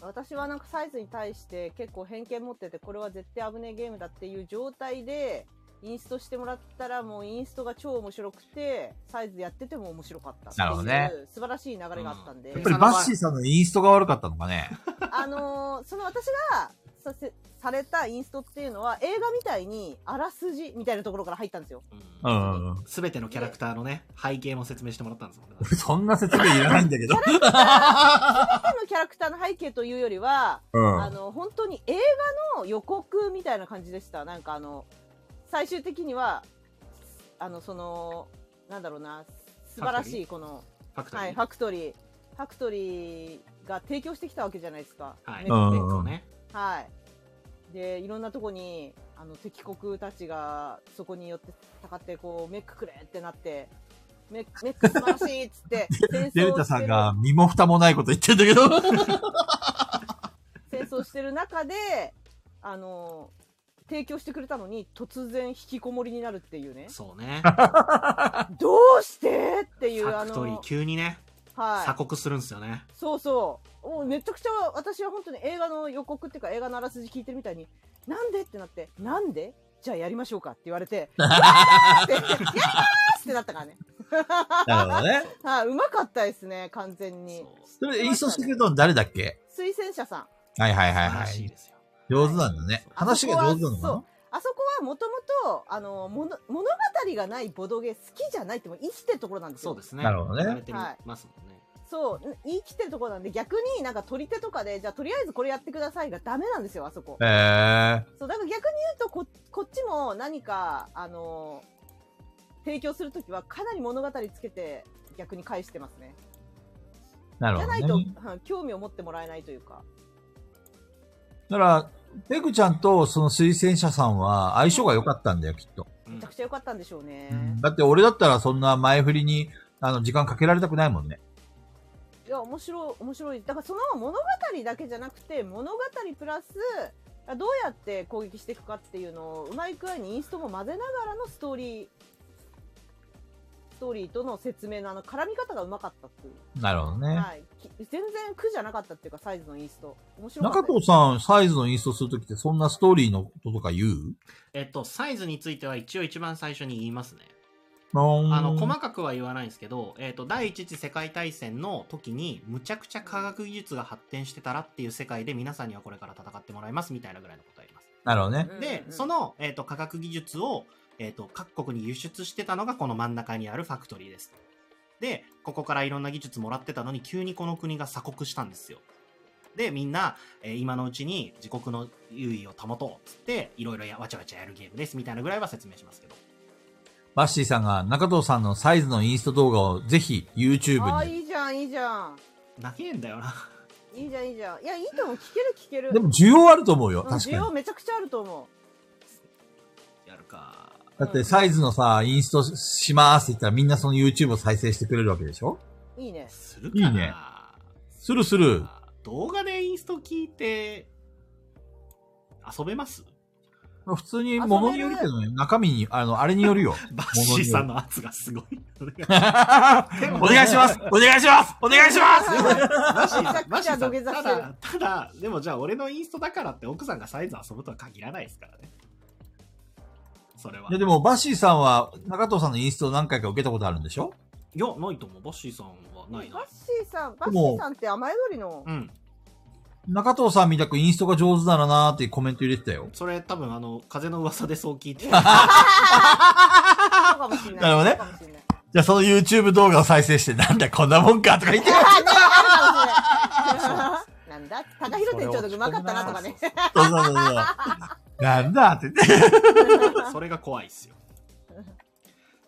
私はなんかサイズに対して結構偏見持ってて、これは絶対危ねえゲームだっていう状態で、インストしてもらったらもうインストが超面白くて、サイズやってても面白かったっていう。なるほどね素晴らしい流れがあったんで。うやっぱりバッシーさんの インストが悪かったのか ね。あのーその私がさせ、されたインストっていうのは映画みたいにあらすじみたいなところから入ったんですよ。 ううんんうんうん。全てのキャラクターのね背景も説明してもらったんですもんねそんな説明いらないんだ けど。今のキャラクターの背景というよりは、うんあ。の、本当に映画の予告みたいな感じでした。なんかあの、最終的には、あの、その、なんだろうな、素晴らしいこの、ファクトリーはい、ファクトリー、ファクトリーが提供してきたわけじゃないですか。はいねうん結構ねはい。で、いろんなとこに、あの、敵国たちが、そこによって戦って、こう、メックくれってなって、メック、メック素晴らしいっつって、戦デル争タをしさてんるが身も蓋もないこと言ってんだけど。戦争してる中で、あの、提供してくれたのに、突然引きこもりになるっていうね。そう ねどうしてっていフう、あァクトリーの、急にね、はい。鎖国するんですよねそうそう。もうめちゃくちゃ、私は本当に映画の予告っていうか、映画のあらすじ聞いてるみたいに、なんでってなって、なんでじゃあやりましょうかって言わ れて、って、やりますってなったからね。なるほどね。はい、うまかったですね、完全に。そう素それインストしてくれたの誰だっけ推薦者さん。はいはいはい晴はらしいい。ですよ上手なんだね。話が上手なのあそこはそかうあそこはもともと、あの、もの物語がないボドゲ好きじゃないってもう生きてるところなんですよ。そうですね。なるほどね言われてますもんね。そう生きてるところなんで、逆になんか取り手とかで、じゃあとりあえずこれやってくださいがダメなんですよ、あそこ。なへそう、だから逆に言うと、こ、こっちも何か、あの、提供するときはかなり物語つけて逆に返してますね。ー。なるじほゃど、なね。いと、うん興味を持ってもらえないというか。だから、ペグちゃんとその推薦者さんは相性が良かったんだよ、きっと。うめんちゃくちゃ良かったんでしょうね。だって俺だったらそんな前振りに、あの、時間かけられたくないもんね。いや、面白い、面白い。だからその物語だけじゃなくて、物語プラス、どうやって攻撃していくかっていうのを、うまい具合にインストも混ぜながらのストーリー、ストーリーとの説明のあの絡み方がうまかったっていう。なるほどね。はい。き全然苦じゃなかったっていうか、サイズのインスト。面白かった中です。藤さん、サイズのインストするときってそんなストーリーのこととか言うえっと、サイズについては一応一番最初に言いますね。ああの、細かくは言わないんですけど、えっと、第一次世界大戦の時に、むちゃくちゃ科学技術が発展してたらっていう世界で皆さんにはこれから戦ってもらいますみたいなぐらいのことあります。なるほどね。で、その、の、えっと、科学技術を、えっと、各国に輸出してたのがこの真ん中にあるファクトリーです。で、ここからいろんな技術もらってたのに、急にこの国が鎖国したんですよ。で、みんな、えー今のうちに自国の優位を保とうっつって、いろいろやわちゃわちゃやるゲームですみたいなぐらいは説明しますけど。バッシーさんが中藤さんのサイズのインスト動画をぜひ YouTube ああ、に。いいじゃん、いいじゃん。長えんだよな。 いいじゃん、いいじゃん。いや、いいと思う。聞ける、聞ける。 でも需要あると思うよ。うん、確需かに要。めちゃくちゃあると思やるか。だってサイズのさ、インストしますって言ったらみんなその YouTube を再生してくれるわけでしょう。いいね。するかな。いいねするする。 動画でインスト聞いて、遊べます普通に物によるけどね、中身に、あの、あれによるよ。 バッシーさんの圧がすごい。お願いしますお願いしますお願いします マシーさん、マシーさ土下座ん、したてるだ、ただ、でもじゃあ俺のインストだからって奥さんがサイズ遊ぶとは限らないですからね。それは。いいやでも、バッシーさんは、中藤さんのインストを何回か受けたことあるんでしょや、ないと思う。バッシーさんはないバなッ。シーさん、バでッもシーさんって甘えどりのう。ん。中藤さんみたくインストが上手だなーってコメント入れてたよ。それ多分あの、風の噂でそう 聞いてる。そうかもしれない。なるほどねそうかもしれない。じゃあその YouTube 動画を再生して、なんだこんなもんかとか 言って、あ、ね、あるかもしれない。なんだ高広店長とうまかったなとかね。そうそうそうそう。なんだって言って。それが怖いっすよ。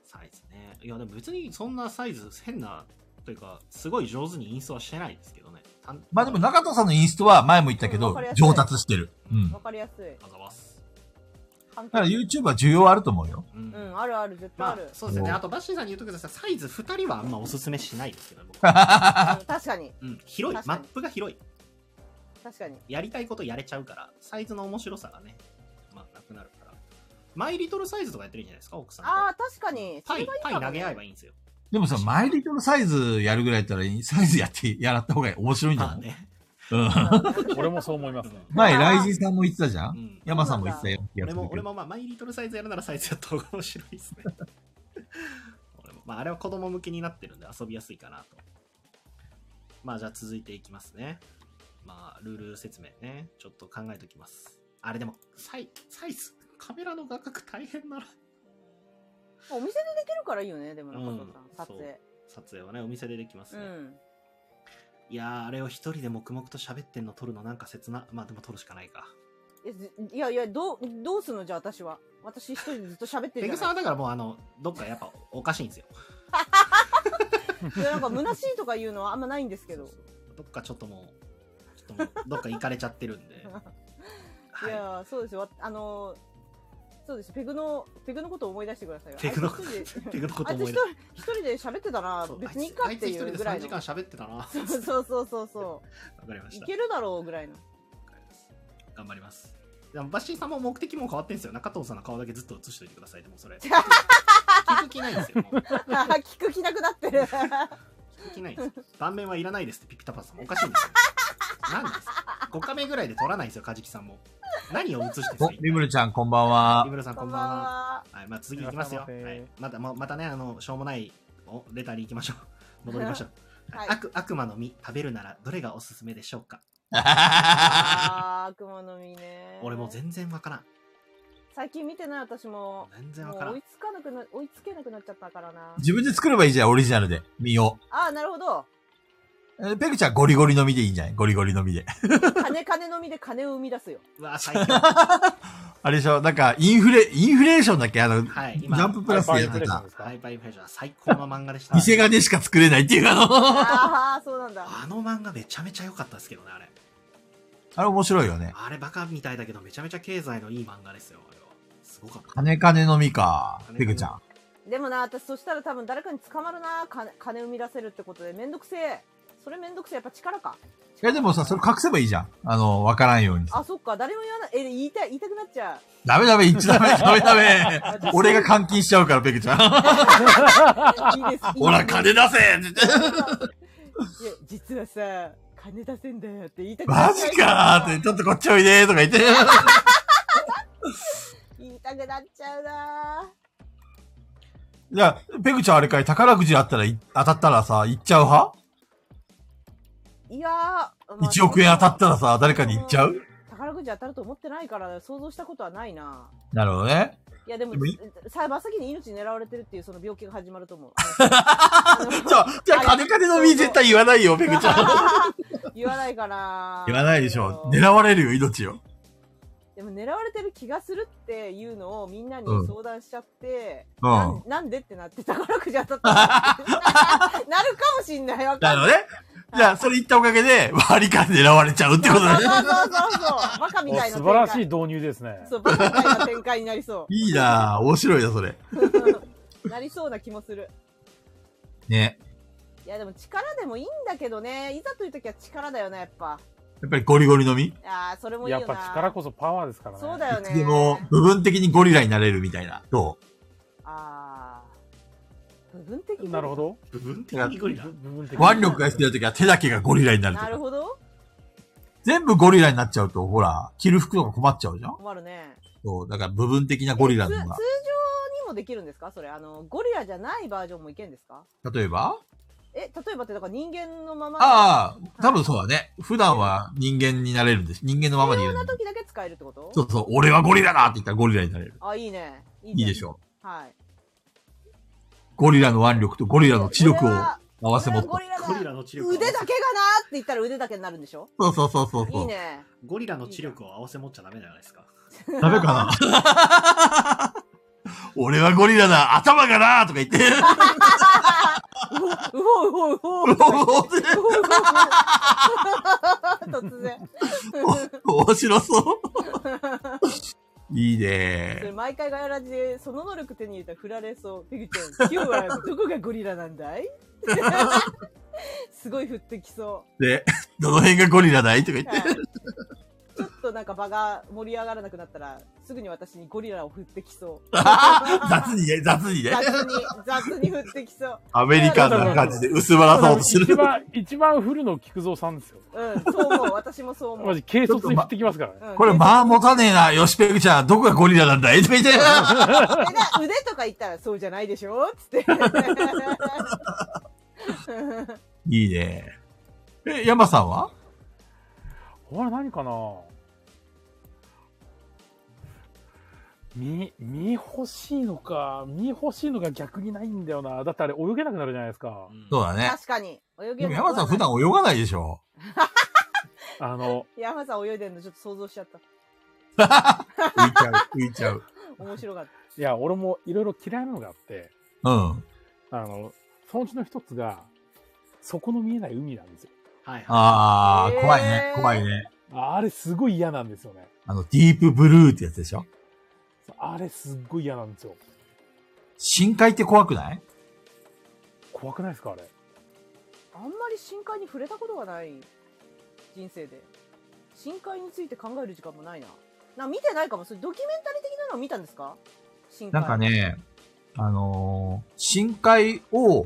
サイズね。いや、でも別にそんなサイズ、変な、というか、すごい上手にインストはしてないですけどね。たんまあでも中藤さんのインストは前も言ったけうんどわかりや、すい上達してる。うん。だわかりやすい。ありがとうございます。だから YouTube は需要あると思うよ。うんうん、あるある、絶ま対あある、。そうですね。うんあと、バッシーさんに言うとください。サイズ2人はあんまおすすめしないですけど、僕うん確かに、うん、広い。確マかッにプが広い。確かに。やりたいことやれちゃうから、サイズの面白さがね、まあ、なくなるから。マイリトルサイズとかやってるんじゃないですか、奥さんと。ああ、確かに。そパれイがいい、パかイも投げ合えばいいんですよ。でもさ、マイリトルサイズやるぐらいだったら、サイズやって、やらった方が面白いんじゃまあない、ね。うん。俺もそう思いますね。前、ライジンさんも言ってたじゃうんん。山さんも言ってたよ。俺も、俺もまあ、マイリトルサイズやるならサイズやった方が面白いですね。 俺も、まあ、あれは子供向けになってるんで遊びやすいかなと。まあ、じゃあ続いていきますね。まあ、ルール説明ね。ちょっと考えときます。あれでも、サイ、サイズ、カメラの画角大変なら。お店でできるからいいよね、でも中うん藤さん、撮影。撮影はね、お店でできますうね。ん。いやー、あれを一人で黙々と喋ってんの撮るのなんか切な。まあ、でも撮るしかないか。えずいやいや、どう、どうすんのじゃあ私は。私一人でずっと喋ってペるグじさんゃはだからもう、あの、どっかやっぱおかしいんですよ。ん。いやなんか虚しいとか言うのはあんまないん ですけどそう。そうどっかちょっともう、ちょっともう、どっか行かれちゃってる んで。いはい。やー、そうですよ。わあのー、そうです。ペグの、ペグのことを思い出してくださいよ。ペグのあいつ一人でペグのことあいつ思い一出人一人で喋ってたなそう、別にいいかっていあういつぐらあいいつ一人で3時の。間喋ってたな。わかそうそうそうそうそりまう。しいた。けるだろうぐらいの。頑張ります。でもバッシーさんも目的もう変わってんすよ。中藤さんの顔だけずっと映しといてください。でも それ。気づきないんですよ。もう気聞く気なくなっ てる。づきないんですよ。断面はいらないですってピピタパさんもおかしいんですよ。何なんですか ?5 カメぐらいで撮らないんですよ、カジキさんも。何を映してんすおか、リムルちゃんこんばんは リ。ムルさんここんんばばんんは。は。はい、まあ次行きますよ。いらっしゃいまはせい、またもまたねあのしょうもないおレターに行きましょう。戻りましょう。はい悪悪魔の実食べるならどれがおすすめでしょうか。あー、悪魔の実ね。俺もう全然わからん。最近見てない私も。全然わもからうん追い。つかなくな、追いつけなくなっちゃったからな。自分で作ればいいじゃん、オリジナルで。身を。あー、なるほど。えペグちゃんゴリゴリの実でいいんじゃないゴリゴリの実で。金金の実で金を生み出 すよ。うわ最強。はあれでしょなんか、インフレ、インフレーションだっけあの、はいジ今ャンププラスハイでやパっーインフレてーションたで。すかい、パイプレーション最高の漫画でした。偽金しか作れないっていうあの、 あー、そうなんだ。あの漫画めちゃめちゃ良かったですけどねあれ。あれ面白いよね。あれバカみたいだけどめちゃめちゃ経済のいい漫画ですよ。あれはすごかった。金金の実か金。金ペグちゃん。でもな、私そしたら多分誰かに捕まるな、金金生み出せるってことで、めんどくせえ。それめんどくせえ、やっぱ力か。いやでもさ、それ隠せばいいじゃん。あの、わからんように。あ、そっか、誰も言わない。え、言いたい、言いたくなっちゃう。ダメダメ、言っ ちゃダメ、ダメダメ。俺が監禁しちゃうから、ペグちゃ ん。いいです。いいですほら、金出せって言っていや、実はさ、金出せんだよって言いたく なマっちゃう。ジかーって、ちょっとこっちおいでーとか言って。 言いたくなっちゃうなじゃあ、ペグちゃんあれかい、宝くじあったらい、当たったらさ、行っちゃう派いやー、まあ ?1 億円当たったらさ、誰かに行っちゃう宝くじ当たると思ってないから、想像したことはないななるほどね。いや、でもでもい、さ、真っ先に命狙われてるっていう、その病気が始まると思う。 じゃあ、じゃあ、金金の実絶対言わないよ、ペグちゃん。 言わないかな言わないでしょ。で狙われるよ、命を。も狙われてる気がするっていうのをみんなにうん相談しちゃって、うんなんなんでってなって宝くじ当たったら なるかもしんないわなかるんほないどね。じゃあ、それ言ったおかげで、割り勘狙われちゃうってことだそうね。そうそうそうバカみおたいな素晴らしい展開導入ですね。そうバカみたいな展開になりそいいなぁ、面白いな、それ。う なりそうな気もするね。いやでも力でもいいんだけどねいざという時は力だよねやっぱやっぱりゴリゴリのみああ、それもいいよやな。っぱ力こそパワーですからね。そうだよね。でも、部分的にゴリラになれるみたいな。どああ。部分的になるほ。ど。部分的にゴリラ部。分的うに腕力が必要な時は手だけがゴリラになるとなるか。ほど。全部ゴリラになっちゃうと、ほら、着る服とか困っちゃうじゃん困るね。そう。だから部分的なゴリラつの通常にが。もできるんですかそれ。あの、ゴリラじゃないバージョンもいけんですか例えばえ、例えばって、だから人間のまま。ああ、多分そうだね。普段は人間になれるんです。人間のままでいるそんな時だけ使えるってことそうそう、俺はゴリラだって言ったらゴリラになれる。あ、いいね。いいいいでしょ。ょはい。ゴリラの腕力とゴリラの知力を俺は合わせ持った。俺はゴゴリリララだ。の知力を合わ腕だせけがなーって言ったら腕だけになるんでしょそうそうそうそう。いそいうね。ゴリラの知力を合わせ持っちゃダメじゃないですか。ダメかな俺はゴリラだ頭がなとか言って。うほうほうほうほう。うほうほうほう突然。 面白そう。いいそれね毎回ガヤラジで、その能力手に入れたら振られそう。ペグちゃん、今日はどこがゴリラなんだいすごい振ってきそで、どの辺がゴリラだいとか言っう。て。はいちょっとなんか場が盛り上がらなくなったら、すぐに私にゴリラを振ってきそう。雑にね、雑にね。雑に、雑に振ってきそう。アメリカンな感じで薄まらそうとす一る。番、一番フルの菊蔵さんですよ。うん、そう思う。私もそう思マう。ジ、軽率に振ってきますからね。うんこれ、まあ持たねえな。よしペグちゃん、どこがゴリラなんだいとか言って。でな腕とか言ったらそうじゃないでしょ つって。いいねえ、山さんは俺何かな身、身欲しいのか。身欲しいのが逆にないんだよな。だってあれ泳げなくなるじゃないですか。そううだね。確かに。泳げでるも山さん普段泳がないでしょ。あの、山さん泳いでるのちょっと想像しちゃった。浮いちゃう、浮いちゃう。面白かっいや、俺もいろいろ嫌いなのがあって、うん。あの、そのうちの一つが、底の見えない海なんですよ。はいはい。あえー、ー怖いね、怖いね。あれすごい嫌なんですよね。あの、ディープブルーってやつでしょ。あれすっごい嫌なんですよ。深海って怖くない怖くないですかあれ。た。あんまり深海に触れたことがない人生で。深海について考える時間もないな。な見てないかも。それドキュメンタリー的なの見たんですか深海。なんか。ね、あのー深海を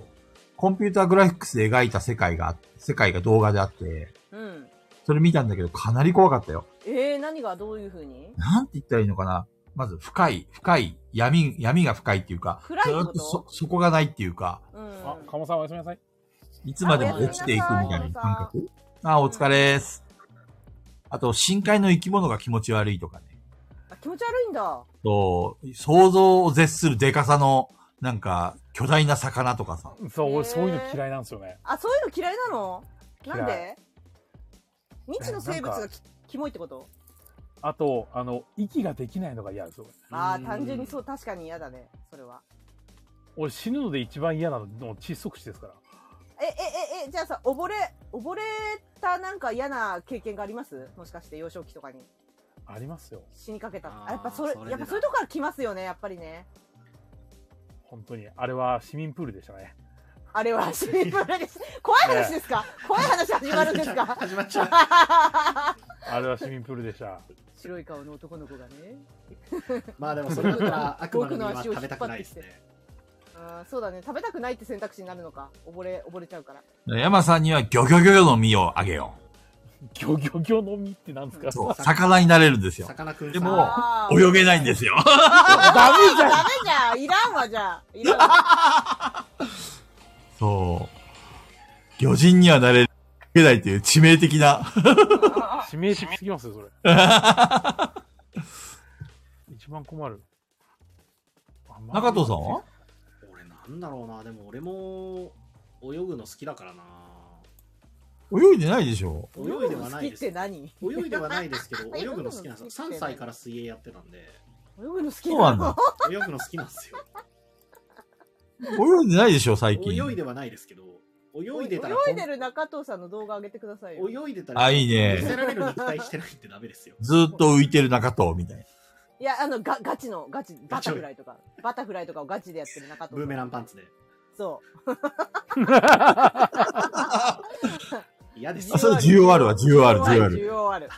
コンピューターグラフィックスで描いた世界が、世界が動画であって、うん。それ見たんだけどかなり怖かったよ。えー、何がどういう風になんて言ったらいいのかなまず深い、深い、闇、闇が深いっていうか、暗いってずこーとっとそ、底がないっていうか、うん。あ、鴨さんおやすみなさい。いつまでも落ちていくみたいな感覚ああ、お疲れーす。あと、深海の生き物が気持ち悪いとかね。あ気持ち悪いんだ。そう、想像を絶するデカさの、なんか、巨大な魚とかさ。そう、俺へーそういうの嫌いなんですよね。あ、そういうの嫌いなのなん嫌で未知のえ生物ながんきキモいってことあと、あの、息ができないのが嫌ですよ。ああ、うん単純にそう、確かに嫌だね、それは。俺死ぬので一番嫌なのもう窒息死ですから。え、え、え、え、じゃあさ、溺れ、溺れたなんか嫌な経験がありますもしかして幼少期とかに。ありますよ。死にかけた。ああーやっぱそれ、それでだやっぱそういうとこから来ますよね、やっぱりね。本当に。あれは市民プールでしたね。あれは、死にぶりです。怖い話ですか怖い話始まるんで す か始まっちゃう。あれは市民プールでした。白い顔の男の子がね。まあでもそれだったら悪魔の実は食べたくないですね。あーそうだね。食べたくないって選択肢になるのか。溺れ、溺れちゃうから。山さんにはギョギョギョギョの実をあげよギョギョギョの実ってなんですかう。そう、魚になれるんですよさ。かなクンでさん。もあー泳げないんですよ。ダメじダメゃんじゃんいらんわ、じゃあ。いらんわ。そう。魚人にはなれる。泳げないっていう致命的な。致命的すぎますよ、そ れ。一番困る。あまあ中藤さんは俺なんだろうな。でも俺も泳ぐの好きだからな。泳いでないでしょ。泳いではない好きでっす。て何泳いではないですけど、泳泳ぐぐのの好好ききななんんですですよよ。3歳から水泳やってたんで、泳ぐの好きそうななんだの。泳ぐの好きなんですよ。泳いでないでしょ、最近。泳いではないですけど、泳いでたら、泳いでる中藤さんの動画上げてくださいよ。泳いでたら、あ、いい見ね。せられる肉体してないってダメ ですよ。ずーっと浮いてる中藤みたいな。いや、あの、ガガチの、ガチ、バガチタ泳ぎフライとか、バタフライとかをガチでやってる中藤さん。ブーメランパンツで。そ嫌ですあ。それ 10R は 10R 需要ある。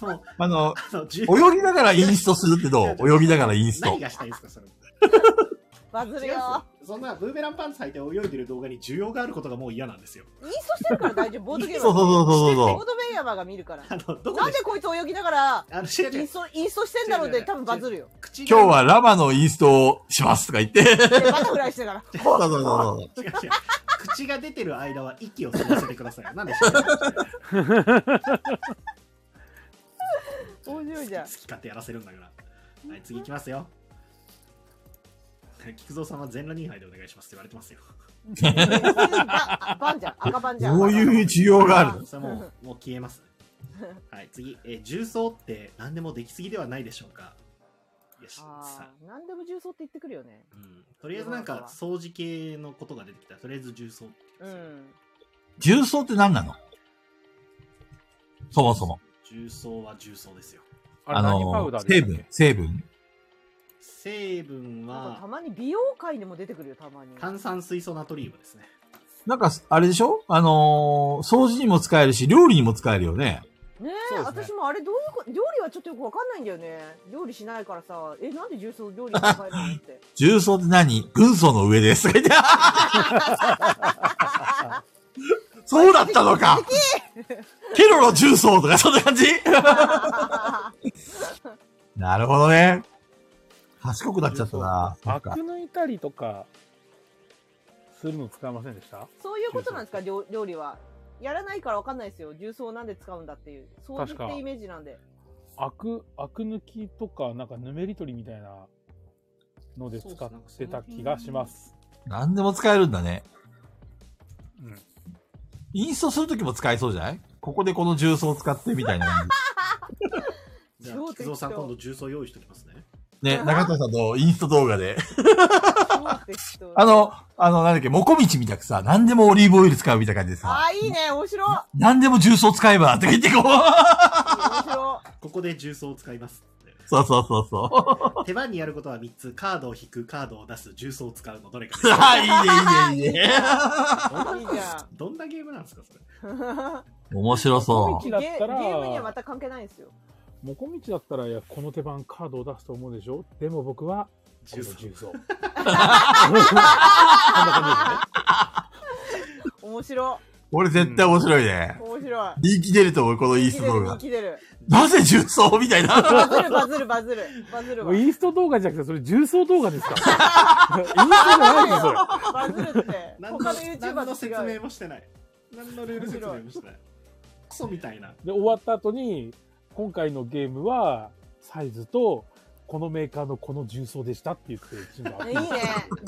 もあの、う、あの、10泳ぎながらインストするってどう泳ぎながらインスト何。がしたいんですか、それ。バズる違うよ。そんなブーメランパンツ履いて泳いでる動画に需要があることがもう嫌なんですよ。インストしてるから大丈夫。ボードゲーマそー。うそうそうそうそうボードゲーマーが見るから。あの、どこなんででこいつ泳ぎながら、あの、 違うイ違ンうスト、インストしてんだろうっ違う違てう多分バズるよ。口が今日はラマのインストをしますとか言って。そうでバタフライしてから。そうそうそう違う違う。口が出てる間は息を吸わせてください。なんでしょう面白いじゃん好。き勝手やらせるんだから。はい、次いきます よ。菊蔵さんは全裸2杯でお願いしますって言われてますよ。ババンじゃん。赤バンじゃん。どういう需要があるのそれもう、もう消えます。はい、次。え、重曹って何でもできすぎではないでしょうかよし、さあー何でも重曹って言ってくるよね。うん、とりあえずなんか掃除系のことが出てきたとりあえず重曹うん。重曹って何なのそもそも。重曹は重曹ですよあれあ何パウのダー、でした成っ分け、成分成分なんかたはまに美容界にも出てくるよ、たまに。炭酸水素ナトリウムですねなんか、あれでしょあのー掃除にも使えるし、料理にも使えるよね。ねえ、そうですね私もあれどういうこ料理はちょっとよくわかんないんだよね。料理しないからさ、え、なんで重曹料理に使えるのって。重曹って何軍曹の上です。と か言ってそうだったのかテロの重曹とか、そんな感じなるほどね。賢くなっちゃったな。そアっクか抜いたりとかするの使いませんでした そういうことなんですか、料料理は。やらないからわかんないですよ。重曹をなんで使うんだっていう。掃除確っかてイメージなんで。アクアク抜きとかなんかぬめり取りみたいなので使ってた気がします。何でも使えるんだね。うん、インストするときも使えそうじゃないここでこの重曹使ってみたいな感じゃあ超菊蔵さん適当今度重曹用意しておきますねじ。ね、中田さんのインスト動画で。そうですよあの、あの、なんだっけ、もこみちみたくさ、何でもオリーブオイル使うみたいな感じでさ、あー、いいね、面白い。何でも重曹使えばって言ってこ面白い。ここで重曹を使い ますってう。 そうそうそう そ手番にやることは3つカードを引くカードを出す重曹を使うのどれかう。あいいね、いいね、いいね。いいじ ゃん。どんなゲームなんですかそれ面白そゲだったらゲームにはまた関係ないんですよ。もこみちだったらいやこの手番カードを出すと思うでしょでも僕はこ重の曹重曹 こんな感面白う。俺絶対面白いねい。。面白い。人気出ると思う、このイン生スきトて動る、画生。きてる。なぜ重曹みたいな。バズる、バズる、バズる。バズじるもわ。うインスト動画じゃなくてそれ重曹動画です からインストじゃないですよそれバズるって。何の他の YouTuber 何のと説違う明よ。もしてない何のルール説明もしてないクソみたいなで終わった後に今回のゲームはサイズとこのメーカーのこの重曹でしたって言ってチームがねいいね。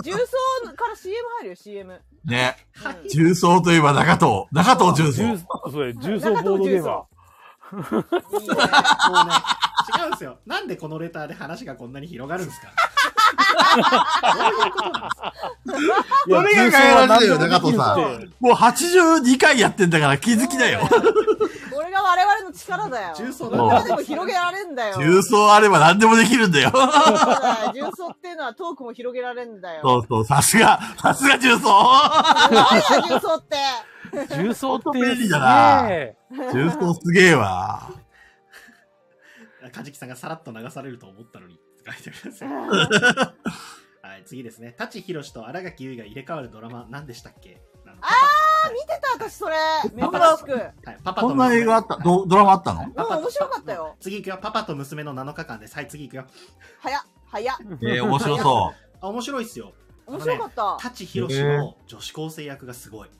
重曹から CM 入るよ、CM。ね。うん重曹といえば中藤。中藤重重曹。曹それ重曹ボードゲーマいいね。もうね、違うんですよ。なんでこのレターで話がこんなに広がるんですかどういうことなんですかー。いやそれが変えられるよ重曹は何でもできるっ中てもう82回やってんだから気づきだよ。これが我々の力だよ。重曹だこれでも広げられんだよ。重曹あれば何でもできるんだよ。そうだよ重曹っていうのはトークも広げられんだよ。そうそう、さすが、さすが重曹。すごいな重曹って。重曹って便利だなすげ え重曹すげえわ。カジキさんがさらっと流されると思ったのに、って書いてあり ますよ。はい、次ですね。舘ひろしと新垣結衣が入れ替わるドラマ、何でしたっけあ見てた、私それ。珍しく。あ、はい、パパとこんな映画あった、ドドラマあったのうん、面白かったよ。次行くよ。パパと娘の7日間です。はい、次行くよ。早っ、早っ。えー、面白そあ、面白いっすよ。面白かった。舘ひろしの女子高生役がすごい。う。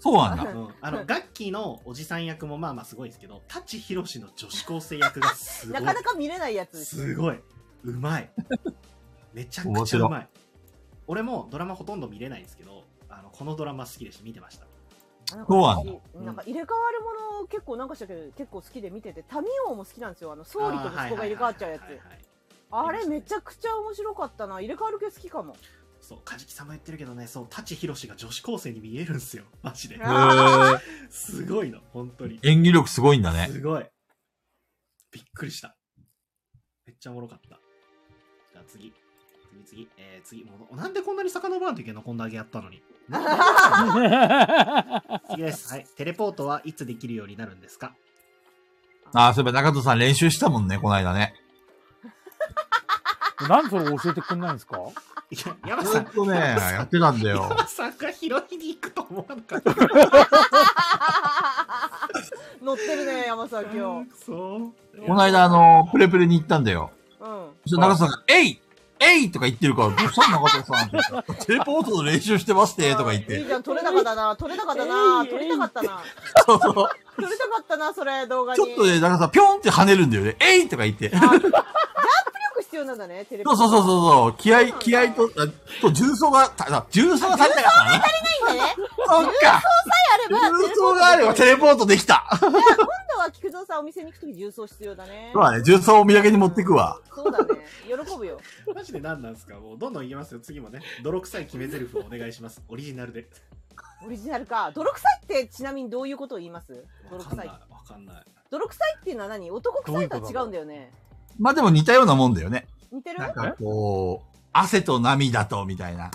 そうなんだ。うん、あの、ガッキーのおじさん役もまあまあすごいですけど、舘ひろしの女子高生役がすごないか。なか見れないやつです。すごい。うまい。めちゃくちゃうまい。俺もドラマほとんど見れないんですけど、あのこのドラマ好きでして見てました。そうなんだなんか入れ替わるもの結構なんかしたけど結構好きで見てて、タミオも好きなんですよ。あの総理と息子が入れ替わっちゃうやつあー。はいはいはいはいはいあれめちゃくちゃ面白かったな。入れ替わる系好きか も。そう、カジキさんも言ってるけどね、そう、舘ひろしが女子高生に見えるんですよ。マジでえ。あー、すごいの、本当に。演技力すごいんだね。すごい。びっくりした。めっちゃおもろかった。じゃあ次。次次、えー、次もうなんでこんなに遡らんといけんのこんだけやったのに次ですはいテレポートはいつできるようになるんですかああ、そういえば中藤さん練習したもんね、この間ね。なんでそれ教えてくんないんですかいや山ずさっんとね、やってたんだよ。山さんが拾いに行くと思わなかった乗ってるね、山さん、今日。そうこの間、あの、プレプレに行ったんだよ。うん。そしたら中藤さんが、えいえいとか言ってるから、どうしたん中藤さんって言ったら。テレポートの練習してますね、とか言っいいて。じゃん、取れ高だな、取れ高だな、取れたかったな。そうそう。取れたかったな、それ、動画に。ちょっとね、中藤さん、ぴょんって跳ねるんだよね。えいとか言って。力必要なんだね、テレビ。そうそうそうそうそう。気合、気合と、あと重曹が、た重曹が足りなかったのね。ないんだね。そっか。あれば、重曹があればテレポートできた。いや今度は菊蔵さんお店に行くとき重曹必要だね。そうだね、重曹をお土産に持ってくわ。そうだね。喜ぶよ。マジで何なんですかもうどんどん言いますよ次もね泥臭い決め台詞をお願いしますオリジナルでオリジナルか。泥臭いってちなみにどういうことを言いますわ泥かんな臭いい。わかんない泥臭いっていうのは何男臭いとは違うんだよね。まあでも似たようなもんだよね。似てるなんかこう、汗と涙とみたいな。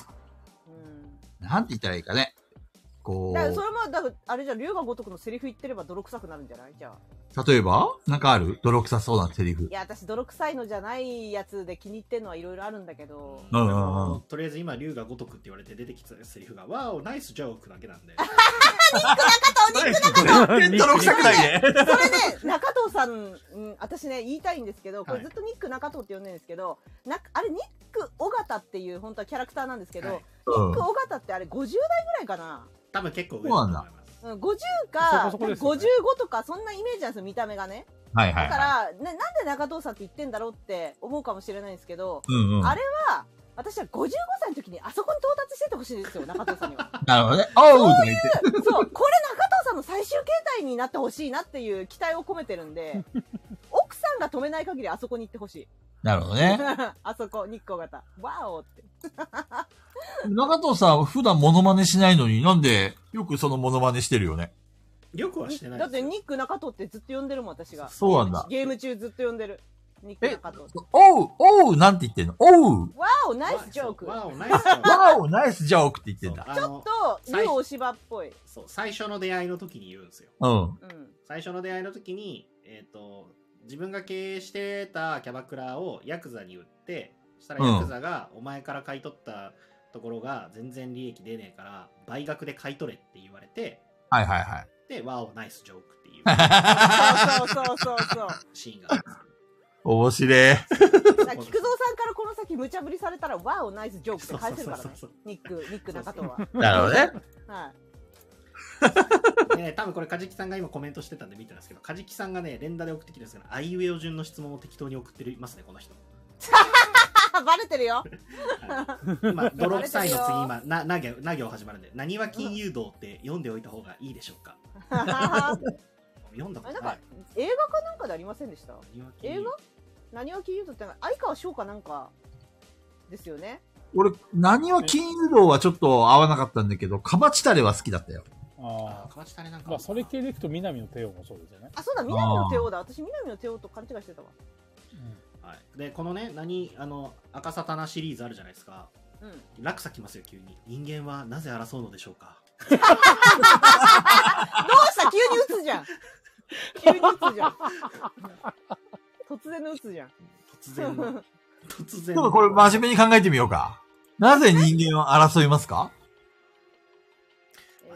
うん。なんて言ったらいいかね。こだからそれう、も、だからあれじゃん、龍が如くのセリフ言ってれば泥臭くなるんじゃないじゃあ。例えばなんかある泥臭そうなセ リフい。や、私泥臭いのじゃないやつで気に入ってんのはいろいろあるんだけど。うんうんうん。とりあえず今龍が如くって言われて出てきたセリフが「わおナイスジョーク」だけなんで泥臭くないね。それで、中藤さん、うん、私ね、言いたいんですけど、これずっとニック中藤って呼んでるんですけど、なあれ、ニック尾形っていう、本当はキャラクターなんですけど、はいうんニック尾形ってあれ、50代ぐらいかな。多分結構上だと思いますうん、50か、そこそこですよね55とか、そんなイメージなんですよ、見た目がね。はいはだいかはい。ら、ななんで中藤さんって言ってんだろうって思うかもしれないんですけど、うんうん。あれは、私は55歳の時にあそこに到達してってほしいんですよ、中藤さんには。 なるほどね。おうとか言って。そう、これ中藤さんの最終形態になってほしいなっていう期待を込めてるんで、奥さんが止めない限りあそこに行ってほしい。なるほどね。 あそこ、日光型。ワオって。中藤さん普段モノマネしないのになんでよくそのモノマネしてるよね。よくはしてないだですってよニック中藤ってずっと呼んでるもん、私が。そうなんだゲーム中ずっと呼んでる。ニック中藤。おう、おう、なんて言ってんのおう、ワオナイスジョーク。わおナイスジョ ークわお、ナイスジョークって言ってんだ。ちょっと、ユーお芝っぽい。そう最初の出会いの時に言うんですようん。うん。最初の出会いの時にえっ、と自分が経営してたキャバクラをヤクザに売ってしたらうんヤクザがお前から買い取ったところが全然利益出ねえから倍額で買い取れって言われてはいはいはい。でわおナイスジョークっていうそうそうそう そうそう。シーンがあるんですけど 面白い。だから菊蔵 さんからこの先無茶ぶりされたら、ワオナイスジョークって返せるからねそうそうそうそう。ニック、ニック中藤は。なるほどね。はい。ね、多分これ、カジキさんが今コメントしてたんで見てたんですけど、カジキさんがね、連打で送ってきてるんですけど、あいうえお順の質問を適当に送ってますね、この人。あ、バレてる よ。はい、今、 泥臭いの次、今、な、な行、な行始まるんで、なにわ金融道って読んでおいた方がいいでしょうか。あ読んだこれとなんなかい。映画かなんかでありませんでしたなにわ金映融画何を金融とってのは相川翔かなんかですよね俺、何は金融道はちょっと合わなかったんだけど、かばちたれは好きだったよ。ああー、かわちたれなんあ。か。まあ、それ系でいくと、南の帝王もそうですよね。あそうだ南の帝王だ私南の帝王と勘違いしてたわはい。で、このね、何、あの、赤サタナシリーズあるじゃないですか。うん落差きますよ、急に。人間はなぜ争うのでしょうか。どうした急に打つじゃ ん急に打つじゃん突然の打つじゃん突然 の、突ち然ょっの。とこれ真面目に考えてみようか。なぜ人間は争いますか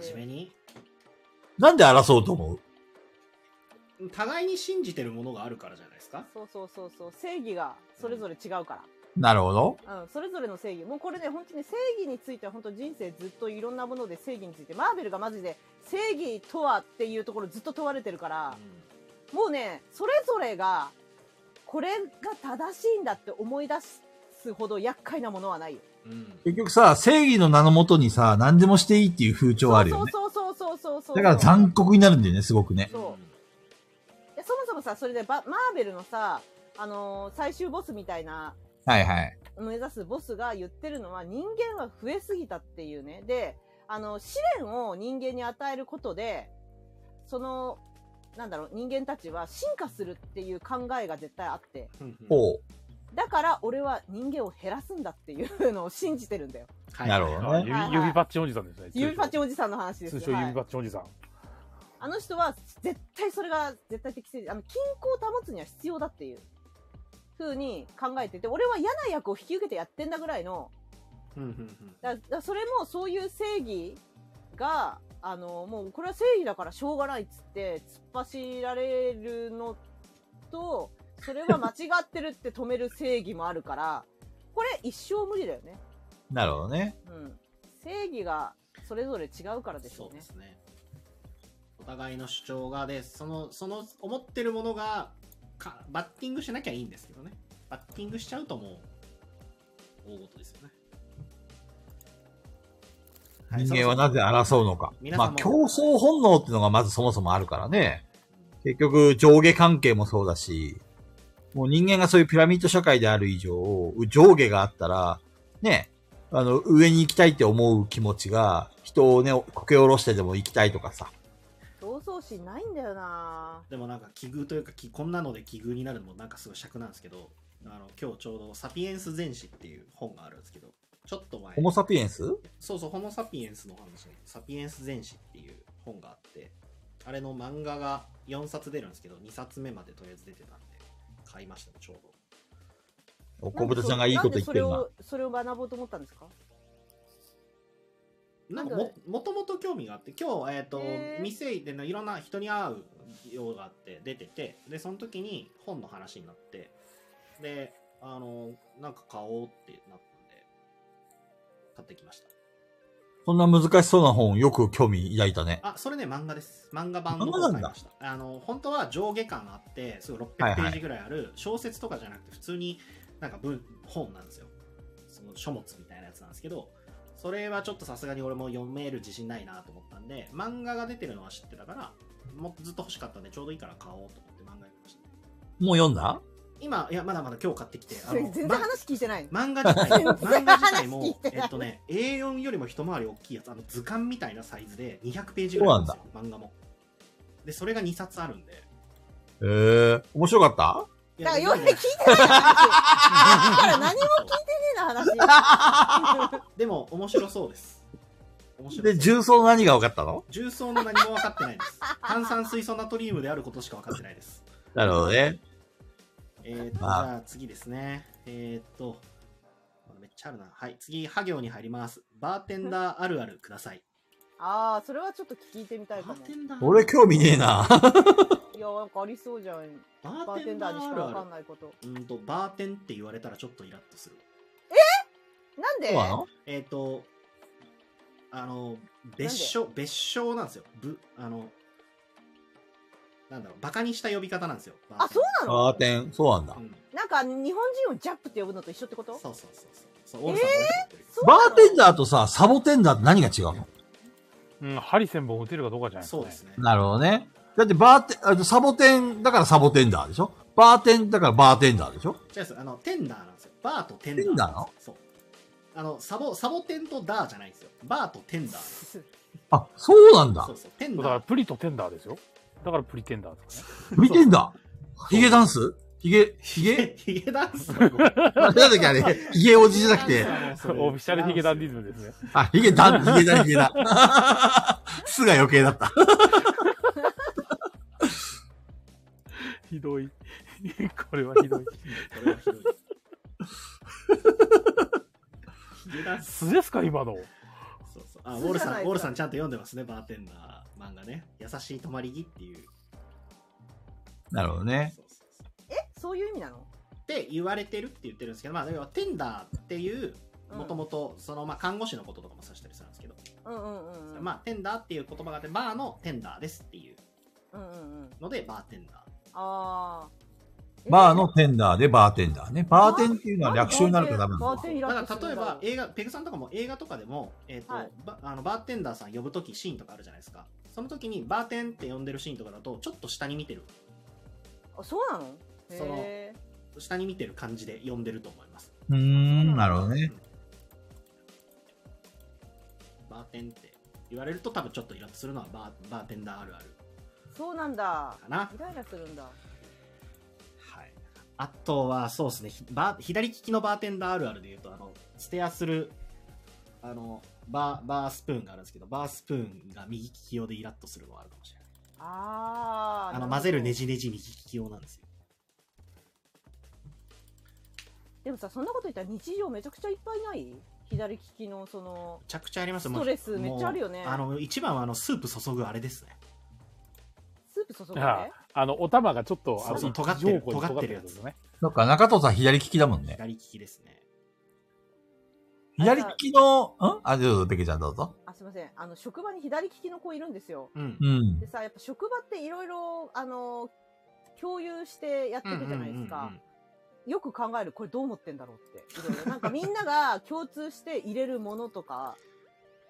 真面目に。なんで争うと思う互いに信じてるものがあるからじゃないですか。そうそうそうそう正義がそれぞれ違うかなるほど。ら、うん、それぞれの正義もうこれね本当に正義については本当人生ずっといろんなもので正義についてマーベルがマジで正義とはっていうところずっと問われてるから、うんもうね、それぞれが、これが正しいんだって思い出すほど厄介なものはないよ。うん、結局さ、正義の名のもとにさ、何でもしていいっていう風潮あるよね。そうそうそうそうそうそう。だから残酷になるんだよね、すごくね。そういやそもそもさ、それでバマーベルのさ、あのー最終ボスみたいな、はいはい。目指すボスが言ってるのは、人間は増えすぎたっていうね。で、あの、試練を人間に与えることで、その、なんだろう、人間たちは進化するっていう考えが絶対あって。うんうんほう。だから俺は人間を減らすんだっていうのを信じてるんだよ。はいなるほどあね指はい指パッチンおじさんですね。指パチおじさんの話です通称よ。は指いパッチンおじさん。あの人は絶対それが絶対適正あの均衡を保つには必要だっていうふうに考えてて俺は嫌な役を引き受けてやってんだぐらいのうんうんうんだだそれもそういう正義があのもうこれは正義だからしょうがないっつって突っ走られるのとそれは間違ってるって止める正義もあるから これ一生無理だよね、なるほどね。うん、正義がそれぞれ違うからですそようねですね。お互いの主張がで、その、その思ってるものがか、バッティングしなきゃいいんですけどね。バッティングしちゃうともう、大事ですよね。はい人間はなぜ争うのか。皆さんまあ、も競争本能っていうのがまずそもそもあるからね。結局、上下関係もそうだし、もう人間がそういうピラミッド社会である以上、上下があったら、ね、あの、上に行きたいって思う気持ちが、人をね、こけ下ろしてでも行きたいとかさ。競争心ないんだよなでもなんか奇遇というか、きこんなので奇遇になるのもなんかすごい尺なんですけど、あの、今日ちょうどサピエンス全史っていう本があるんですけど、ちょっと前ホ。モサピエンスそうそう、ホモ・サピエンスの話、サピエンス全史っていう本があって、あれの漫画が4冊出るんですけど、2冊目までとりあえず出てたんで、買いましたね、ちょうど。おこぶたちゃんがいいこと言ってるなな。んでそれをそれを学ぼうと思ったんですかなんかなんもかもともと興味があって今日、えっとへー店でのいろんな人に会う用があって出ててでその時に本の話になってであのなんか買おうってなったんで買ってきましそんな難しそうな本、よく興味抱いたね。たあそれね漫画です漫画版の漫本画なんだ買いましたあの本当は上下巻あってすごいはい600ペはいージぐらいある小説とかじゃなくて普通になんか文本なんですよその書物みたいなやつなんですけどそれはちょっとさすがに俺も読める自信ないなと思ったんで漫画が出てるのは知ってたからもうずっと欲しかったんでちょうどいいから買おうと思って漫画読みましたもう読んだ今いやまだまだ今日買ってきてあの全然ま話聞いてないの漫画自 体漫画自体話聞いもてえないっとね A4 よりも一回り大きいやつあの図鑑みたいなサイズで200ページぐらいあるんですよ漫画もでそれが2冊あるんでええ面白かったいだやからでも嫁聞いてない話。だから何も 聞いてねえな話。でも面白そうです面白で、そう重曹の何が分かったの重曹の何も分かってないです。炭酸水素ナトリウムであることしか分かってないです。なるほどね。えー、と、じまあゃあ次ですね。えー、っと、めっちゃあるな。はい、次、ハ行に入ります。バーテンダーあるあるください。ああ、それはちょっと聞いてみたバいかーも。テンダー俺興味ねえな。いや、なんかありそうじゃん。ババーーテテンンダダーーにあしかるわかあんないこと。る。うんと、バーテンって言われたらちょっとイラッとする。なんでそう なのえー、っと、あの、別称、別称なんですよ。ぶ、あの、なんだろう、バカにした呼び方なんですよ。バーあ、テンそうなのバーテン、そうなんだ。うんなんか日本人をジャップって呼ぶのと一緒ってこそうとそうそうそう。そう、オールさんもね言ってるそうバなのーテンダーとさ、サボテンダーって何が違うのうん、針千本打てるかどうかじゃないそうですね。なるほどね。だってバーテンあの、サボテンだからサボテンダーでしょバーテンだからバーテンダーでしょ違うですあの、テンダーなんですよ。バーとテンダー。テンダーなのそう。あの、サボ、サボテンとダーじゃないんですよ。バーとテンダーなんです。あ、そうなんだそ。うそう。テンだかダらー。プリとテンダーですよ。だからプリテンダーですかね。見てんだ。ヒゲダンスヒゲ、ヒゲえ、 ヒゲダンスなんだっけあれヒゲおじじゃなく て。オフィシャルヒゲダンディズムですね。あ、ヒゲダン、ヒゲダン、ヒゲ ダン。すが余計だった。ひどい。 これはひどい。これはひどい。ヒゲダンス。素ですか今の。 そうそう。あ、ウ素ォールじゃさなん、いですかウォールさんちゃんと読んでますね、バーテンダー漫画ね。優しい止まり木っていう。なるほどね。そうそうそう。 え、そういう意味なのって言われてるって言ってるんですけど、まあ、要はテンダーっていう、もともと、その、まあ、看護師のこととかも指したりするんですけど、と。うんうんうんうん。まあ、テンダーっていう言葉があって、バーのテンダーですっていううんうんうん。ので、バーテンダー。ああ。バーのテンダーでバーテンダーね。バーテンっていうのは略称になるからダメなんだバわー。テンイラだッとかすら、る例えんだろば、映画、ペグさんとかも映画とかでも、えっ、と、はいばあのバーテンダーさん呼ぶときシーンとかあるじゃないですか。その時に、バーテンって呼んでるシーンとかだと、ちょっと下に見てる、うあ、そうなのそのへえ。下に見てる感じで呼んでると思います。うーん、なるほどね。バーテンって言われると、多分ちょっとイラッとするのはバー、バーテンダーあるあるそうなんだ。かな。イライラするんだ。はい。あとは、そうですね、ひバー左利きのバーテンダーあるあるで言うと、あの、ステアする、あの、バー、バースプーンがあるんですけど、バースプーンが右利き用でイラッとするのはあるかもしれない。あーあの、混ぜるねじじねじ右利き用なんですよ。でもさそんなこと言ったら日常めちゃくちゃいっぱいない左利きのそのめちゃくちゃありますストレもスうめっちゃあるよねもうあの、一番はあの、スープ注ぐあれですね。スープ注ぐねああの、お玉がちょっと、あそうのそう尖ってる一方向に尖ってるやつ尖ってね。そっか、中藤さん左利きだもんね。左利きですね。左利きの、んあ、どうぞ、ペケちゃんどうぞ。あすいませんあの職場に左利きの子いるんですようん。うんで。さやっぱ職場っていろいろあの共有してやっていくじゃないですか、うんうんうんよく考えるこれどう思ってんだろうっ ていろいろなんかみんなが共通して入れるものとか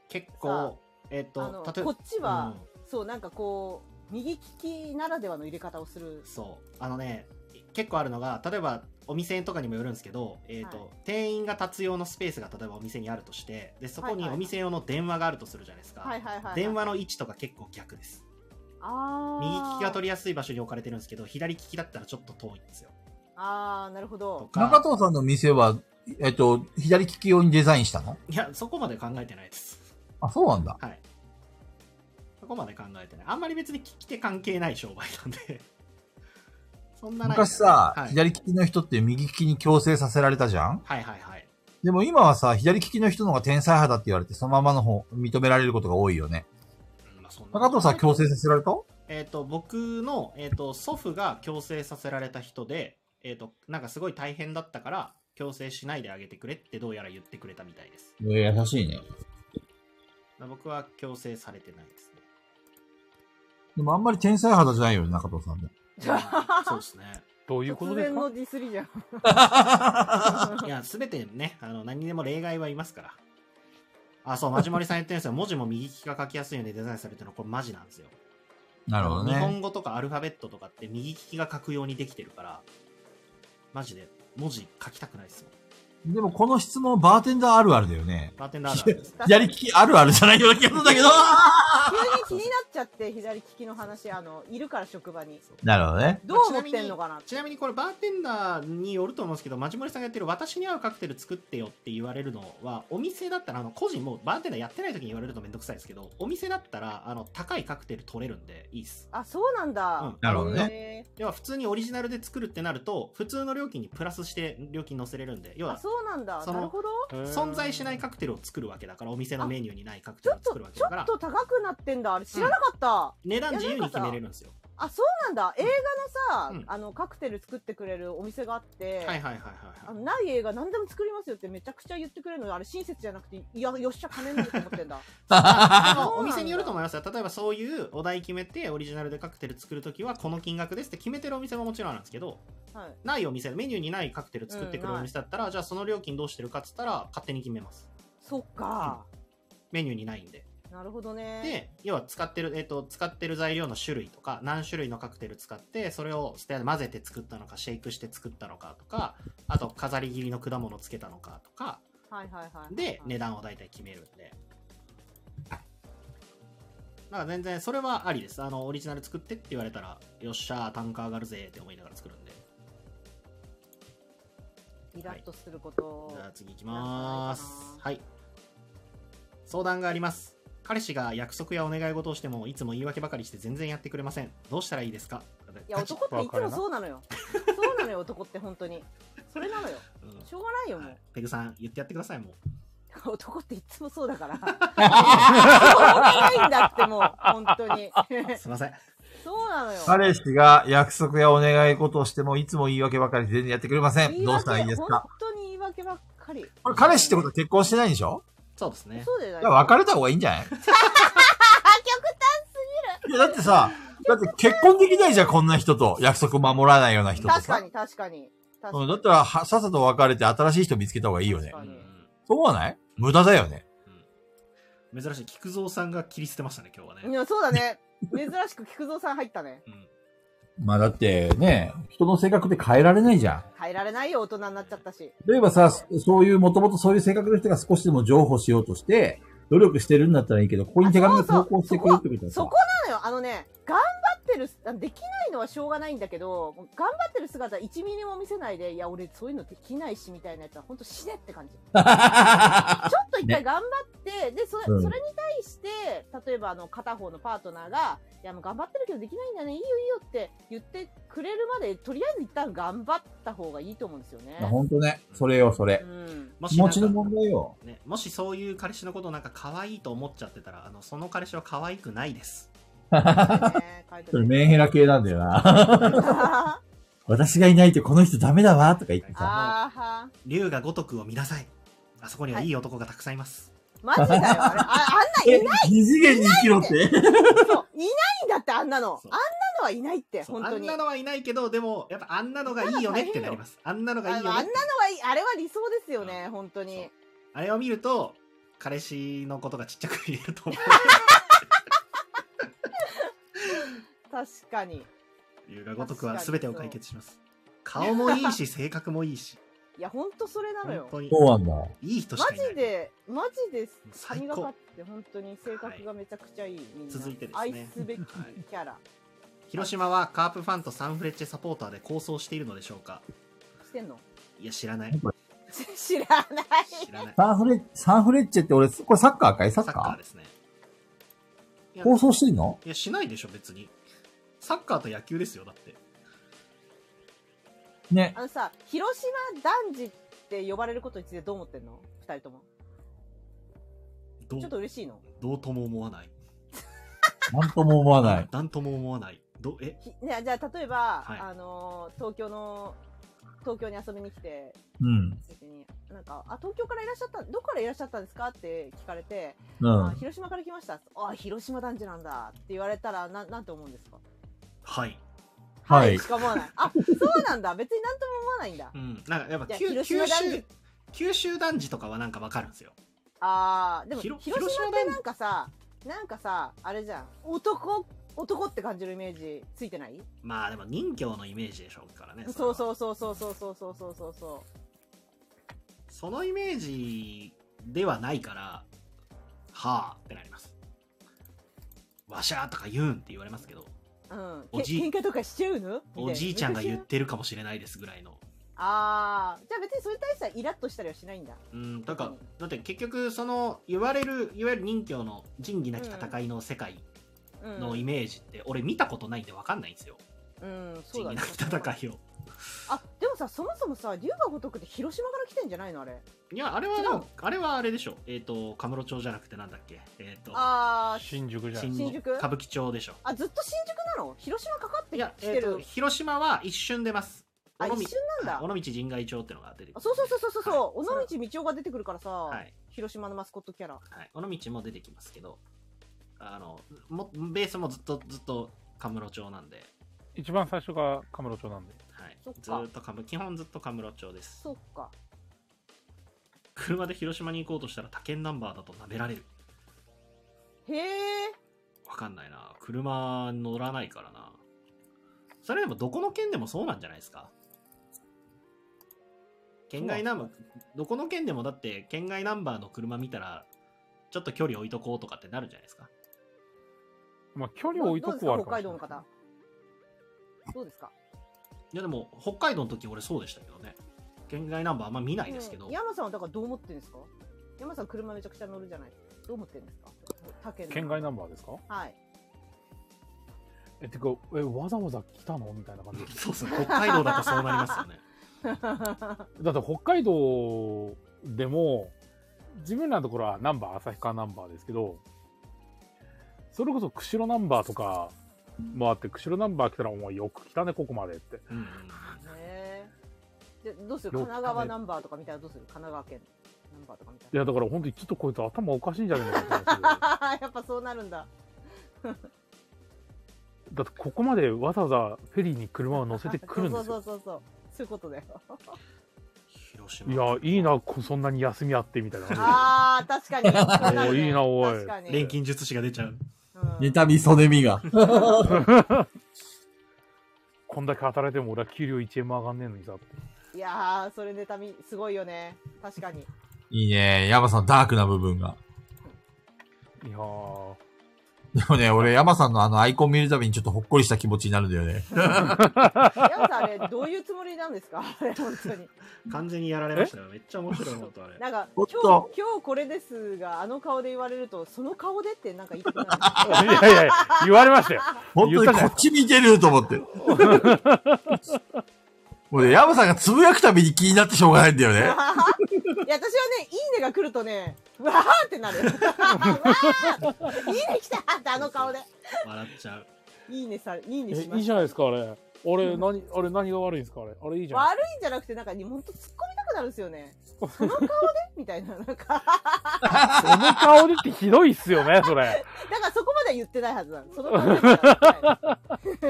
結さ構、えっ、あとの、例えばこっちは、そうなんかこう右利きならではの入れ方をするそうあのね結構あるのが例えばお店とかにもよるんですけど、えーとはい店員が立つ用のスペースが例えばお店にあるとしてでそこはいはいにはいお店用の電話があるとするじゃないですか、はいはいはい、はい、電話の位置とか結構逆ですあ右利きが取りりやすい場所に置かれてるんですけど左利きだったらちょっと遠いんですよあーなるほとどか中藤さんの店は、えっと、左利き用にデザインしたのいやそこまで考えてないですあ、そうなんだ。はいそこまで考えてないあんまり別に利き手関係ない商売なんでそんなないんだよね昔さ、はい、左利きの人って右利きに強制させられたじゃんはいはいはいでも今はさ、左利きの人の方が天才派だって言われて、そのままの方、認められることが多いよね。うんまあそんな中藤さん強制させられたえっと僕の、えっと祖父が強制させられた人で、えっとなんかすごい大変だったから強制しないであげてくれってどうやら言ってくれたみたいですえ優しいね。僕は強制されてないですねでもあんまり天才派じゃないよね、中藤さんね。うんそうですねどういうこと突です然かのディスリじゃんいや全てねあの何にでも例外はいますからあそうまじまりさん言ってるんですよ文字も右利きが書きやすいようにデザインされてるのこれマジなんですよ なるほど日本ね。語とかアルファベットとかって右利きが書くようにできてるからマジで文字書きたくないですよでもこの質問、バーテンダーあるあるだよね。バーテンダーあるあるですね左利きあるあるじゃないような気がするんだ けど。 急に気になっちゃって左利きの話あのいるから職場になるほどね。どう思ってんのかなちなみにこれバーテンダーによると思うんですけど、まじもりさんがやってる私に合うカクテル作ってよって言われるのは、お店だったら、あの、個人もうバーテンダーやってない時に言われるとめんどくさいですけど、お店だったら、あの、高いカクテル取れるんでいいっす。あそうなんうんだ、なるほどねね要は普通にオリジナルで作るってなると、普通の料金にプラスして料金載せれるんで、要あはそうなんだそのなるほど存在しないカクテルを作るわけだから、お店のメニューにないカクテルをちょ作っるわとけちだょかっら、と高くなってんだあれ知らなかった、値段自由に決めれるんですよ。あそうなんだ映画のさ、うんあのカクテル作ってくれるお店があっはいて、はいはいはいあはい。のない映画何でも作りますよってめちゃくちゃ言ってくれるのあれ親切じゃなくていやよっしゃ金になると思ってん だあでもそうなんだお店によると思いますよ例えばそういうお題決めてオリジナルでカクテル作るときはこの金額ですって決めてるお店ももちろんあるんですけどはいないお店メニューにないカクテル作ってくるうんお店だったら、じゃあその料金どうしてるかっつったら勝手に決めますそっか、メニューにないんでなるほどねで要は使ってる、えっと使ってる材料の種類とか何種類のカクテル使ってそれをステアで混ぜて作ったのかシェイクして作ったのかとかあと飾り切りの果物つけたのかとかはいはいはいはいで値段を大体決めるんで。だから全然それはありです。あの、オリジナル作ってって言われたら、よっしゃー、単価上がるぜって思いながら作るんで。イラッとすること、じゃあ次行きます。はい。相談があります。彼氏が約束やお願い事をしても、いつも言い訳ばかりして全然やってくれません。どうしたらいいですかいや立ち男っていつもそうなのよそうなのよ男って本当にそれなのようんしょうがないよもはいペグさん、言ってやってください、もう。う 男っていつもそうだ からしょうがないんだってもう本当にすいません。そうなのよ彼氏が約束やお願い事をしても、いつも言い訳ばかりで全然やってくれません。どうしたらいいですか本当に言い訳ばっかりこれ彼氏ってことは結婚してないんでしょそうですね。そうだよねいや、別れた方がいいんじゃないいや、だってさ、だって結婚できないじゃん、こんな人と。約束守らないような人と確かさ。に確かに確かうにん、だったら、はさっさと別れて新しい人見つけた方がいいよね確。かうんにそう思わない無駄だよね。うん珍しい。菊蔵さんが切り捨てましたね、今日はね。いやそうだね珍しく菊蔵さん入ったねうんまあだってね、人の性格って変えられないじゃん。変えられないよ大人になっちゃったし例えばさ、そそういう、もともとそういう性格の人が少しでも譲歩しようとして、努力してるんだったらいいけど、ここに手紙を投稿してくれるってことはそさこ、なのよあのね頑張ってってる、あできないのはしょうがないんだけど、もう頑張ってる姿1ミリも見せないで、いや、俺そういうのできないし、みたいなやつは、ほんと死ねって感じ。ち ょっと一回頑張って、で、それ、うんそれに対して、例えばあの、片方のパートナーが、いや、もう頑張ってるけどできないんだね、いいよいいよって言ってくれるまで、とりあえず一旦頑張った方がいいと思うんですよね。ほんとね、それよ、それう。ん。もなん気持かちの問題よ。ね、もしそういう彼氏のことなんか可愛いと思っちゃってたら、あの、その彼氏は可愛くないです。ね書いてそなれいメンヘラ系なんだよな。 あ私がいないとこの人ダメだわ、とか言ってさ。ーあーは竜が如くを見なさい。あそこにはいい男がたくさんいます。マジだよ、あれ。ああんないえ、二次元に生きろって。そういないんだって、あんなの。 そあうんなのはいないって、そう本あ当んに。なあのはいないけど、でも、やっぱあんなのがいいよねってなります。あんなのがいいのあよんなのね。はいい、あれは理想ですよね、本当そうに。あれを見ると、彼氏のことがちっちゃく見えると思 確かに。う。竜が如くは全てを解決します。顔もいいし、性格もいいし。いや、本 当それなの本よ。当に。そうなんだ。いい人しマかいない。ジで、マジで、最髪高型って本当に性格がめちゃくちゃいい。みんな続いてですね愛すべきキャラ。広島はカープファンとサンフレッチェサポーターで構想しているのでしょうかしてんの いや、知らない。知らない。知らない。サンフレッ、サンフレッチェって俺、これサッカーかいササッッカカーーですね。いや放送してんのいや、しないでしょ、別に。サッカーと野球ですよ、だって。ね。あのさ、広島男児って呼ばれることについてどう思ってんの二人とも。どちょっとう、嬉しいのどうとも思わない。なんとも思わない。なんとも思わない。ど、え、ひね、じゃあ、例えば、はいあのー、東京の、東京に遊びに来て、うん。時に、なんか、あ、東京からいらっしゃった、どこからいらっしゃったんですかって聞かれて、うあん。広島から来ました。あ、広島男児なんだって言われたら、な、なんて思うんですかはい。はいしか思わない。あ、そうなんだ。別になんとも思わないんだう。ん。なんか、やっぱ、いや九広九島男児州、九州男児とかはなんかわかるんですよ。あー、でも、ひろ広島広島っ男て児なんかさ、なんかさ、あれじゃん。男、男って感じるイメージついてないまあ、でも、任教のイメージでしょうからね。そうう。そうそうそうそうそうそうそうそうそそのイメージではないから、はあってなります。わしゃーとか言うんって言われますけど、う。うん。けおじい喧嘩とかしちゃうのみたいなおじいちゃんが言っ昔はてるかもしれないですぐらいの。 あー、じゃあ別にそれに対してはイラッとしたりはしないんだ。うん、だから、だって結局、その、言われる、いわゆる任教の仁義なき戦いの世界うん。のイメージって、俺見たことないんで分かんないんですよ。うん、そう仁義だねなき戦いを。あでもさそもそもさ龍が如くって広島から来てんじゃないのあれいや、あれは違うのあれはあれでしょ。えっ、と、カムロ町じゃなくてなんだっけ。えっ、と、あー新宿じゃん。新宿歌舞伎町でしょ。あずっと新宿なの広島かかっていきや、えてっ、と、る、広島は一瞬出ます。あ尾道一瞬なんはいだ尾道人外町っていうのが出てくある。そうそうそうそうそうそう尾はい道道夫が出てくるからさ、はい。広島のマスコットキャラはい。尾道も出てきますけど、あの、もベースもずっとずっとカムロ町なんで、一番最初がカムロ町なんで。はいそっか。ずーっとカム、基本ずっとカムロ町です。そっか車で広島に行こうとしたら他県ナンバーだと舐められるへえわかんないな車乗らないからなそれでもどこの県でもそうなんじゃないですか県外ナンバーどこの県でもだって県外ナンバーの車見たらちょっと距離置いとこうとかってなるんじゃないですかまあ、距離を置いとくはある北かも海しれな道のい。方どうですかいやでも北海道の時俺そうでしたけどね県外ナンバーあんま見ないですけど、うん山さんはだからどう思ってるんですか山さん車めちゃくちゃ乗るじゃないどう思ってるんですか他県の県外ナンバーですかはいえ、てか、え、わざわざ来たのみたいな感じ。そうですね北海道だとそうなりますよねだって北海道でも、自分らのところはナンバー、旭川ナンバーですけど、それこそ釧路ナンバーとかもあって、釧路ナンバー来たら、お前よく来たね、ここまでって。うんうんうんねえでどうするよ神く奈川ナンバーとかみたいなどうする神奈川県ナンバーとかみたいいなや、だから本当にちょっとこいつ頭おかしいんじゃねえかなって話で やっぱそうなるんだだってここまでわざわざフェリーに車を乗せてくるんですそうよ。そうそうそうそういうことだよ広い島や、いいな、こそんなに休みあってみたいな 感あー確かにそうるね おいいなおい確かに錬金術師が出ちゃううん妬み、そねみが。じ。こんだけ働いても俺は給料1円も上がんねえのにさって。いやーそれ妬みすごいよね確かに いいね。ヤマさん、ダークな部分が。いやー、でもね、俺、山さんのあのアイコン見るたびにちょっとほっこりした気持ちになるんだよね。皆さんあれどういうつもりなんですか あれ本当に完全にやられましたよ。めっちゃ面白い、本当あれ。なんかお今っ日と今日これですがあの顔で言われるとその顔でってなんか言っ てないいやいやいや、言われましたよ。本当にこっち見てると思って。もうね、山さんがつぶやくたびに気になってしょうがないんだよね。いや私はね「いいね」が来るとね 「わー!」ってなる「わー!」いいね来た!」ってあの顔で笑っちゃう。 「いいねされいいえねしまいいしじた」ゃないですか、あれ。あれ、何、あれ、何が悪いんですか、あれ。あれ、いいじゃない悪いんじゃなくてなんか本当突っ込みたくなるんですよねその顔でみたいななんかですか。その顔でってひどいっすよね、それ。だからそこまでは言ってないはずなの。その顔で言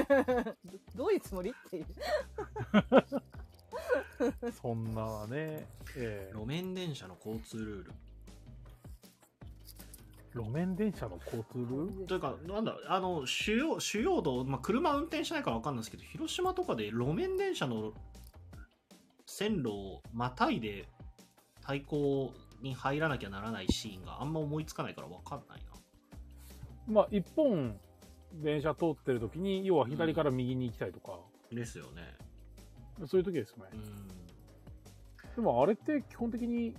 ってないどどういうつもりっていう。そんなね、え路面電車の交通ルール。ー路面電車の交通ルールというか、なんだ、あの、主要、主要道、まあ、車運転しないからわかんないですけど、広島とかで路面電車の線路をまたいで対向に入らなきゃならないシーンがあんま思いつかないからわかんないな。まあ、一本、電車通ってる時に、要は左から右に行きたいとか、ですよね。そういう時ですよねう。ん。でも、あれって基本的に、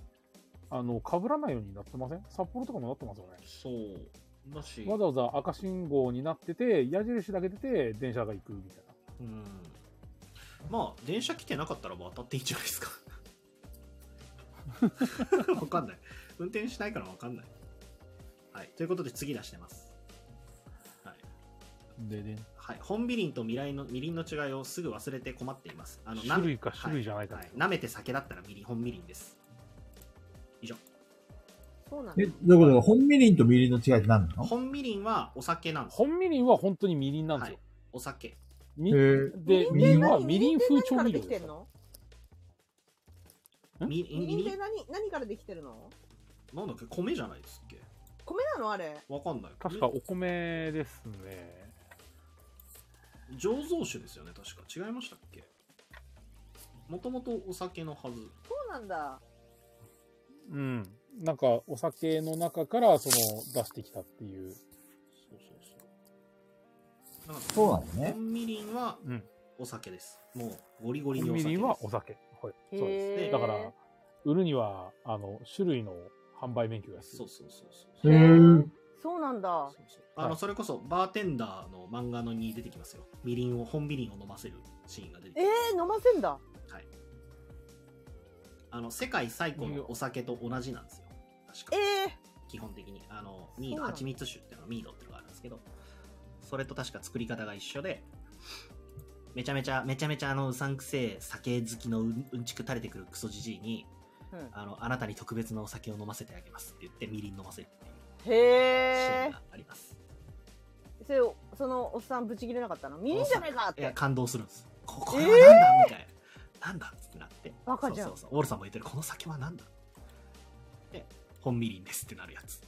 あの、被らないようになってません札幌とかもなってますよね。そう。だし、わざわざ赤信号になってて、矢印だけ出て、電車が行くみたいな。うん。まあ、電車来てなかったら渡っていいんじゃないです か。わかんない。運転しないからわかんない。はい。ということで、次出してます。はい。でね、はい、本ビリンと未来のみりんの違いをすぐ忘れて困っています。あ種類かなめ種類じゃないかははい舐めて酒だったらみりん、本みりんです。以上。そうなんだえ、どういうこと本みりんとみりんの違いって何なの本みりんはお酒なんです。本みりんは本当にみりんなんですよ。お酒。みえで、みみりんりでんは何みりん風調から味料でできすてんのみみみりんりでん何何からできてるのなんだっけ米じゃないですっけ米なのあれわかんない。確かお米ですね。醸造酒ですよね、確か。違いましたっけもともとお酒のはず。そうなんだうん。なんか、お酒の中から、その、出してきたっていう。そうそうそう。なんかそうなのね。本みりんはうん。お酒です。もうゴリゴリにおみ酒です。りんはお酒。はい。へーそうです。だから、売るには、あの、種類の販売免許が必そ要う。そうそうそう。へーそうなんだそうそうあの、はいそれこそバーテンダーの漫画のに出てきますよみりんを本みりんを飲ませるシーンが出てきえます、ー、飲ませんだあの世界最古のお酒と同じなんですよ確えかー、基本的にあのミーそうドなの蜂蜜酒っていうのミードっていうのがあるんですけどそれと確か作り方が一緒でめちゃめちゃめちゃめちゃあのうさんくせえ酒好きのうんうんちく垂れてくるクソじじいにうんあのあなたに特別なお酒を飲ませてあげますって言ってみりん飲ませるっていうシへーンえがあります、それそのおっさんブチ切れなかったのみりんじゃねえかっいやて感動するんですここれはなんだ、みたいななんだってなってバカじゃんそうそうそうオールさんも言ってるこの酒はなんだで本みりんですってなるやつ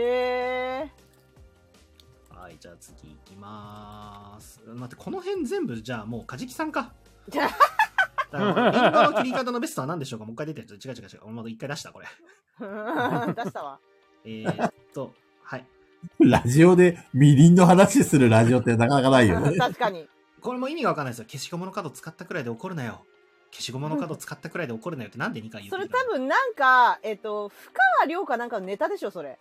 へえはいじゃあ次いきまーす待ってこの辺全部じゃあもうカジキさんかじゃ だからリンゴの切り方のベストは何でしょうかもう一回出てる違う違う違う俺まだ一回出したこれあ 出したわえーっとはいラジオでみりんの話するラジオってなかなかないよね。確かにこれも意味がわかんないですよ消しゴムの角使ったくらいで怒るなよ消しゴムの角使ったくらいで怒るなよってなんで2回言そってれる多分なんかえっ、と深川涼かなんかのネタでしょそれ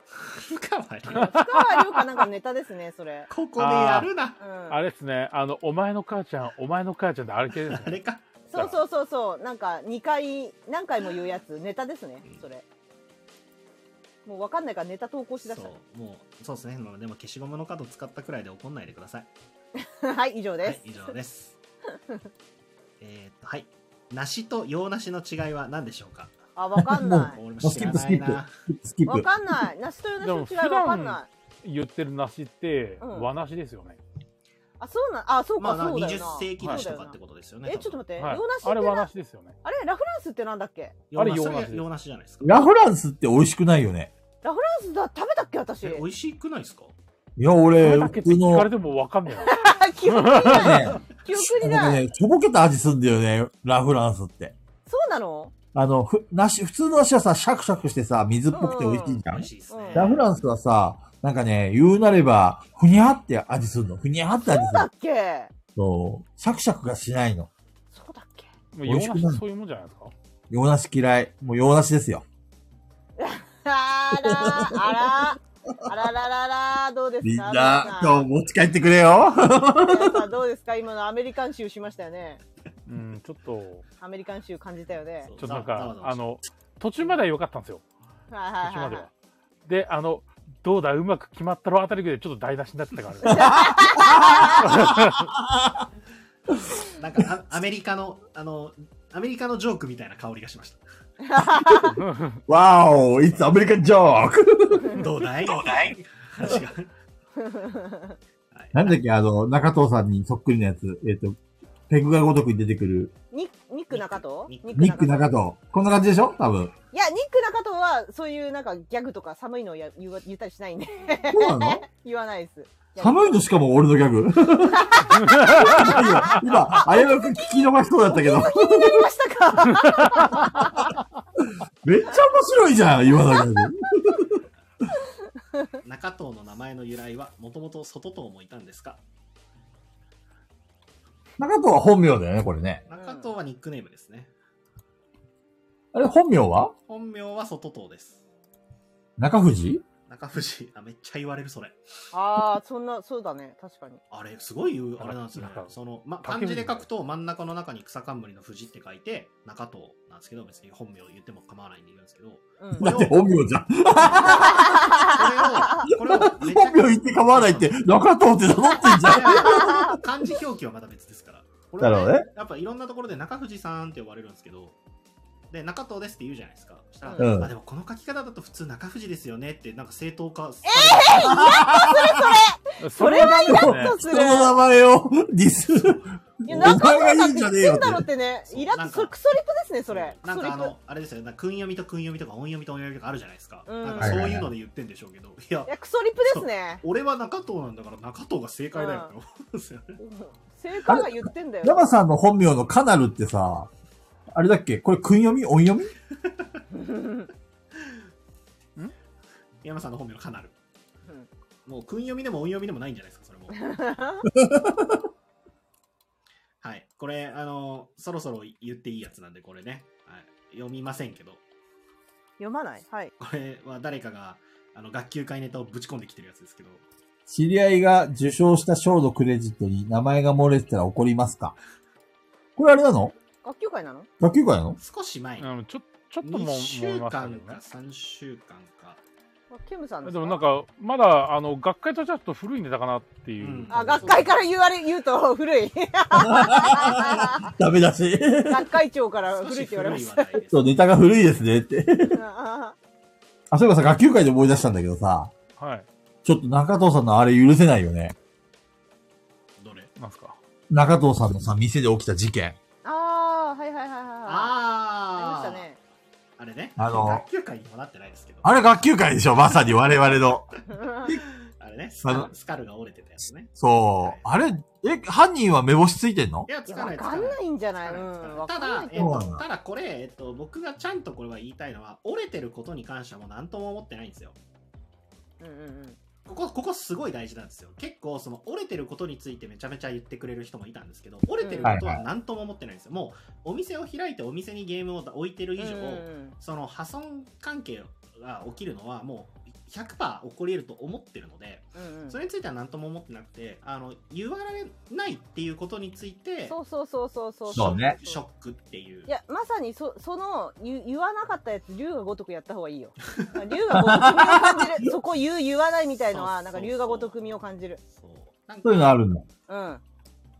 多分深川涼かなんかのネタですねそれここでやるなうんあれですね、あの、お前の母ちゃん、お前の母ちゃんってあれ系ですあれね。かそうそうそうそうなんか2回何回も言うやつネタですねそれもう分かんないからネタ投稿しだしたねそうもうそうですねまあでも消しゴムの角使ったくらいで怒んないでください はい以上はでいす、以上です えーっとはい梨と洋梨の違いは何でしょうかあ分かんな俺い ももうス知キらップなスキいッなプ スキッ分プ。かんない梨と洋梨の違いでも分かんない言ってる梨って、うん和梨ですよね。あそうなんあそうまか、あなそうだよな20世紀梨とかってそこうとですよだねよなえちょっと待って、はい洋梨っあれて和な梨ですよね。あれラフランスってなんだっけとあれ洋梨洋梨じゃないですかラフランスって美味しくないよね。ラフランスだ食べたっけ私え美味しくないですかいや、こ俺れ、だけ普って通聞かれの、てもわかんないな。あ 記憶にないね、記憶僕にないね、とぼけた味すんだよね、ラフランスって。そうなのあの、ふ、なし、普通の足はさ、シャクシャクしてさ、水っぽくて美味しいじゃ美ん味。しいですねうんラフランスはさ、なんかね、言うなれば、ふにゃって味するの。ふにゃって味すだるっ。けそう。シャクシャクがしないの。そうだっけもう美洋味しくな梨いってそういうもんじゃないですか洋梨嫌い。もう洋梨ですよ。あらあらあららららどうですかみんな、皆今日持ち帰ってくれよ。 さん皆さんどうですか今のアメリカン臭しましたよねうん、ちょっと、アメリカン臭感じたよねちょっとなんか、ああの、の、途中までは良かったんですよ。はい途はい中まはでいは。で、あの、どうだ、うまく決まったろあたりでちょっと台無しになってたからね。なんかあアメリカの、あの、アメリカのジョークみたいな香りがしました。 わお、いつアメリカンジョーク。どうだいどうだい話が。はいなんだっけ、あの、中藤さんにそっくりなやつ。えっ、と、ペグがごとくに出てくる、ニニック中藤ニックニック中藤藤。こんな感じでしょ多分。いやニック中藤はそういうなんかギャグとか寒いのをや言わ言ったりしないんでそうなの 言わないです寒いのしかも俺のギャグ。 今、今危うく聞き逃しそうだったけど。気になりましたかめっちゃ面白いじゃん、今のギャグ。中藤の名前の由来は、もともと外藤もいたんですか中藤は本名だよね、これね。中藤はニックネームですね。あれ、本名は本名は外藤です。中藤中藤、あ、めっちゃ言われるそれ。ああそんなそうだね確かにあれ、すごい言う、あれなんですよねなん。かその、ま、竹漢字で藤書くと真ん中の中に草冠の藤って書いて、中藤なんですけど、別に本名言っても構わないんで言うんですけ ど、こうんだって本名じゃん。れを、これをめちゃ本くちゃ名言って構わないって、中藤って名乗ってんじゃん。いや漢字表記はまた別ですから。これはなるほどね。やっぱいろんなところで中藤さんって呼ばれるんですけど、で、中藤ですって言うじゃないですか。そしたら、うんあでもこの書き方だと普通中藤ですよねって、なんか正当化さそれはイラダメッだねとす人るの名前をディスる。いや中お前藤がいいんさんじゃって言っねえよっててんだろってねそうイラなッんとかそれクソリップですねそれれるクなんソリかあップの、あれですよね、なんか訓読みと訓読みとか音読みと音読みとかあるじゃないですか。うんなんかそういうので言ってんでしょうけど、いやい、やクソリップですね俺は中藤なんだから中藤が正解だよって思うんですよね。 正解が言ってんだよ 山さんの本名のカナルってさ、あれだっけこれ、訓読み音読み山さんの本名のカナル。うんもう訓読みでも音読みでもないんじゃないですか、それも。 はい、これ、あの、そろそろ言っていいやつなんで、これね、はい、読みませんけど、読まないはいこれは誰かが、あの、学級会ネタをぶち込んできてるやつですけど、知り合いが受賞した賞のクレジットに名前が漏れてたら怒りますかこれあれなの学級会なの学級会なの少し前、うん、ちょちょっともう、 2思週い間ましたかけどね。 3週間か、あケムさんですでもなんかか、まだ、あの、学会としてはちょっと古いネタかなっていう。うんあ学会から言われ言うと 古いダメだし。 学会長から少古いしって言われ古まいし話題です。そう、ネタが古いですねって。たあ、そういえばさ、学級会で思い出したんだけどさ、はい。ちょっと中藤さんのあれ許せないよね。どれなんすか。中藤さんのさ、店で起きた事件。 ああはいはいはいはいはいああーりましたねあれね、あの学級会にもなってないですけど、あれ学級会でしょまさに我々の。あれねスカあル、のスカルが折れてたやつね。そう。あれ、え、犯人は目星ついてんのいや、ついやかなわいつかかんないないんじゃないうんわたかんなだい、えとっ思うと、ただこれ、えっと、僕がちゃんとこれは言いたいのは、折れてることに関してはもう何とも思ってないんですよ。うんうんうんここ、ここすごい大事なんですよ。結構、その折れてることについてめちゃめちゃ言ってくれる人もいたんですけど、折れてることは何とも思ってないんですよ。もう、お店を開いてお店にゲームを置いてる以上、うんうんその破損関係が起きるのはもう100%起こり得ると思ってるので、うんうんそれについては何とも思ってなくて、あの、言われないっていうことについて、そうそうそうそうそうそうねショックっていう。いやまさにそその言言わなかったやつ龍が如くやった方がいいよ龍が如く身を感じ るそこ言う言わないみたいのはなんか龍が如く身を感じるそう。なんそういうのあるんだ。うん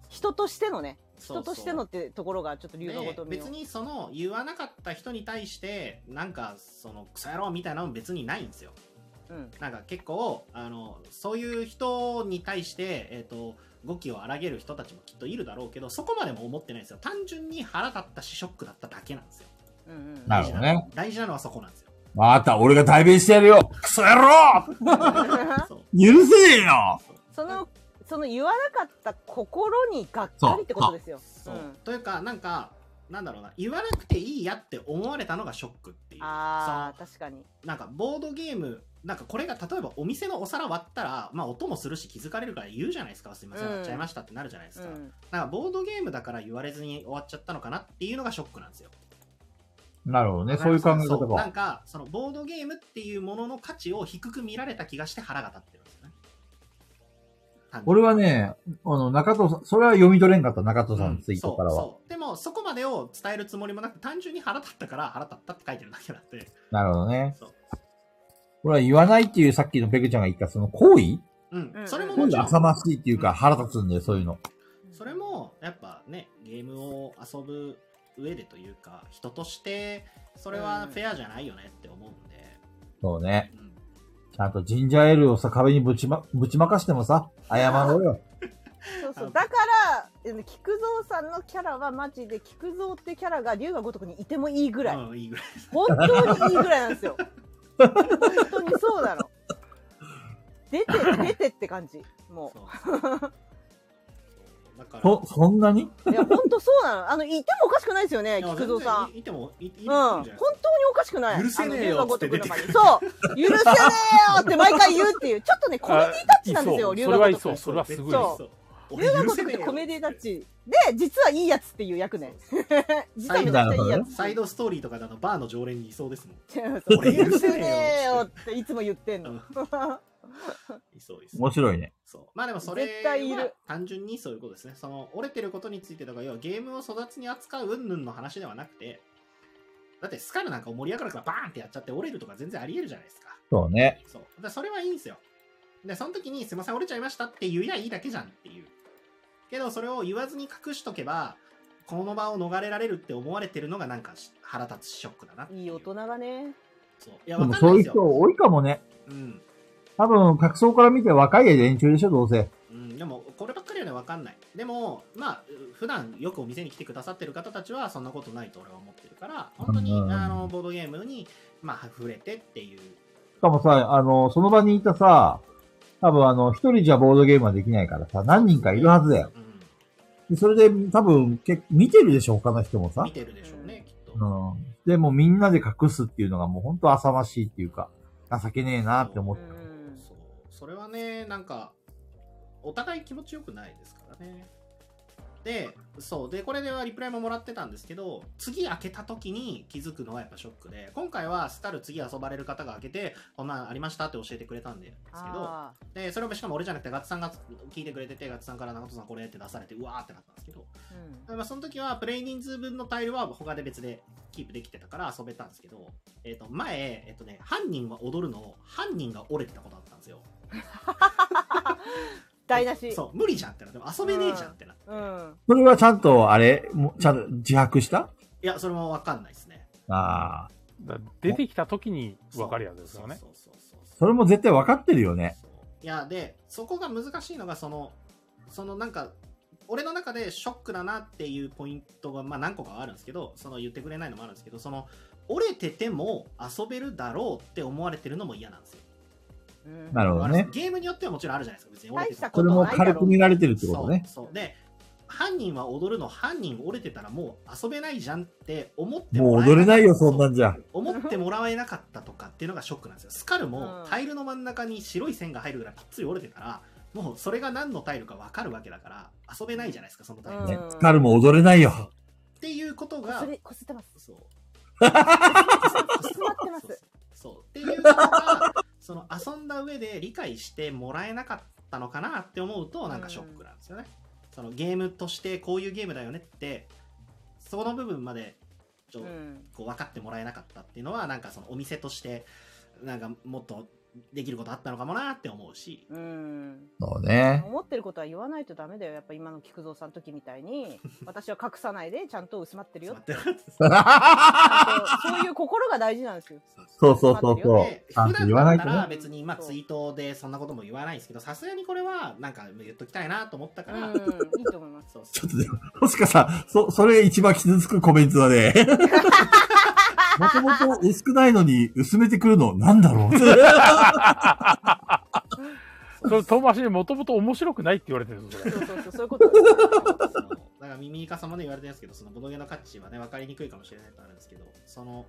人としてのねそ人うそうとしてのってところがちょっと龍がで如く身を別にその言わなかった人に対してなんかそのクソ野郎みたいなのも別にないんですようんなんか結構あのそういう人に対して、えー、と語気を荒げる人たちもきっといるだろうけどそこまでも思ってないんですよ単純に腹立ったしショックだっただけなんですようんうんなるほどね大事なのはそこなん ですよまた俺が代弁してやるよクソ野郎そう許せねえよそうそのその言わなかった心にがっかりってことですよそう、うんというかなんかなんだろうな言わなくていいやって思われたのがショックっていうああ確かになんかボードゲームなんかこれが例えばお店のお皿割ったら、まあ音もするし気づかれるから言うじゃないですか。すいません、うん割っちゃいましたってなるじゃないですうか。んなんかボードゲームだから言われずに終わっちゃったのかなっていうのがショックなんですよ。なるほどね。そういう考えそ方うなんが。か、そのボードゲームっていうものの価値を低く見られた気がして腹が立ってるんですよね。単に俺はね、あの、中藤さん、それは読み取れんかった、中藤さんのツイートからそうは。そうでも、そこまでを伝えるつもりもなく、単純に腹立ったから腹立ったって書いてるだけなんで。なるほどねそう。俺は言わないっていうさっきのペグちゃんが言ったその行為うんう。んそれもも今ち度ろん、浅ましいっていうか腹立つんだよ、そういうの。それも、やっぱね、ゲームを遊ぶ上でというか、人として、それはフェアじゃないよねって思うんで。そうね。うんちゃんとジンジャーエールをさ、壁にぶちま、ぶちまかしてもさ、謝ろうよ。そうそあのうだからえー菊蔵さんのキャラはマジで菊蔵ってキャラが龍が如くにいてもいいぐらい、うん、いいぐらい。本当にいいぐらいなんですよ本当にそうなの出て出てって感じもそう。そうだから、そ、そんなにういや本当そうなのあのいてもおかしくないですよねいや菊蔵さ全ん然いいても、いいいいいいんうん、じゃないです本か当におかしくない。許せねえよあっのつって出てくる龍が如くの中にそう、許せねえよって毎回言うっていう、ちょっとね、コメディタッチなんですよ、あ龍それはがい如そう、く。それはすごいそうそう。龍が如くってコメディタッチ。で、実はいいやつっていう役ね。実はめちゃくちゃいいやつ。サイドストーリーとかだのバーの常連にいそうですもん。俺許せねえよっていつも言ってんうの。んいそうです。面白いね。そう。まあでもそれ絶対いはる単純にそういうことですね。その折れてることについてとか、要はゲームを育ちに扱う云々の話ではなくて、だってスカルなんか盛り上がるからバーンってやっちゃって折れるとか全然あり得るじゃないですか。そうね。そう。だからそれはいいんですよ。で、その時にすいません折れちゃいましたって言いゃいいだけじゃんっていう。けどそれを言わずに隠しとけば、この場を逃れられるって思われてるのがなんかし腹立つショックだなってういい大人がね。そう。いや、でわもかんなそいういでうすよ。人多いかもね。うん。多分、客層から見て若い連中でしょ、どうせ。うん、でも、こればっかりはね、わかんない。でも、まあ、う普段よくお店に来てくださってる方たちは、そんなことないと俺は思ってるから、本当に、うんあの、ボードゲームに、まあ、触れてっていう。しかもさ、あの、その場にいたさ、多分あの、一人じゃボードゲームはできないからさ、何人かいるはずだよ。うん。でそれで、多分、け見てるでしょ、他の人もさ見。てるでしょうね、きっと。うん。でもみんなで隠すっていうのがもうほんと浅ましいっていうか、情けねえなって思っうて。んそう。それはね、なんか、お互い気持ちよくないですからね。で、そう。で、これではリプライももらってたんですけど、次開けた時に気づくのがやっぱショックで、今回はスタル次遊ばれる方が開けて、こんなんありましたって教えてくれたんですけど、あで、それもしかも俺じゃなくてガッツさんが聞いてくれてて、ガッツさんから中戸さんこれって出されて、うわーってなったんですけど、ーうんまあ、その時はプレイ人数分のタイルは他で別でキープできてたから遊べたんですけど、えっ、と、前、えっ、とね、犯人は踊るのを犯人が折れてたことあったんですよ。台無し。そう、無理じゃんってなって、遊べねえじゃんってなって。うん。それはちゃんと、あれ、もちゃんと自白したいや、それもわかんないですね。ああ。だから出てきた時に分かるやつですよね。そうそうそうそうそれも絶対分かってるよね。そういやでそこが難しいのがそのそのなんか俺の中でショックだなっていうポイントが、まあ、何個かはあるんですけどその言ってくれないのもあるんですけどその折れてても遊べるだろうって思われてるのも嫌なんですよ、うんなるほどね。ゲームによってはもちろんあるじゃないですか別に折れてて大したそれも軽く見られてるってことね。そうそうで犯人は踊るの犯人折れてたらもう遊べないじゃんって思ってもうらえ踊れないかっよ、たそんなんじゃ。思ってもらえなかったとかっていうのがショックなんですよ。スカルもうんタイルの真ん中に白い線が入るぐらいパッツリ折れてたら、もうそれが何のタイルか分かるわけだから、遊べないじゃないですか、そのタイル。うんっね。スカルも踊れないよ。ていうことこがす、りこすってます。 そう。詰まってますそうそうそう。っていうことが、その遊んだ上で理解してもらえなかったのかなって思うと、なんかショックなんですよね。そのゲームとしてこういうゲームだよねって、その部分まで、ちょっうとん。こう分かってもらえなかったっていうのはなんかそのお店としてなんかもっとできることあったのかもなって思うし、うん。そ うね。思ってることは言わないとダメだよ。やっぱ今の菊蔵さんの時みたい に、私は隠さないでちゃんと薄まってるよって。そうちゃんとそういう心が大事なんですよ。そうそうそうそう。でちゃん普と段言わだなっいたとらね。別にまあそうツイートでそんなことも言わないんですけどさすがにこれはなんか言っときたいなと思ったかうん。ら、いいと思います。そうそちょっとね、星川さん、そ、それ一番傷つくコメント だね。もともと薄くないのに薄めてくるのな んだろうそれ遠回しにもともと面白くないって言われてるんですよ、それそうそうそう、そういうことです。 うそうだから耳かさまで言われてるんですけどそのボドゲの価値はね分かりにくいかもしれないとあるんですけどその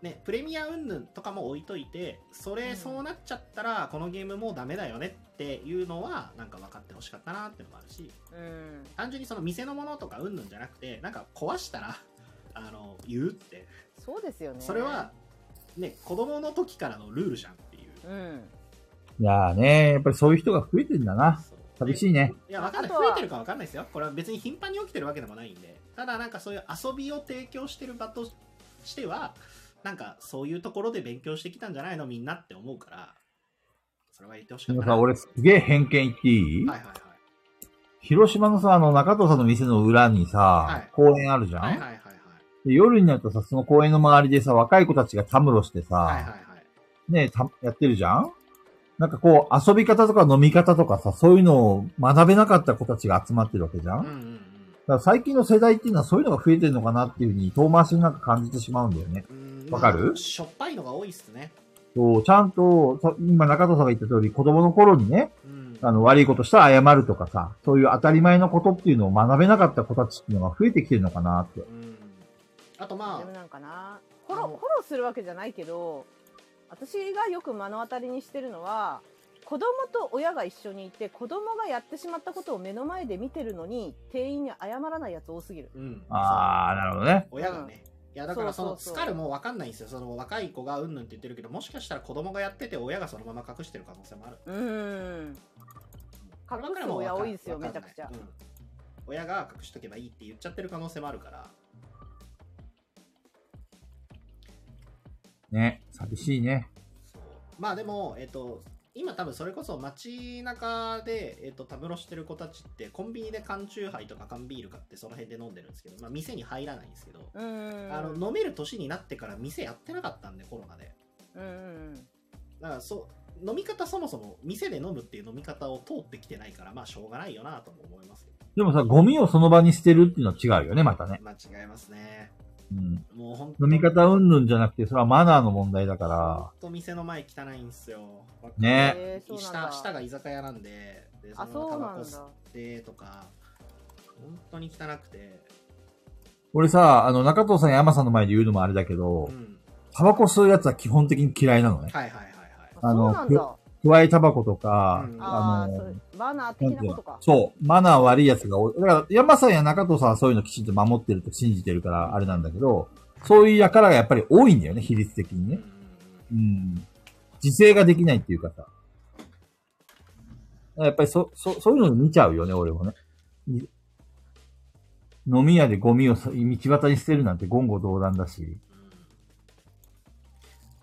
ね、プレミア云々とかも置いといて、それ、うんそうなっちゃったら、このゲームもうダメだよねっていうのは、なんか分かってほしかったなっていうのもあるし、うん。単純にその店のものとか云々じゃなくて、なんか壊したら、 あの、言うって、そうですよね。それは、ね、子供の時からのルールじゃんっていう。うん。いやーね、やっぱりそういう人が増えてんだな。そう寂しいね。いや、わかんない。あとは増えてるかわかんないですよ。これは別に頻繁に起きてるわけでもないんで。ただ、なんかそういう遊びを提供してる場としては、なんかそういうところで勉強してきたんじゃないのみんなって思うから、それは言ってほしかっ皆たさな。ん、俺すげえ偏見言っていい、はいはいはい。広島のさ、あの、中藤さんの店の裏にさ、はい公園あるじゃん、はいはいはいはい。で夜になるとさ、その公園の周りでさ、若い子たちがたむろしてさ、はいはいはい。ねた、やってるじゃんなんかこう、遊び方とか飲み方とかさ、そういうのを学べなかった子たちが集まってるわけじゃん、うんうだかんら最近の世代っていうのはそういうのが増えてるのかなっていうふうに遠回しになんか感じてしまうんだよね。うん。うーんわかるまあしょっぱいのが多いっすね。そう、ちゃんと、さ今中藤さんが言った通り、子供の頃にね、うん。あの、悪いことしたら謝るとかさ、そういう当たり前のことっていうのを学べなかった子たちっていうのが増えてきてるのかなって。うんあとでまもなんかなフあォロのーフォローするわけじゃないけど私がよく目の当たりにしてるのは子供と親が一緒にいて子供がやってしまったことを目の前で見てるのに店員に謝らないやつ多すぎるあ、うん。あー、なるほどね。そう親がね。いやだからそのそうそうそうスカルもわかんないんですよ。その若い子がうんぬんって言ってるけど、もしかしたら子供がやってて親がそのまま隠してる可能性もある。うーんこればっかり隠すも親わかん多いですよわかんないめちゃくちゃうん親が隠しとけばいいって言っちゃってる可能性もあるからね、寂しいね。そうまあでもえっ、と今多分それこそ街中でえっ、とたむろしてる子たちってコンビニで缶チューハイとか缶ビール買ってその辺で飲んでるんですけど、まあ、店に入らないんですけど、うーんあの飲める年になってから店やってなかったんでコロナでうんうんだからそう飲み方そもそも店で飲むっていう飲み方を通ってきてないからまあしょうがないよなとも思いますけどでもさ、ゴミをその場に捨てるっていうのは違うよね、またね。まあ違いますねうん。もう本当飲み方うんぬんじゃなくて、それはマナーの問題だほかんと店の前汚いんすよ。ねえーそうな下んだ下が居酒屋なんで、であそうなんだ吸ってとか、本当に汚くて。ら。俺さ、あの、中藤さんや山さんの前で言うのもあれだけどう、ん。タバコ吸うやつは基本的に嫌いなのね。はいはいはいああのそうなんだくわえタバコとかは、い。うんああーのそうバーナーな的んてないうことのかそう、マナー悪いやつが多い。だから、山さんや中藤さんはそういうのきちんと守ってると信じてるから、あれなんだけど、そういう輩がやっぱり多いんだよね、比率的にうんね。うん。自制ができないっていうかさ。やっぱりそ、そ、そういうの見ちゃうよね、俺もね。い飲み屋でゴミをさ道端に捨てるなんて言語道断だし。うん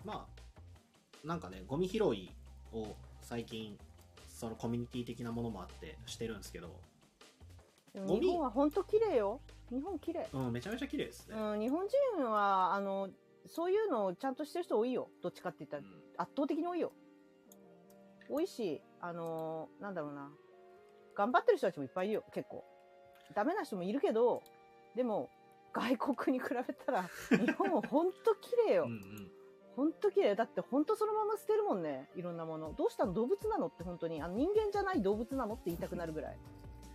まあ、なんかね、ゴミ拾いを最近、そのコミュニティ的なものもあってしてるんですけど、でもゴミ日本は本当綺麗よ日本綺麗うん、めちゃめちゃ綺麗ですね。うん日本人はあのそういうのをちゃんとしてる人多いよどっちかって言ったらうん圧倒的に多いよ多いしあのーなんだろうな頑張ってる人たちもいっぱいいるよ結構ダメな人もいるけどでも外国に比べ たら日本はほんと綺麗ようんうんほんと綺麗だってほんとそのまま捨てるもんねいろんなものどうしたの動物なのって本当にあの人間じゃない動物なのって言いたくなるぐらい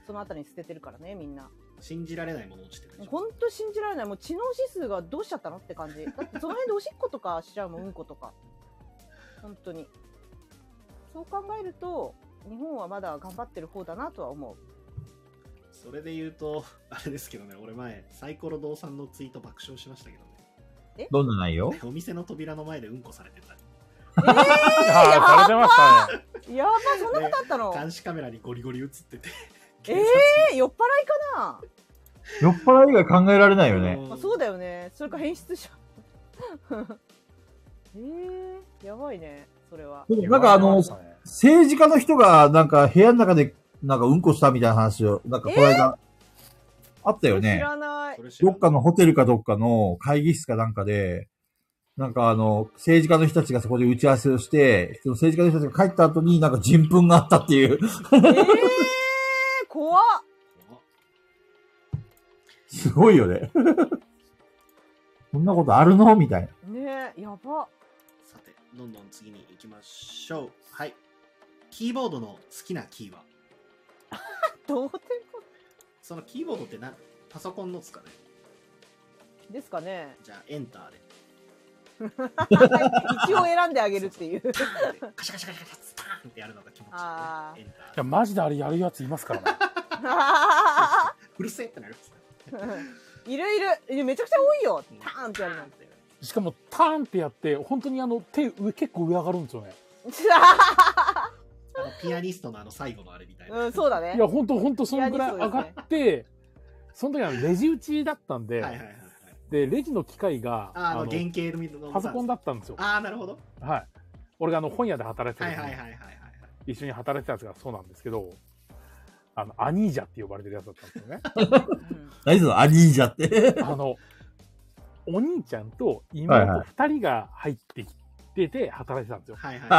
そのあたりに捨ててるからねみんな信じられないもの落ちてるでしょ本当信じられないもう知能指数がどうしちゃったのって 感じだってその辺でおしっことかしちゃうもんうんことか本当にそう考えると日本はまだ頑張ってる方だなとは思それで言うと、あれですけどね、俺前、サイコロ堂さんのツイート爆笑しましたけどね。どんな内容お店の扉の前でうんこされてた。ああ、されてましたね。うやばそんなことあったの、監視カメラにゴリゴリ映ってて。えー酔っ払いかな、酔っ払い以外考えられないよね。うんまあ、そうだよねそれか変質者 えー、やばいねそれはなんかあの、されてましたね政治家の人が、なんか部屋の中で、なんかうんこしたみたいな話を、なんかこの間、あったよ知ね。らないそれ知らどんっかのホテルかどっかの会議室かなんかで、なんかあの、政治家の人たちがそこで打ち合わせをして、その政治家の人たちが帰った後になんか人糞があったっていう、 えー、怖っすごいよね。こんなことあるのみたいな。ねえやばさて、どんどん次に行きましょう。はい。キーボードの好きなキーはどうてんこそのキーボードってな、パソコンのですかねですかね じゃあ、エンターで。一応選んであげるっていう。カシャカシャカシャカシャスターンってやるのが気持ちいいあーエンターや、マジであれやるやついますからね。うるせえってなります いるいるいや。めちゃくちゃ多いよ。ターンってやるの。 しかも、ターンってやって、本当にあの、手上、結構上上がるんですよね。あのピアニストのあの最後のあれみたいな、うん、そうだねい。や、本当本当そのぐらい上がって、その時はレジ打ちだったんで、はいはいはいはいで、レジの機械が、あーああのの原型のみのパソコンだったんですよ。ああなるほどはい。俺があの、本屋で働いてはたいは時いはいにはいはい一緒に働いてたやつがそうなんですけど、あの、アニージャって呼ばれてるやつだったんですよね。うん何そのアニージャ って。あの、お兄ちゃんと妹二人が入ってきてて働いてたんですよ。はいはいは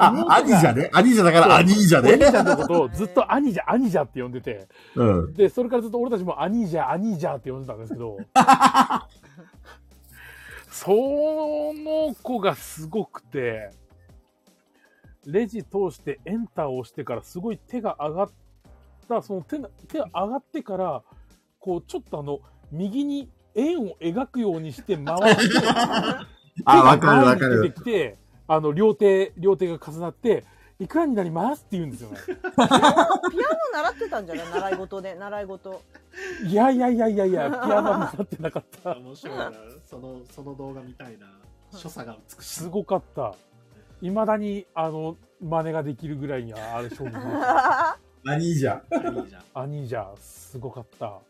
あ、アニージャね。アニージャだからアニージャお兄ちね。ゃんのことをずっとアニージャ、アニージャって呼んでて、うん。で、それからずっと俺たちもアニージャ、アニージャって呼んでたんです けど、その子がすごくて、レジ通してエンターを押してからすごい手が上がった、その手の手が上がってから、こうちょっとあの、右に円を描くようにして回して、 あ、わかるわか手が前に出る。てきて、あの、両手、両手が重なって、いくらになりますって言うんですよね。ピアノ習ってたんじゃない習い事で、習い事。 いやいやいやいやいや、ピアノになってなかっい た。面白いなそのその動画みたいな所作が美しいすごかった。いまだに、あの、真似ができるぐらいには、あれ、勝負。アニージャ。あいいじゃんアニージャ、すごかった。よ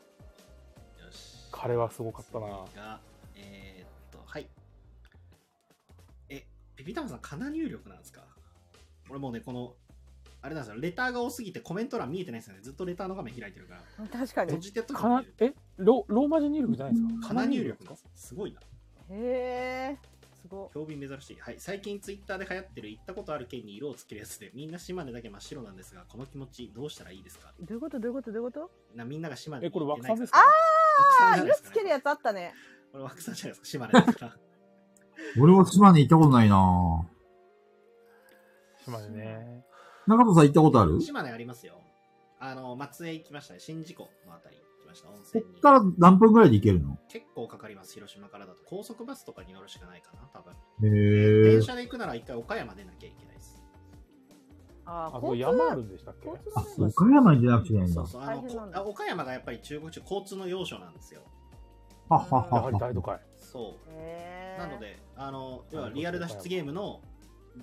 し 彼はすごかったな。次がえー、っとはいえピピタマンさんかな入力なんですか俺もうねこのあれなんですよレターが多すぎてコメント欄見えてないですよねずっとレターの画面開いてるから確か閉に。じてるとかな、え、ロ、ローマ字入力じゃないですか。かな入力でなんすですすごいなへえ。すご競便珍しい、はい、最近ツイッターで流行ってる行ったことある県に色をつけるやつでみんな島根だけ真っ白なんですがこの気持ちどうしたらいいですかい。どういうことどういうことどういうことなみんなが島根え、これ、枠さんですかかああ、色つけるやつあったね。これ枠さんじゃないですか島根だから俺も島根行ったことないなぁ。島根ね。中田さん行ったことある島根ありますよあの松江行きましたね宍道湖のあたり行きました温こ泉っにから何分ぐらいで行けるの結構かかります広島からだと高速バスとかに乗るしかないかな多分へ電ー車で行くなら一回岡山出なきゃいけないですああ、あと、交通山あるんでしたっけ交通あの、面岡山じゃなくていいんだ。そうはそうあの大変なんこだあ岡山がやっぱり中国地方交通の要所なんですよはやははり大都会。そうへえ。なので、あの、要はリアル脱出ゲームの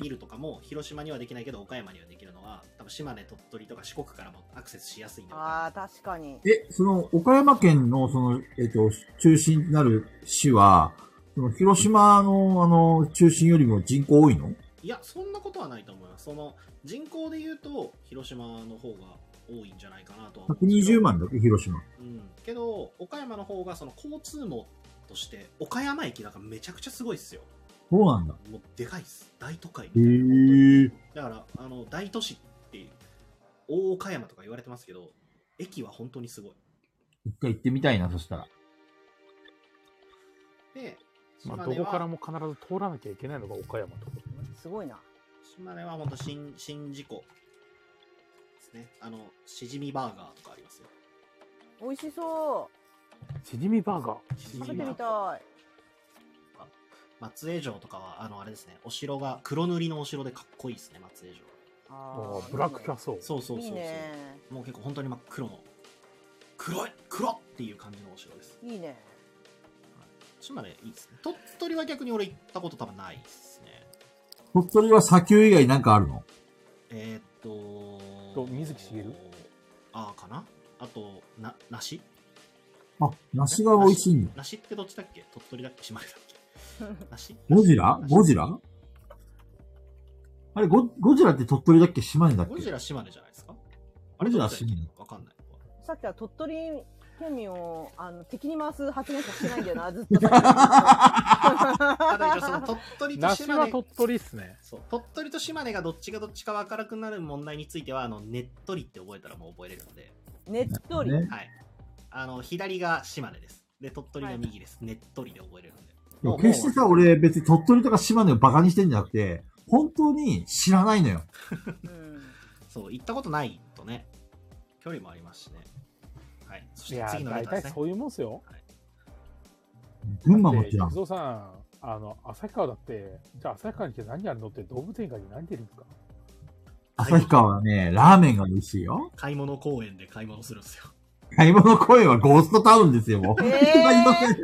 ビルとかも、広島にはできないけど、岡山にはできるのは、多分島根、鳥取とか四国からもアクセスしやすいんだろうなああ、確かに。え、その、岡山県の、その、えっ、と、中心になる市は、その、広島の、あの、中心よりも人口多いのいや、そんなことはないと思います。その、人口で言うと、広島の方が多いんじゃないかなとは思うんですけど ?120 万だっけ、広島。うん。けど、岡山の方が、その、交通網として、岡山駅なんかめちゃくちゃすごいっすよ。そうなんだ。もう、でかいっす。大都会へみたいな。本当にー。だから、あの、大都市って、大岡山とか言われてますけど、駅は本当にすごい。一回行ってみたいな、そしたら。で、島まあ、根どこは、からも必ず通らなきゃいけないのが岡山ってことね。すごいな。島根は本当新、新事故ですね。あの、しじみバーガーとかありますよ。美味しそチヂミバーガー。しう。じバ食べてみーガー。たい。松江城とかは、あの、あれですね、お城が、黒塗りのお城でかっこいいですね、松江城。ああーーブラックキャッソー。そうそうそうそう。いいね。もう結構本当に真っ黒の、黒い黒っていう感じのお城です。いいね。島根いいですね。鳥取は逆に俺行ったこと多分ないですね。鳥取は砂丘以外なんかあるのえーっと、と水木しげるああ、かなあと、な、梨あ、梨が美味しいんだ。梨ってどっちだっけ鳥取だっけ島根だっけ 梨ゴジラ梨ゴジラあれゴ、ゴジラって鳥取だっけ島根だっけゴジラ島根じゃないですかゴジラどっちだっけ島わかんない。さっきは鳥取県民をあの敵に回す発言しかしてないんだ よな、ずっとさただ一応そのっき。鳥取と梨島は根鳥取っすね。そう鳥取と島根がどっちがどっちかわからなくなる問題についてはあのねっとりって覚えたらもう覚えれるので、ねっとり。ねはい、あの左が島根ですで鳥取が右です、ねっとりで覚えれるのいでやもう決してさ、俺別に鳥取とか島根をバカにしてんじゃなくて、本当に知らないのよ。うん そう行ったことないとね距離もありますしねはいそしいてや次ー、のネ大タで体すねそういうもんっすよ。群馬も知らでん。ゾウさん、あの、旭川だって、じゃあ旭川に来て何やるのって動物園以外に何出るんですか旭川はね、ラーメンが美味しいよ。買い物公園で買い物するんですよ。買い物公園はゴーストタウンですよ、もう。え ー人がいません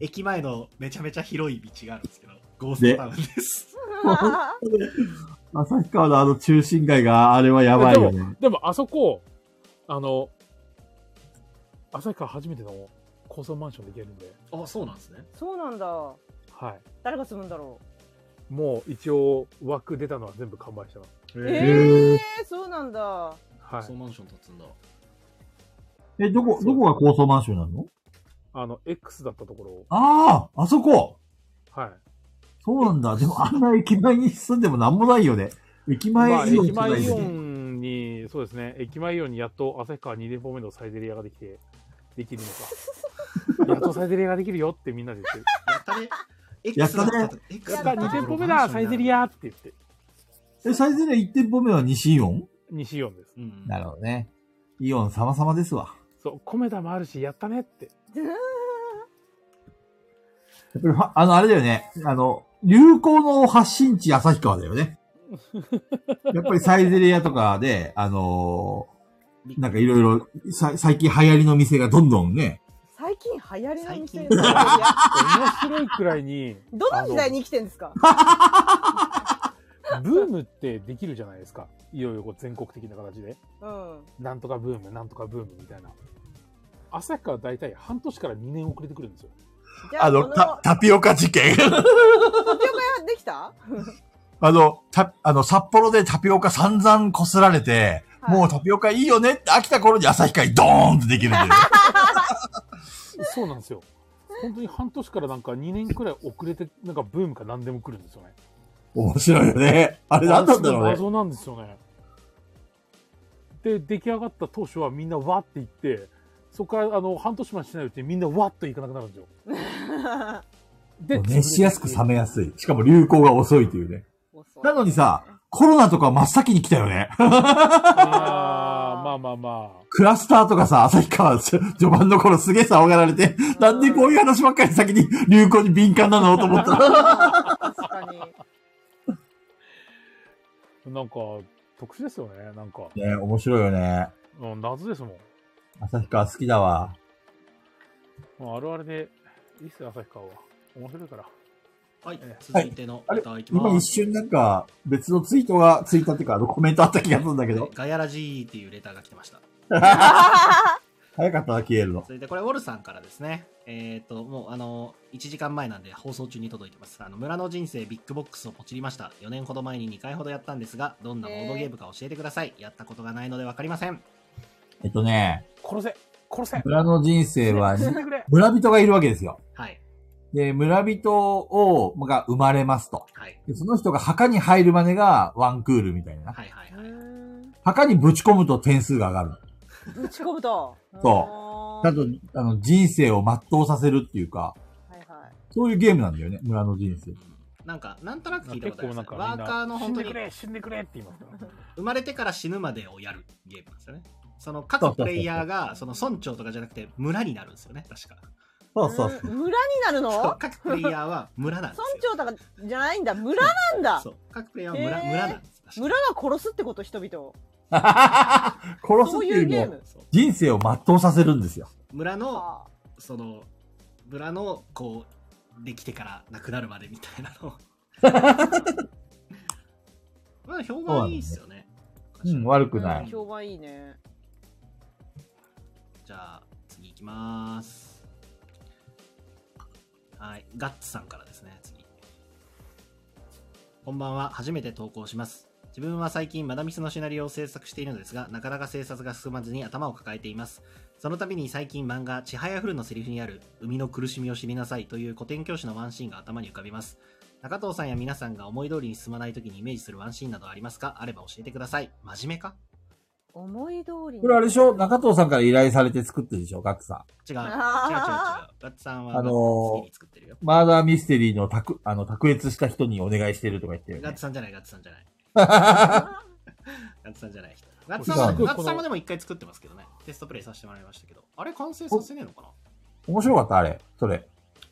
駅前のめちゃめちゃ広い道があるんですけど、ゴーストタウンです。旭川のあの中心街が、あれはやばいよね。でもあそこ、あの、旭川初めての高層マンションで行けるんで、あ、そうなんですね。そうなんだ。はい。誰が住むんだろもう一応枠出たのは全部完売してます。う。ええへえ、そうなんだ。 はそうい。マンション建つんだ。え、どこ、どこが高層マンションなのあの、X だったとこああ、あそころ、はい。そうなんだ。でもあんな駅前に住んでもなんもないよね。駅前まあ、イオン駅しかない前イよオねンに、そうですね、駅前イオンにやっと旭川2店舗目のサイゼリアができて、できるの か。やっとサイゼリアができるよってみんなで言ってる。やったね。やっ X だたねったや X だっぱった2店舗目だ、サイゼリ。アって言って、え、サイゼリア1店舗目は西イオン西イオンです。うん。なるほどね。イオン様々ですわ。そう、コメダもあるし、やったねって。やっぱりは、あの、あれだよね。あの、流行の発信地、旭川だ よね。やっぱりサイゼリアとかで、あのーなんかいろいろ、さ最近流行りの店がどんどんね、最近流行りの店最近のサイゼリア面白いくらいに、どの時代に生きてんですかあのブームってできるじゃないですか。いろいろこう全国的な形で。うん。なんとかブーム、なんとかブームみたいな。旭川大体半年から2年遅れてくるんですよ。じゃあ、ああの、の、このタタピオカ事 件。タピオカ屋できたあの、た、あの、札幌でタピオカ散々こすられて、はいもうタピオカいいよねって飽きた頃に朝日会ドーンってできるんだよね。そうなんですよ。本当に半年からなんか2年くらい遅れて、なんかブームか何でも来るんですよね。面白いよね。あれ何なんだろうね。謎なんですよね。で、出来上がった当初はみんなわって言って、そこからあの半年前しないうちにみんなわっと行かなくなるんです よ。で、熱しやすく冷めやすい。しかも流行が遅いというね。なのにさ、コロナとか真っ先に来たよね。 あーまあまあまクラスターとかさ、旭川、序盤の頃すげえ騒がられて、なんでこういう話ばっかり先に流行に敏感なのと思 った。確か に。あ、なんか特殊ですよね。なんか、ね面白いよね。うん、謎ですもん。旭川好きだわ。まあ、あるあるで、いいっすよ、旭川は。面白いから。はいえ、続いてのあれレターいき今ま一す。瞬なんか、別のツイートが、ツイートっていうか、あのコメントあった気がするんだけど、ガヤラジーっていうレターが来てました。早かったな、消えるの。続いてこれ、ウォルさんからですね。えっ、と、もうあの、1時間前なんで放送中に届いてます。あの、村の人生ビッグボックスをポチりました。4年ほど前に2回ほどやったんですが、どんなボードゲームか教えてください。やったことがないのでわかりません。えっとね、殺せ殺せ村の人生は、 死んでくれ村人がいるわけですよ。はい。で、村人を、が生まれますと。はい。でその人が墓に入るまでがワンクールみたいな。はいはいはい。墓にぶち込むと点数が上がる。ぶち込むと。そうんあと、あの、人生を全うさせるっていうか、はいはい。そういうゲームなんだよね、村の人生。なんか、なんとな く聞いた結ことありま構なんすかね。みワんーカーなの死本ん当でにくれ死んでくれって言いますから生まれてから死ぬまでをやるゲームなんですよね。その各プレイヤーが、その村長とかじゃなくて村になるんですよね、確か。そうそうそう。む村になるのそう村各プレイヤーは村なんですよ。長とかじゃないんだ。村なんだ。そう。各プレイヤーは村、へー村なんです。確か村が殺すってこと、人々を。 殺すっそうていういうゲよーりも、ム。そう人生を全うさせるんですよ。村の、あその、村の、こう、できてから亡くなるまでみたいな の。まあ、評判いいっすよね。うん、悪くーなうんい。評判いいね。じゃあ、次行きます。はい、ガッツさんからですね、次。こんばんは、初めて投稿します。自分は最近マダミスのシナリオを制作しているのですが、なかなか制作が進まずに頭を抱えています。その度に最近漫画、ちはやふるのセリフにある、生みの苦しみを知りなさいという古典教師のワンシーンが頭に浮かびます。中藤さんや皆さんが思い通りに進まない時にイメージするワンシーンなどありますかあれば教えてください。真面目か思い通りに。これあれでしょ中藤さんから依頼されて作ってるでしょガクさん。違う。違う違う違う。あガッツさんは、あのー好きに作ってるよ。マーダーミステリーの卓、あの、卓越した人にお願いしてるとか言ってるよガッねツ。さんじゃない、ガッツさんじゃない。あガッツさんじゃない人。ガッツさんは、そうガッツさんもでも一回作ってますけどね。テストプレイさせてもらいましたけど。あれ完成させねえのかな面白かったあれ。それ。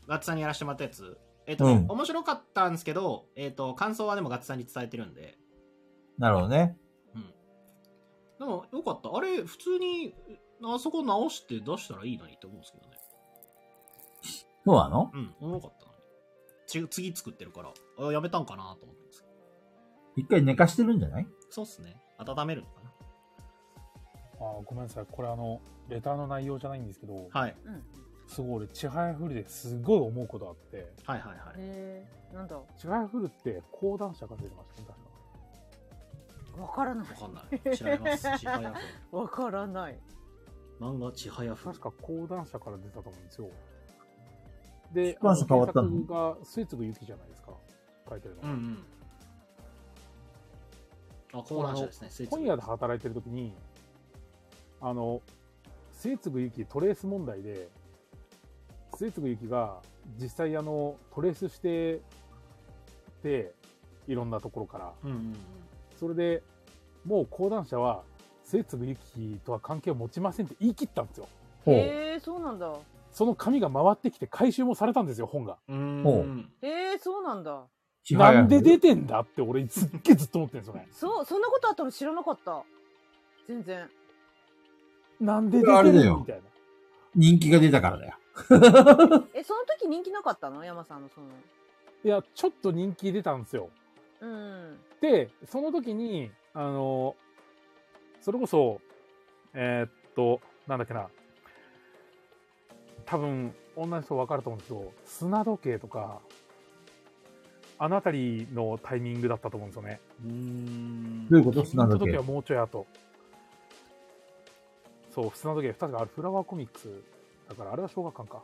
ガッツさんにやらせてもらったやつ。えっ、とね、うん面白かったんですけど、えっ、と、感想はでもガッツさんに伝えてるんで、なるほどね。でもよかった。あれ、普通に、あそこ直して出したらいいのにって思うんですけどね。そうなのうん、おもろかったのに。ち次作ってるから、あやめたんかなと思ってますけど。一回寝かしてるんじゃないそうっすね。温めるのかあごめんなさい。これあの、レターの内容じゃないんですけど、な。はい。うん。すごい俺、ちはやふるですごい思うことあって、はいはいはい。えー、なんだちはやふるって講談社が出てましたね、確か。わからないわ。かんない。知られます。ちはやふわからない。る。漫画ちはやふる確。か講談社から出たと思うんですよ。で、講談社変わったのあ原作が末次ゆきじゃないですか。書いてるの。うんうん。あ、講談社ですね。スイーツ本屋で働いてる時に、あの、末次ゆきトレース問題で、末次ゆきが実際あの、トレースしてて、いろんなところから。うんうんうん。それで、もう講談社は、末次ゆきとは関係を持ちませんって言い切ったんですよ。ほう。えー、そうなんだ。その紙が回ってきて回収もされたんですよ、本が。うーんほえー、そうなんだ。。なんで出てんだって俺すっげえずっと思ってるんですよねそう、そんなことあったの知らなかった。全然。 なんで出あてれるだのよみたいな。人気が出たからだよ。え、その時人気なかったの山さんのその。いや、ちょっと人気出たんですよ。うん。で、その時に、あの、それこそ、えーっと、なんだっけな、多分、女の人分かると思うんですけど、砂時計とか、あの辺りのタイミングだったと思うんですよね。うーんどういうこと砂砂時時計計は。もうちょい後。そう、砂時計、確かあれフラワーコミックスだから、あれは小学館か。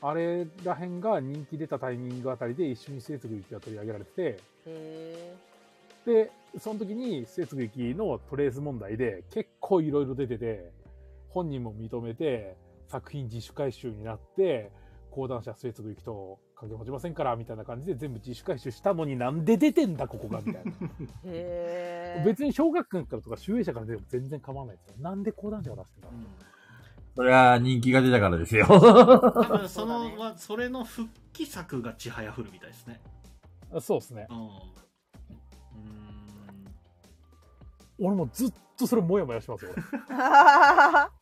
あれらへんが人気出たタイミングあたりで一緒に末次ゆきが取り上げられてへて、で、その時に末次ゆきのトレース問題で結構いろいろ出てて、本人も認めて、作品自主回収になって、講談社末次ゆきと関係持ちませんから、みたいな感じで全部自主回収したのになんで出てんだ、ここが、みたいな。え。へえ。 別に小学館からとか集英社から出ても全然構わないですよ。なんで講談社を出してたうのんそれは人気が出たからですよ。 多分そのそうだはそれの復帰作がちはやふるみたいですね。あそうですねう。ん。うーん俺もずっとそれもやもやしますよ。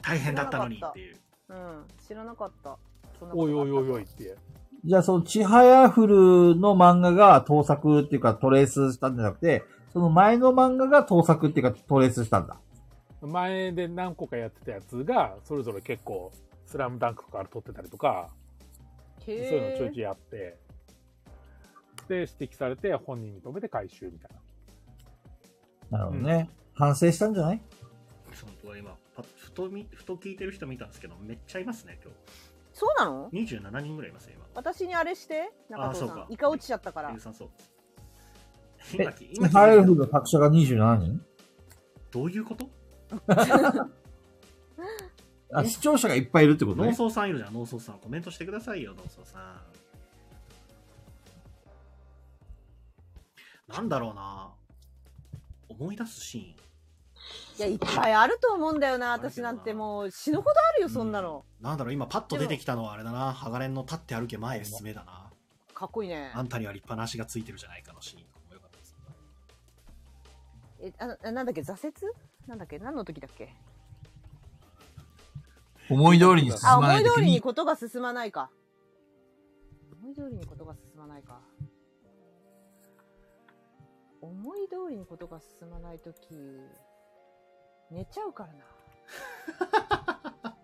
大変だったのにっていう。うん。知らなかった。そんなこ おいとがあおいおいったおいって。じゃあ、その、ちはやふるの漫画が盗作っていうかトレースしたんじゃなくて、その前の漫画が盗作っていうかトレースしたんだ。前で何個かやってたやつが、それぞれ結構、スラムダンクから撮ってたりとか、へそういえ。うのちょいちょいやって、で、指摘されて本人認めて回収みたいな。なるほどね。反省したんじゃないそう僕は今パッふとみふと聞いてる人見たんですけどめっちゃいますねそうなの今日27人ぐらいいますね今私にあれして、中藤あさそうんか。イカ落ちちゃったから有。酸素え今きち今はや聞いふてるの作者が27人どういうことあ、視聴者がいっぱいいるってこと農ね。村さんいるじゃん農村さんコメントしてくださいよ農村さんなんだろうな思い出すシいや、いっぱいあると思うんだよな、あるけどな私なんてもう死ぬほどあるよ、そんなの。ーンなんだろう今パッと出てきたのはあれだなハガレンの立って歩け前へ進めだなかっこいいねあ。んたには立派な足がついてるじゃないかのシーンとかもよかったですえ、あの、なんだっけ、挫折なんだっけ、何の時だっけ。思い通りに進あ、ま思ないい通時りにに、ことが進まないか。思い通りにことが進まないか。思い通りにことが進まないとき、寝ちゃ うからな。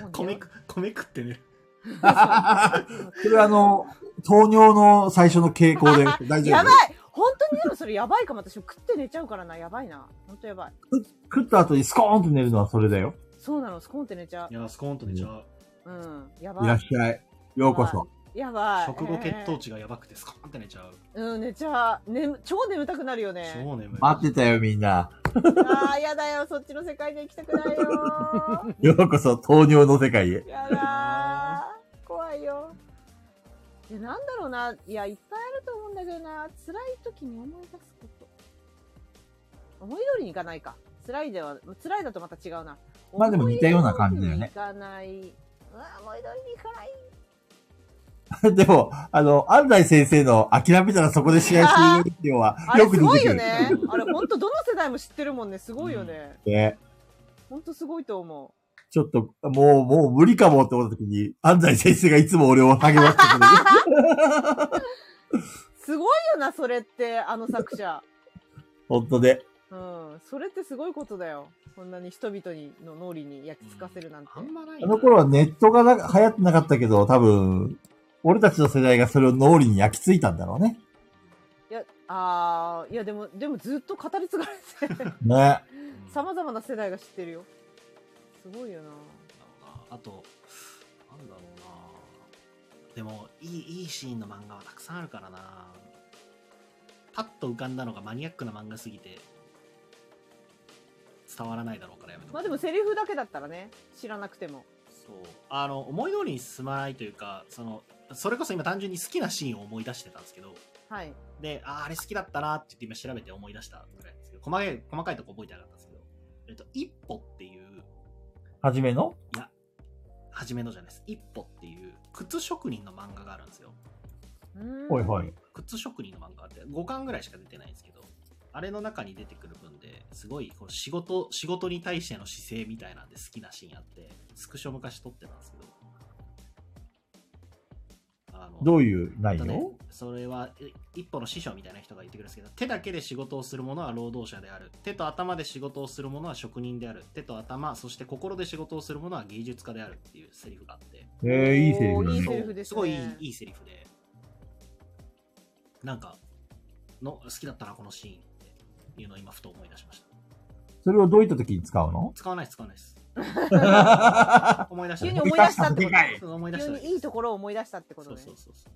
もう寝米食米食ってねそれはあの、糖尿の最初の傾向で大丈やば夫。い本当にでもそれやばいかも、私食って寝ちゃうからな、やばいな。本当やばい。食った後にスコーンと寝るのはそれだよ。そうなの、スコーンって寝ちゃいやスコーンとねじゃあう。うん、やいらばっい。しゃい。ようこそ。やばい。食後血糖え値がやばくてスコーンって寝ちゃうーうん、寝ちゃう。ね、超眠たくなるよね。超眠い待ってたよ、みんな。ああ、やだよ、そっちの世界で行きたくないよー。ようこそ糖尿の世界へ。 やだー、怖いよ。いや、なんだろうな、いや、いっぱいあると思うんだけどな、辛い時に思い出すこと。思い通りにいかないか。辛いでは、辛いだとまた違うな。まあでも似たような感じだよね思い通りにいかない。うわ、思い通りにいかない。でも、あの、安西先生の諦めたらそこで試合終了っていうのはあ、れよくす出ごていくよる。ね。あれ本当どの世代も知ってるもんね。すごいよね。ね本当すごいと思ちょっと、もう、もう無理かもって思った時に、安西先生がいつも俺を励ましてくれる。 う。すごいよな、それって、あの作者。本当で。うん。それってすごいことだよ。こんなに人々にの脳裏に焼き付かせるなんて。あんまないな。あの頃はネットがな流行ってなかったけど、多分、俺たちの世代がそれを脳裏に焼き付いたんだろうね。いや、あーいやでも、でもずっと語り継がれて、 ね。さまざまな世代が知ってるよ。すごいよな。あと、なんだろうな。でも、いい、いいシーンの漫画はたくさんあるからな。パッと浮かんだのがマニアックな漫画すぎて、伝わらないだろうからやめとこうまあでもセリフだけだったらね、知らなくても。そう。あの、思い通りに進まないというか、その、それこそ今単純に好きなシーンを思い出してたんですけど、はい。で、あー、あれ好きだったなって言って今調べて思い出したぐらいなんですけど、細かい、細かいとこ覚えてなかったんですけど、えっと、一歩っていう、はじめの初めのじゃないです。一歩っていう、靴職人の漫画があるんですよ。うーんはいはい。靴職人の漫画って5巻ぐらいしか出てないんですけどあれの中に出てくる分ですごいこう仕事仕事に対しての姿勢みたいなんで好きなシーンあってスクショ昔撮ってたんですけどあのどういうえ内っとね容それはえ一歩の師匠みたいな人が言ってくるんですけど手だけで仕事をする者は労働者である手と頭で仕事をする者は職人である手と頭そして心で仕事をする者は芸術家であるっていうセリフがあってえー、いいセリフだいいねセ。リフですねすごいいいいいセリフでなんかの好きだったなこのシーンっていうのを今ふと思い出しましたそれをどういった時に使う の使わないです使わないですは思い出した急に思い出したってこでかいと。そう思い出し急たにいいところを思い出したっそてこうとそねう。そうそう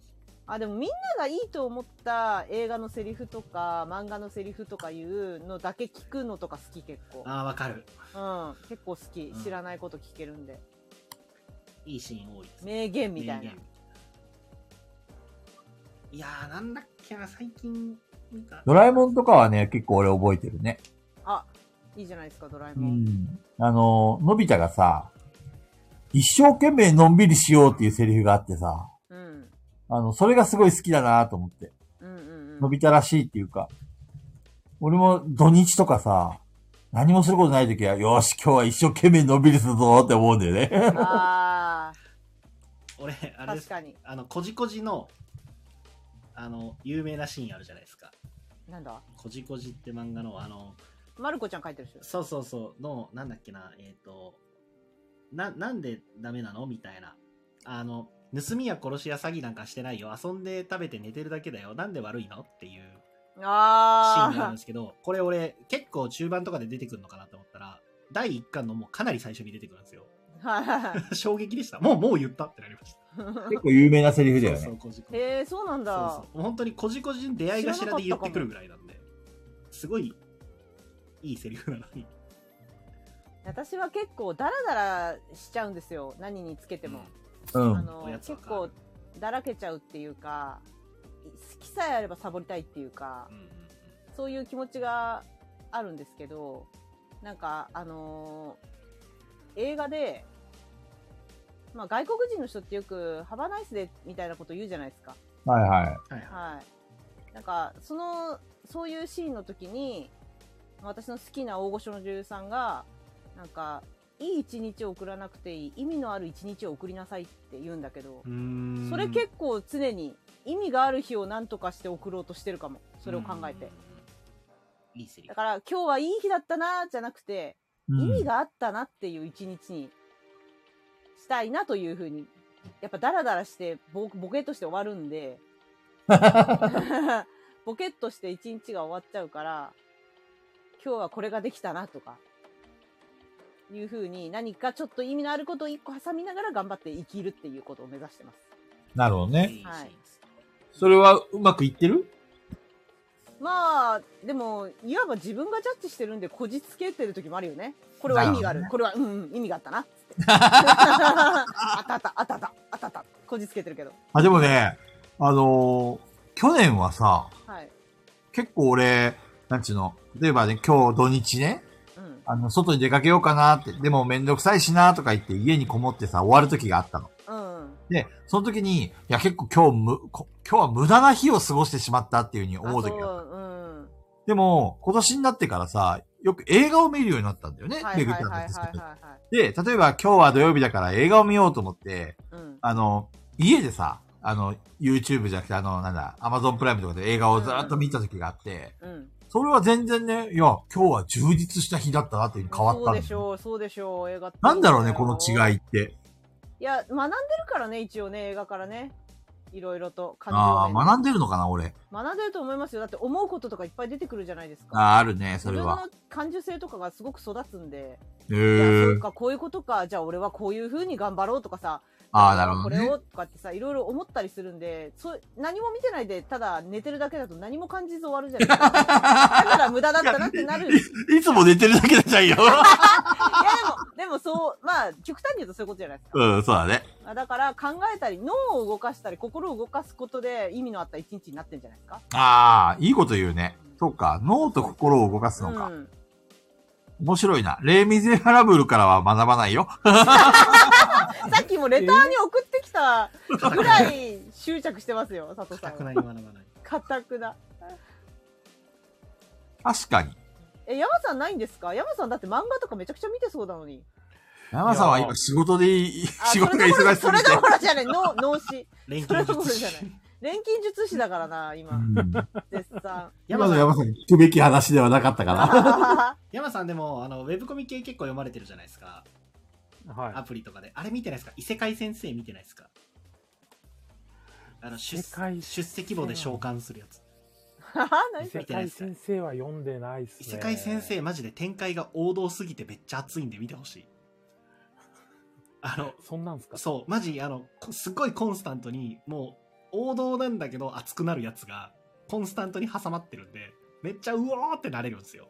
あでもみんながいいと思った映画のセリフとか漫画のセリフとかいうのだけ聞くのとか好き結構、ああわかるうん、結構好きうん知らないこと聞けるんで、いいシーン多いです名言みたい名な言いやーなんだっけな最近見たドラえもんとかはね、結構俺覚えてるね。あいいじゃないですかドラえうもん、ん。あの、のび太がさ、一生懸命のんびりしようっていうセリフがあってさ、うん、うんあの、それがすごい好きだなと思って。うんうんのび太らしいっていうか、俺も土日とかさ、何もすることない時は、よし、今日は一生懸命のんびりするぞって思うんだよ ね。あ俺あれでー確すかにあのこじこじのあの有名なシーンあるじゃないですかなんだこじこじって漫画のあのまる子ちゃん書いてるでしょそうそうそう、の、なんだっけな、えっ、と、な、なんでダメなのみたいな。あの、盗みや殺しや詐欺なんかしてないよ。遊んで食べて寝てるだけだよ。なんで悪いのっていうシーンがあるんあですけど、これ俺、結構中盤とかで出てくるのかなと思ったら、第1巻のもうかなり最初に出てくるんですよ。 あはい衝撃でした。もう、もう言ったってなりました。結構有名なセリフだよそうそね。う、こじこじ。へえそうなんだそうそう。本当にこじこじに出会い頭で言ってくるぐらいなんで、すごい、いいセリフなのに。私は結構ダラダラしちゃうんですよ何につけても、うあん。のおやつ結わかる構だらけちゃうっていうか好きさえあればサボりたいっていうかうんうんうん。そういう気持ちがあるんですけどなんかあのー映画で、まあ、外国人の人ってよく「ハバナイスで」みたいなこと言うじゃないですか。はいははいはい。はい、なんかそのそういうシーンの時に私の好きな大御所の女優さんがなんかいい一日を送らなくていい意味のある一日を送りなさいって言うんだけど、うーんそれ結構常に意味がある日を何とかして送ろうとしてるかもそれを考えて、いいセリだフから今日はいい日だったなじゃなくい。て、う意味ん。があったなっていう一日にしたいなというふうにやっぱダラダラしてボボケっとして終わる んでボケっとして一日が終わっちゃうから今日はこれができたなとかいうふうに何かちょっと意味のあることを一個挟みながら頑張って生きるっていうことを目指してます。なるほどいいね。シーンはいですそれはうまくいってるまあ、でも、いわば自分がジャッジしてるんで、こじつけてる時もあるよね。これは意味がある。なるこれは、うん、うん、意味があったな。 つってあったあった、あったあった、あったあった。こじつけてるけど。あ、でもね、あのー去年はさ、はい。結構俺、なんちゅうの、例えばね、今日土日ね、うん。あの、外に出かけようかなって、でもめんどくさいしなとか言って家にこもってさ、終わる時があったの。うん。で、その時に、いや、結構今日む、こ今日は無駄な日を過ごしてしまったっていうふうに思う時があった。そううん。でも、今年になってからさ、よく映画を見るようになったんだよね。はいはいめぐはちいゃんはいたち好きはいなはい。で、例えば今日は土曜日だから映画を見ようと思って、うん。あの、家でさ、あの、YouTube じゃなくて、あの、なんだ、Amazon プライムとかで映画をずーっと見た時があって、うん。それは全然ね、いや、今日は充実した日だったなっていうふうに変わったそんうだでよしょう、そうでしょう、映画ってなんだろうね、この違い。いって。いや、学んでるからね、一応ね、映画からね。いろいろと感情ああ、面で学んでるのかな、俺。学んでると思いますよ。だって思うこととかいっぱい出てくるじゃないですか。ああ、あるね、それは。自分の感受性とかがすごく育つんで、へいやそえう。かこういうことか、じゃあ俺はこういう風に頑張ろうとかさ、ああ、なるほどこれね。をとかってさ、いろいろ思ったりするんで、そう何も見てないで、ただ寝てるだけだと何も感じず終わるじゃないで すか。だから無駄だったなってなる。いやでい つも寝てるだけじゃんよ。も、でもそう、まあ、極端に言うとそういうことじゃないですか。うん、そうだね。まあだから考えたり、脳を動かしたり、心を動かすことで意味のあった一日になってるんじゃないですか。ああ、いいこと言うね。そうか、脳と心を動かすのか。ん。面白いな。レイ・ミゼラブルからは学ばないよ。さっきもレターに送ってきたぐらい執着してますよ、佐 藤さたくんなは。に学 ばない。かたくな。確かに。え、山さんないんですか山さんだって漫画とかめちゃくちゃ見てそうだのに。山さんは今仕事でいい、あ仕事が忙しすぎて。それどころじゃない、脳、 脳死。錬そ金れどころ術じゃない師。錬金術師だからな、う今。ん絶 賛。山今のさん山さんに聞くべき話ではなかったかな。山さんでもあのウェブコミ系結構読まれてるじゃないですかアはプリとかであれ見てないですか異世界先生見てないですかあの出世界出世希望で召喚するやつい。異何世界先生は読んでないっす異ね。世界先生マジで展開が王道すぎてめっちゃ熱いんで見てほしいあのそんなんすかそうマジあのこすごいコンスタントにもう王道なんだけど熱くなるやつがコンスタントに挟まってるんでめっちゃうおーってなれるんですよ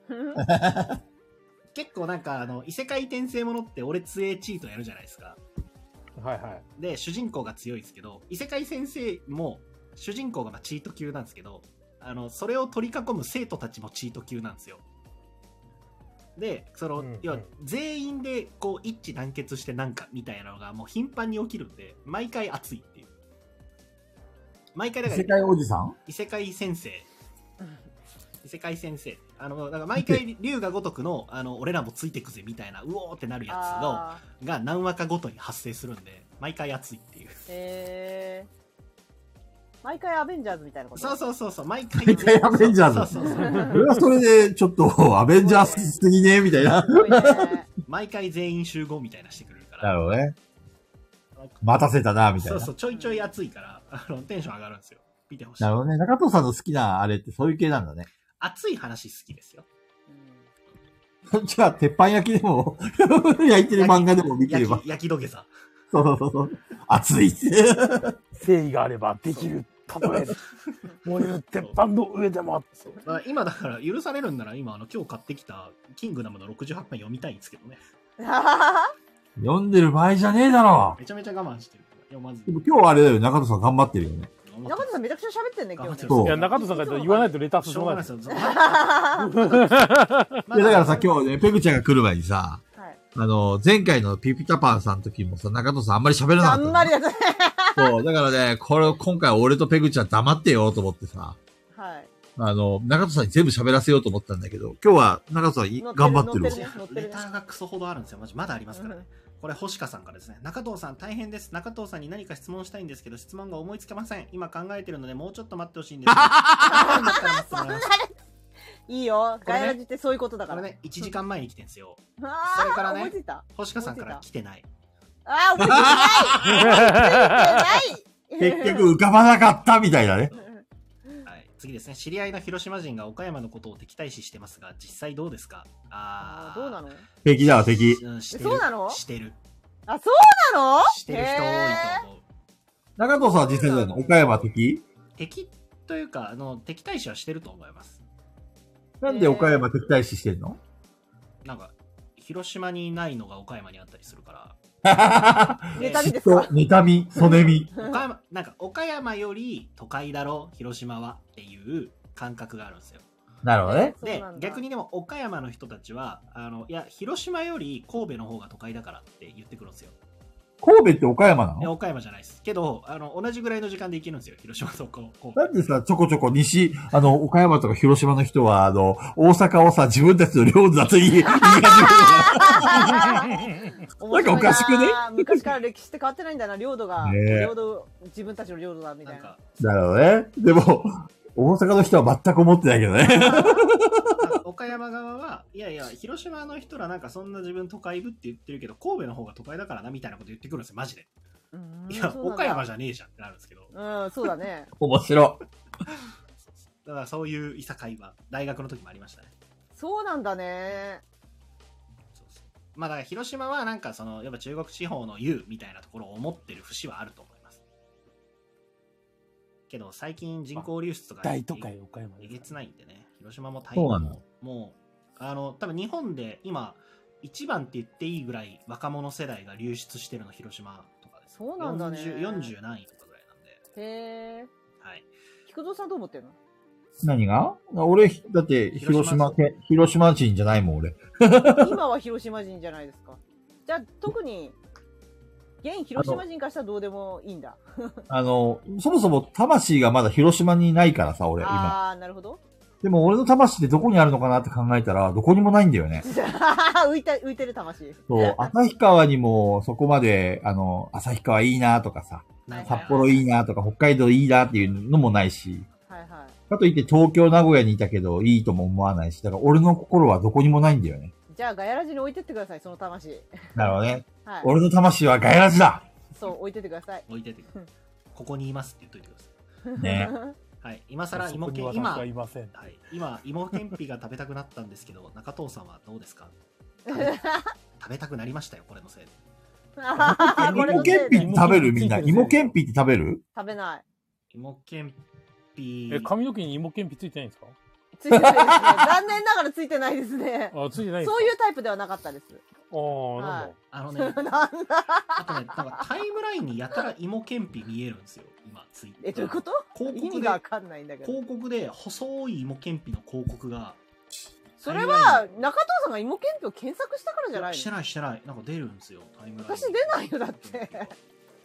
結構なんかあの異世界転生ものって俺杖チートやるじゃないですかはいはい。で主人公が強いんですけど異世界先生も主人公がまあチート級なんですけどあのそれを取り囲む生徒たちもチート級なんですよでその、うんうん要は全員でこう一致団結してなんかみたいなのがもう頻繁に起きるんで毎回熱いっていう毎回だから世界おじさん異世界先生異世界先生あのだから毎回龍が如くのあの俺らもついてくぜみたいなうおーってなるやつのあーが何話かごとに発生するんで毎回熱いっていうえー。毎回アベンジャーズみたいなことそうそうそうそう毎回毎回アベンジャーズそうそうそう俺はそれで、ちょっと、アベンジャーズすぎねみたいな。すごいね。毎回全員集合みたいなしてくれるからなるほどね。待たせたな、みたいそなう。そうちょいちょい熱いからあのテンション上がるんですよ見てほしいなるほどね。中藤さんの好きなあれってそういう系なんだね。熱い話好きですよ じゃあ、鉄板焼きでも、 焼いてる漫画でも見てれば焼。き焼き土下座そうそうそうそう。熱い。誠意があればできる。たとえ、燃える鉄板の上でも。そうだから今だから許されるんなら今あの今日買ってきた「キングダム」の68巻読みたいんですけどね 読んでる場合じゃねえだろ。めちゃめちゃ我慢してる読まずでにも今日はあれだよ、中藤さん頑張ってるよね。頑張って中田さんめちゃくちゃ喋ってんね、今日ね。そいうや、中戸さんが言わないとレターし進ょうまがなないいでですすよ。よいや、だからさ、今日ね、ペグちゃんが来る前にさ、 はいあの、前回のピピタパンさんの時もさ、中藤さんあんまり喋らなかあったの。んまりだね。そう、だからね、これ、今回は俺とペグちゃん黙ってよと思ってさ、はい。あの、中藤さんに全部喋らせようと思ったんだけど、今日は中藤さんい乗ってる頑張ってるわ乗ってるねレターがクソほどあるんですよマジまだありますからねこれ、星香さんからですね。中藤さん、大変です。中藤さんに何か質問したいんですけど、質問が思いつけません。今考えてるので、もうちょっと待ってほしいん です。そんないいよ。これガねヤラジってそういうことだだかからら。 ね、1時間前に来てんですよ。あーそれからね思いついた。星香さんから来てない。あー、思いつ いた。ない結局浮かばなかったみたいなね。はい、次ですね。知り合いの広島人が岡山のことを敵対視してますが、実際どうですかああーーどうなの敵だわ、敵。うん、してる。そうなのしてる。あ、そうなのしてる人多いと思う。中藤さんは実際どうなの岡山敵敵というか、あの、敵対視はしてると思います。なんで岡山敵対視してんの、なんか、広島にないのが岡山にあったりするから。ネタでにですか妬み、そねみ。岡山なんか岡山より都会だろ広島はっていう感覚があるんですよ なるほどね。で逆に。にでも岡山の人たちはあのいや広島より神戸の方が都会だからって言ってくるんですよ神戸って岡山なえの岡山じゃないです。けど、あの、同じぐらいの時間で行けるんですよ。広島とこう。こうだってさ、ちょこちょこ西、あの、岡山とか広島の人は、あの、大阪をさ、自分たちの領土だと言い、言い始める面白いなんかおかしくね昔から歴史って変わってないんだな、領土が。ねえ領土、自分たちの領土だみたないんな。か、なるほどね。でも、大阪の人は全く思ってないけどね。なんか岡山側は、いやいや、広島の人らなんかそんな自分都会部って言ってるけど、神戸の方が都会だからなみたいなこと言ってくるんですよ、マジで。うんいや、岡山じゃゃねえじゃんってなるんですけど、うん、そうだね。面白い。だからそういういさかいは、大学の時もありましたね。そうなんだね。そうそうまあだから広島はなんかその、やっぱ中国地方の優みたいなところを思ってる節はあると思います。けど、最近人口流出とか、大都会岡山でえげすつかないんでね、広島も大そうな変のもう、あの、多分日本で今、一番って言っていいぐらい若者世代が流出してるの広島とかです。そうなんだね 40, 40何位とかぐらいなんで。へえ。はい。菊蔵さんどう思って んの何が俺、だって、広島県、広島人じゃないもん、俺。今は広島人じゃないですか。じゃあ、特に、現広島人からしたらどうでもいいんだ。あの、そもそも魂がまだ広島にないからさ、俺、今。ああー、なるほど。 でも俺の魂ってどこにあるのかなって考えたら、どこにもないんだよね。浮いた、浮いてる魂。そう、旭川にもそこまで、あの、旭川いいなとかさ、なんか札幌いいなとか、北海道いいなっていうのもないし、はいはい。かといって東京、名古屋にいたけど、いいとも思わないし、だから俺の心はどこにもないんだよね。じゃあ、ガヤラジに置いてってください、その魂。 なるほどね。はい。俺の魂はガヤラジだそう、置いてってください。置いて て、ここにいますって言っといてくださね。い。はい。今更そこ芋けにん、私今は、いません。はい、今、芋けんぴが食べたくなったんですけ ど、中藤さんはどうですか食べたくなりましたよ、これのせいで。あーこれ芋のけせんいでぴ食べるみんな。これのせいで芋けんぴって食べる食べない。芋けんぴえ、、髪の毛に芋けんぴついてないんですかついてないですね。残念ながらついてないですね。あ、ついてないんですかそういうタイプではなかったです。ああ、なんだ。はあのね、 なんだあとね、なんかタイムラインにやたら芋けんぴ見えるんですよ、今、ツイッターえ、どういうこと広意告味でがわかんないんだけど。広告で細い芋けんぴの広告がそれは、中藤さんが芋けんぴを検索したからじゃないしてのないしてないなんか出るんですよタイムラインに私出ないよだって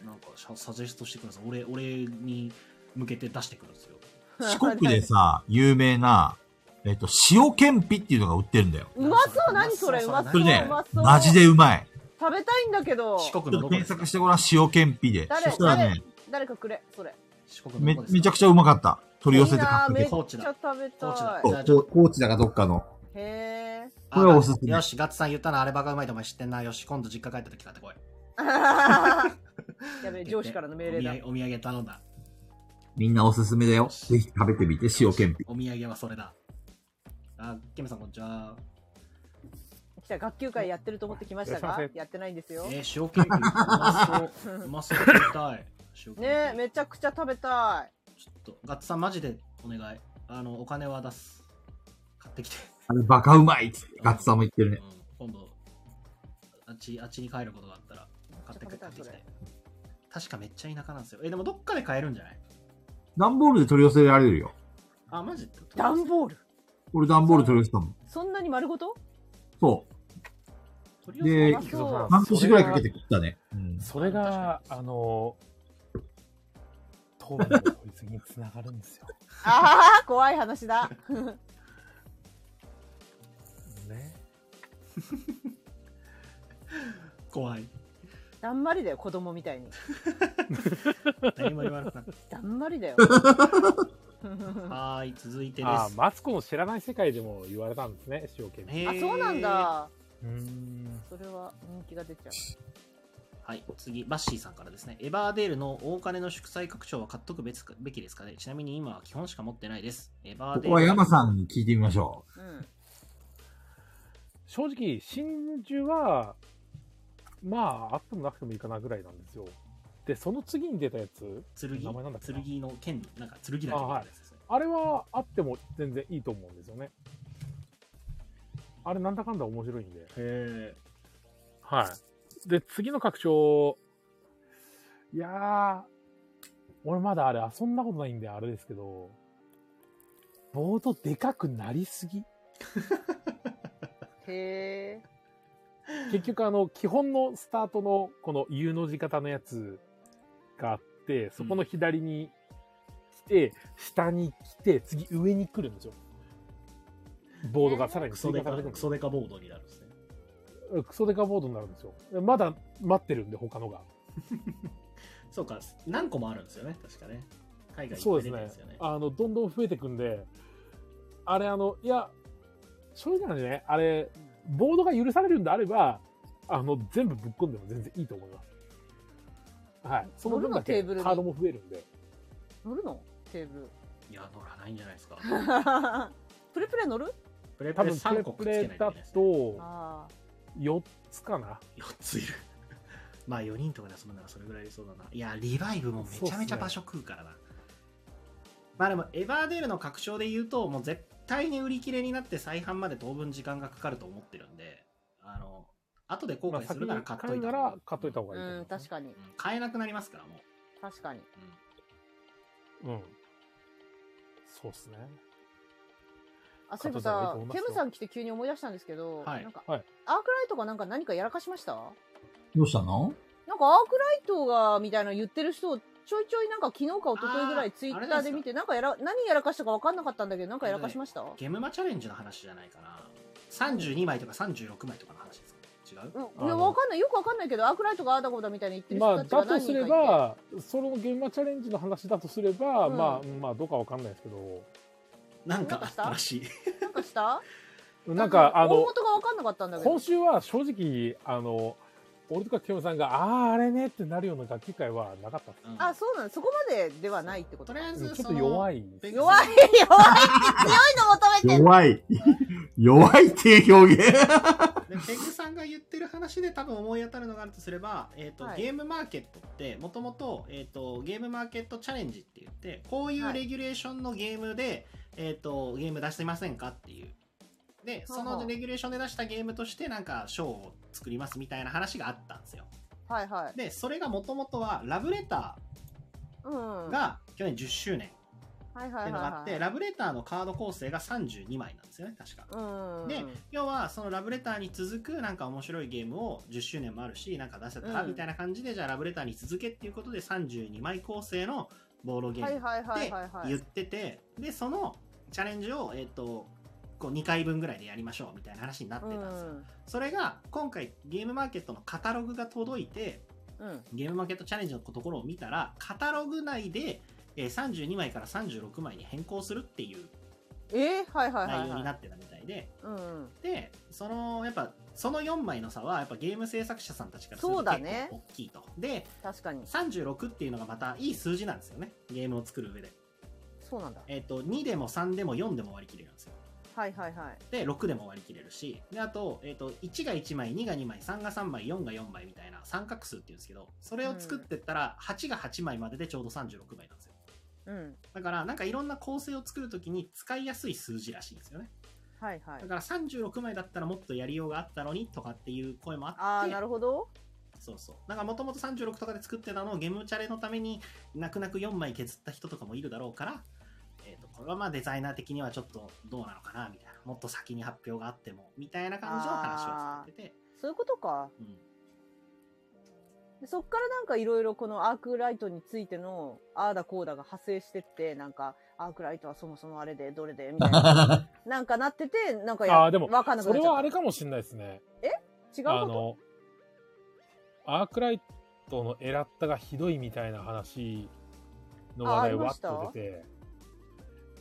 なんかシャサジェストしてくるんですよ俺俺に向けて出してくるんですよ四国でさ、有名な、えっと、塩けんぴっていうのが売ってるんだよ。うまそう、何それ、うまそう。それねうま、そうマジでうまい。食べたいんだけど。四国ちのょっどとこで検すか索してごらん、塩けんぴで。そ誰したらね、誰かくれ、それ。四国のめどこですかめちゃくちゃうまかった。取り寄せて買っていいてなめっちゃ食べ高知だたい高知。そうこう高知だかどっかの。へえ。あこれはおすすめよしガッツさん言ったのあれバカうまいとお前知ってんなよし今度実家帰った時買ってこいやべえ、上司からの命令だお。土産お土産頼んだみんなおすすめだよ。ぜひ食べてみて、塩けんぴ。お土産はそれだあケムさんこんにちは来た、学級会やってると思ってきましたいらっしゃがいま、やってないんですよ。 ねえー、塩けんぴうまそううまそう食べたい塩けんぴえ、めちゃくちゃ食べたちょっと、ガッツさんマジでお願い。あの、お金は出す。買ってきて。あれ、バカうまいっつって、ガッツさんも言ってるうんね。、今度、あっち、あっちに帰ることがあったら、買ってきて。めっち買ってゃ食べきたいて確かめっちゃ田舎なんですよ。え、でもどっかで買えるんじゃない段ボールで取り寄せられるよ。あ、マジい。段ボール。俺段ボール取り寄せたもん。そんなに丸ごとそとりあえずでまあそうう。半年ぐらいかけて食ったね。うんそれが、あの、東部の統一につながるんですよ。ああ、怖い話だ。ね。怖い。だんまりだよ、子供みたいに。何も言わなくなった。だんまりだよ。はーい、続いてであーす。マツコの知らない世界でも言われたんですね、塩けんぴ。へあ、ーそうなん。だ。うーん。それは人気が出ちゃう。はい、次、バッシーさんからですね。エバーデールの大金の祝祭拡張は買っとくべつべきですかねちなみに今は基本しか持ってないです。エバーデこール。こは山さんに聞いてみましょうん。正直、真珠は、まあ、あってもなくてもいいかなぐらいなんですよ。で、その次に出たやつ、剣名前なんだっけな剣の剣になんか剣だけみたいなやつですね。あれはあっても全然いいと思うんですよね。あれ、なんだかんだ面白いんで。へはい。で、次の拡張、いやー、俺まだあれ遊んだことないんであれですけど、ボードでかくなりすぎへえ。結局あの、基本のスタートのこの U の字型のやつがあって、そこの左に来て、下に来て、次上に来るんですよ。ボードがさらにクソデ追加さカ、れてクくソデカボードになるんですね。る。クソデカボードになるんですよ。まだ待ってるんで、他のが。そうか、何個もあるんですよね、確かね。海外そうにで出すてるんねですよね。あのどんどん増えていくんであれあのいや正直な話ねあれボードが許されるんであればあの全部ぶっ込んでも全然いいと思いますはいその分だけどれのテーカブールにドも増えるんで乗るのテーブル。いや、乗らないんじゃないですか。プレプレ乗るプレプ多レ分3個プくっつレけプなレいといけないだですね、とあ4つかな4ついる。 まあ4人とかで遊ぶならそれぐらいでそうだな。いや、リバイブもめちゃめちゃ場所食うからな。まあでも、エバーデールの拡張で言うと、もう絶対に売り切れになって再販まで当分時間がかかると思ってるんで、あの、後で後まあ悔す先るになら買っと買いうたな方がら買っといた方がいいとあ。思いうん、ます確かに。うん買えなくなりますから、もう。確かに。うんうんそうっすねあ、そうい加えば藤さんがいいとさ思い、ますケよムさん来て急に思い出したんですけど、はいなんか、はいアークライトがなんか何かやらかしましたどうしたのなんかアークライトが、みたいな言ってる人を、ちょいちょいなんか昨日か一昨日ぐらいツイッターで見て、なんかやら、何やらかしたか分かんなかったんだけど、なんかやらかしました、ゲームマチャレンジの話じゃないかな。32枚とか36枚とかの話ですか違ううん、いや、わかんない。よくわかんないけど、アークライトがあーだこーだみたいに言ってるま人あだたちが何とす人かいれて。ばその現場チャレンジの話だとすれば、うんまあまあどうかわかんないですけどなんかあったらしい。なんかしたなんかあ大の元が分かんなかったんだけど今。週は正直あの俺とかケムさんがあああれねってなるような楽器会はなかったっすうんあ、そうなの。そこまでではないってこととりあえうんず、ちょっと弱い。い別に弱い、弱い、強いの求めてる。弱い。 弱いっていう表現。でペグさんが言ってる話で多分思い当たるのがあるとすれば、えーとはいゲームマーケットってもともと,、えー、とゲームマーケットチャレンジって言ってこういうレギュレーションのゲームで、えー、とゲーム出してませんかっていうでそはあはのあレギュレーションで出したゲームとしてなんか賞を作りますみたいな話があったんですよはいはい。でそれがもともとはラブレタうん。ーはいが去年10周年はいっていはいうのがあっはてい。ラブレターのカード構成が32枚なんですよね確かうん。で要はそのラブレターに続くなんか面白いゲームを10周年もあるしなんか出せたらうんみたいな感じで、じゃあラブレターに続けっていうことで32枚構成のボードゲはーいムはいはいではいはい。言っててでそのチャレンジを、えっとこう2回分ぐらいでやりましょうみたいな話になってたんですよ、それが今回ゲームマーケットのカタログが届いてうん。うん。ゲームマーケットチャレンジのところを見たらカタログ内でえー32枚から36枚に変更するっていうえー、はいはいはい、はい。内容になってたみたいで、うんうん。でそのやっぱその4枚の差はやっぱゲーム制作者さんたちからするそとうだ結ね構大きいと、で確かに。 36っていうのがまたいい数字なんですよねゲームを作る上で、そうなんだ。えっと2でも3でも4でも割り切れるんですよはいはいはい。で6でも割り切れるしであと,、えっと1が1枚2が2枚3が3枚4が4枚みたいな三角数っていうんですけどそれを作ってったら8が8枚まででちょうど36枚なんですようん。だからなんかいろんな構成を作るときに使いやすい数字らしいんですよねはいはいだ。から36枚だったらもっとやりようがあったのにとかっていう声もあってああ、なるほど。そうそう。なんかもともと36とかで作ってたのをゲームチャレのために泣く泣く4枚削った人とかもいるだろうから、えっ、と、これはまあデザイナー的にはちょっとどうなのかな、みたいな。もっと先に発表があっても、みたいな感じの話をされてて。そういうことか。うん。でそっからなんかいろいろこのアークライトについてのああだこうだが派生してって、なんかアークライトはそもそもあれでどれでみた いな。なんかなってて、なんかやあーでもわかんなくそなれっちゃはっあれかもしれないですねた。違うあこのアークライトのエラッタがひどいみたいな話の話題あありわまっしたと出て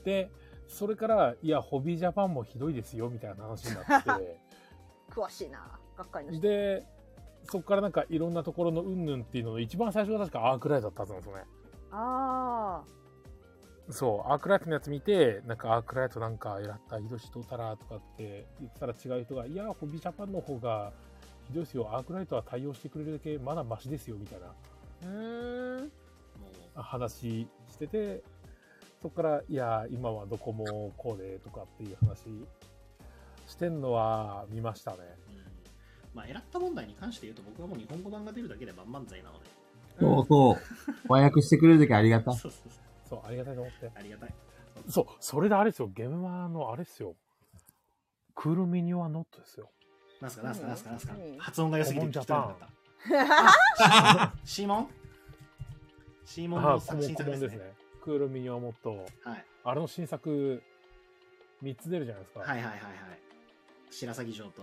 でそれからいやホビージャパンもひどいですよみたいな話になって と詳しいな。学会の人。でそこからなんかいろんなところのうんぬんっていうのの一番最初が確かアークライトだったはずなんですよねあそうアークライトのやつ見てなんかアークライトなんか選ったひどしどうたらとかって言ってたら違う人がいやホビージャパンの方がひどいですよアークライトは対応してくれるだけまだマシですよみたいあ。う ーん。もう、な話しててそこからいや今はどこもこうでとかっていう話してんのは見ましたねうんまあ、選った問題に関して言うと僕はもう日本語版が出るだけで万々歳なので。そうそう。和訳してくれるときありがたそうい。そうそう。そうありがたいと思ってありがたい。そうそれであれですよゲームマのあれですよクールミニオはノットですよなんすか、なんすか、なんすか、なんすか何。発音が良すぎて聞き取れなかった。シーモンシーモンあのあ、顧作問詞顧作で問すですね。ね。クールミニはもっと、はい。あれの新作、3つ出るじゃないですか。はいはいはいはい。白鷺城と、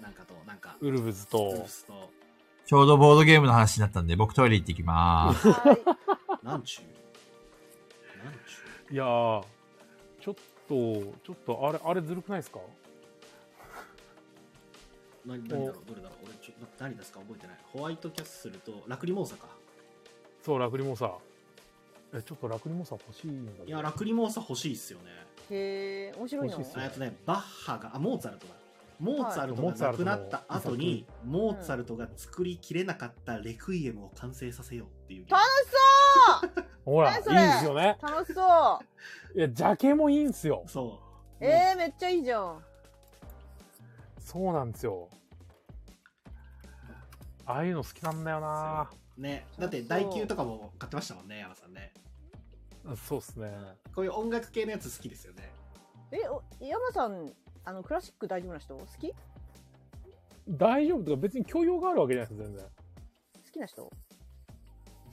なんかと、なんか、ウルブズウルとフ、スと、ちょうどボードゲームの話になったんで、僕トイレ行ってきまーす。なんちゅう。なんちいやー、ちょっと、ちょっと、あれ、あれずるくないですかゅう。な何だろう、どれだろう。俺ちょ、な何ですか覚えてない。ホワイトキャッスルと、ラクリモーサか。そう、ラクリモーサ。え、ちょっとラクリモーサ欲しいんだけどいや、ラクリモーサ欲しいっすよね。へえ、面白いの欲しいっすえっとね、バッハが、あ、モーツァルトだ。モーツァルトがはい亡くなった後に、ーモツァルトーツァルトのが作りきれなかったレクイエムを完成させようっていう。楽しほら、いいで何それすよね。そう楽しそういや、ジャケもいいんすよ。そう。えー、めっちゃいいじゃん。そうなんですよ。ああいうの好きなんだよなね、だって、第9とかも買ってましたもんね、山さんね。そうっすね。こういう音楽系のやつ好きですよね。え、お山さん、あの、クラシック大丈夫な人好き好大丈夫とか別に教養があるわけじゃないです全然。きな人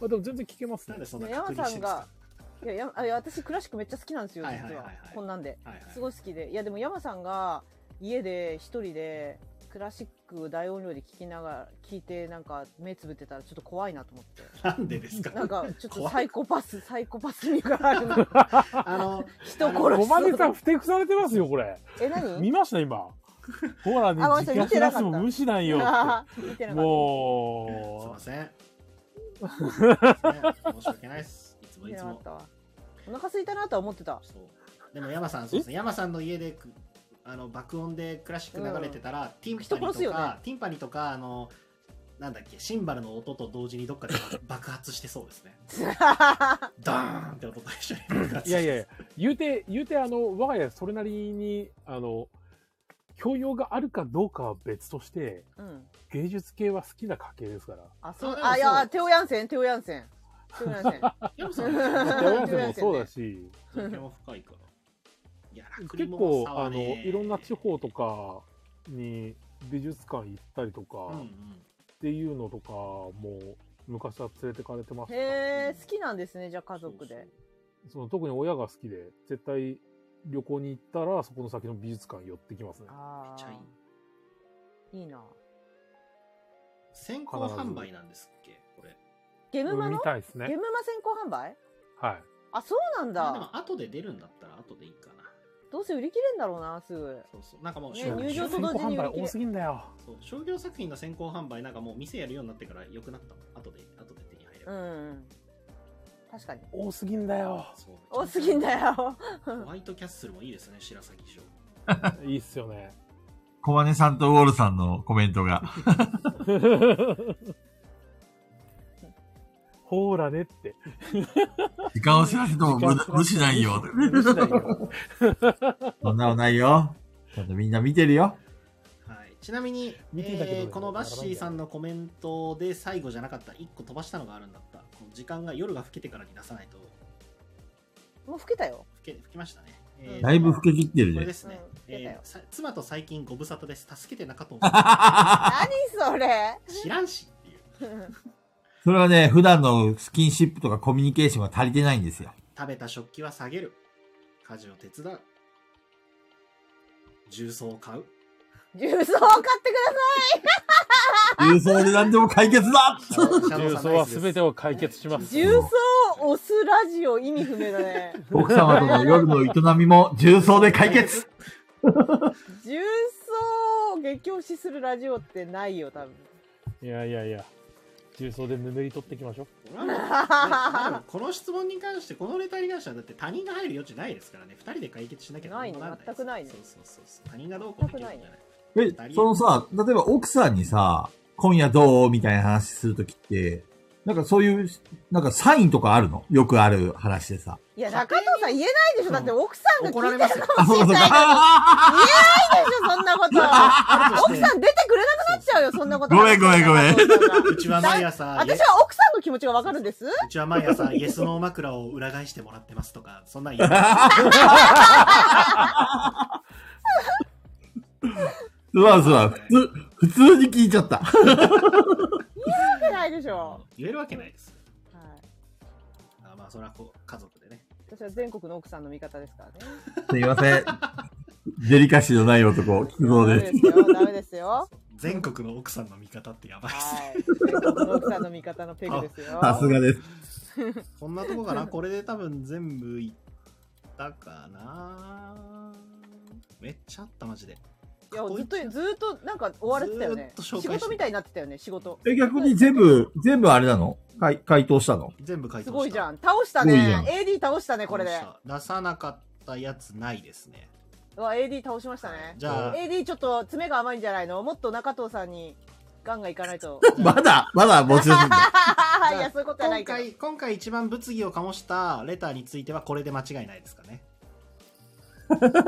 あでも全然聞けますなんねで。そんな確認してるんですかいや、やあいや私クラシックめっちゃ好きなんですよ、はい実はいは。はいはいこんなんで。はいはいすごい好きで。いや、でも山さんが家で一人でクラシック大音量で聴きながら、聴いてなんか目つぶってたらちょっと怖いなと思って。なんでですなんか かちょっと怖いサイコパス、サイコパス味がある の。あの、人殺ごしまねそさん、う。不適されてますよ、これ。え、何見ました、 今。ほらねあごめ、んな自さい家見てな出かすったも無視なんよっ あー見てて。なかすっいもまう、せん。ね申し訳ないです。いつた。も見いてつなかもった。わ。お腹空いたなとは思っ てた。そう。でも山さん、そうですね。山さんの家でく、あの、爆音でクラシック流れてたら、ティンパ人ニ殺すとよかね、ティンパニとか、あの、なんだっけ、シンバルの音と同時にどっかで爆爆発してそうですね。ダーンって音と一緒に爆発いやいやいや、言うて、言うて、あの、我が家、それなりに、あの、教養があるかどうかは別として、うん。芸術系は好きな家系ですから。あ、そう、ああ、いそうや、テオヤンセン、テオヤンセン。テオヤンセ ン。山さんは、で親父もそう だし、その辺は深いから。いや、ラクリ結モ構ーサあはのねいろんな地方とかに美術館行ったりとうんうかっん。ていうのとかも昔は連れてかれてました、へえ、好きなんですね、じゃあ家族で。その特に親が好きで絶対旅行に行ったらそこの先の美術館寄ってきますねあめっちゃいいあ。いいな。先行販売なんですっけこれゲムマ見のたいですゲねムマ先行販売はいあ、そうなんあでもだ。後で出るんだったら後でいいかなどうせ売り切れんだろうな、すぐ。そうそうなんかもうね商業,、入場と先行同販時に売り切売れ多すぎんだよそう商業作品の先行販売なんかもう店やるようになってから良くなった後で後で手に入れうば、ん。確かに。多すぎんだよそう多すぎんだよ。 ホワイトキャッスルもいいですね白鷺城いいっすよ ね小金さんとウォールさんのコメントが。ほーらねって時間を知らせても無無視ないよ。無視だよそんなのないよ。ちゃんとみんな見てるよ。はい、ちなみに、見てたけどえーこのバッシーさんのコメントで最後じゃなかった1個飛ばしたのがあるんだったこの時間が夜が更けてからに出さないともう老け たよ。更け更きましたね、えーだいぶ老け切ってるこれでね。すね、うん出たえよーさ妻と最近ご無沙汰です助けてなかと思っ 何それ て知らんしっていうそれはね、普段のスキンシップとかコミュニケーションが足りてないんですよ。食べた食器は下げる家事を手伝う重曹を買う重曹を買ってくださ郵送で何でも解決だ 重曹は全てを解決しまいす重曹を押すラジオ意味不明 だね。 奥様との夜の営みも重曹で解決重曹を激推しするラジオってないよ、 多分。いやいやいや重曹でぬめり取っていきましょう俺はもうねでもこの質問に関してこのネタに関してはだって他人が入る余地ないですからね2人で解決しなきゃないどねうもら全くないねそうそうそうそう他人がどうこうできるんじゃない え、そのさ、例えば奥さんにさ、今夜どうみたいな話するときって、なんかそういう、なんかサインとかあるのよくある話で さ。いや、中藤さん言えないでしょ。だって奥さんが怒聞らいれますてるよあ、そうかそうか。でしょ、そんなこと。奥さん出てくれなくなっちゃうよ、そんなこと。ごめんごめんごめん。中藤さんがうちは毎朝イエ私は奥さんの気持ちがわかるんです。うちは毎 朝イエスの枕を裏返してもらってますとかそんなん言う すまんすまん。普通、普通に聞いちゃった。わけないでしょ。言えるわけないです。はい。あまあ、それはこう家族でね。私は全国の奥さんの味方ですからね。すいません。デリカシーのない男、菊蔵 ダメですで。すよ。ダメですよ。全国の奥さんの味方ってやばいですね。はい。全国の奥さんの味方のペグですよ。さすがです。こんなとこ かなこれで多分全部いったかなめっちゃあった、マジで。いや、ずっと、ずっと、なんか追われてたよね。ず仕ーっと紹介して事みたいになってたよね、仕事。え、逆に全部、全部あれなの回回答したの全部回答した。すごいじゃん。ん。倒したすごいじゃんね。AD 倒したね、これで。出さなかったやつないですね。うわ、AD 倒しましたね。じゃあ、 AD ちょっと爪が甘いんじゃないのもっと中藤さんにガンガンいかな いと。まだ、まだ持ち出すんだ。いや、そういうことはな今いけど。回、今回一番物議を醸したレターについてはこれで間違いないですかね。中田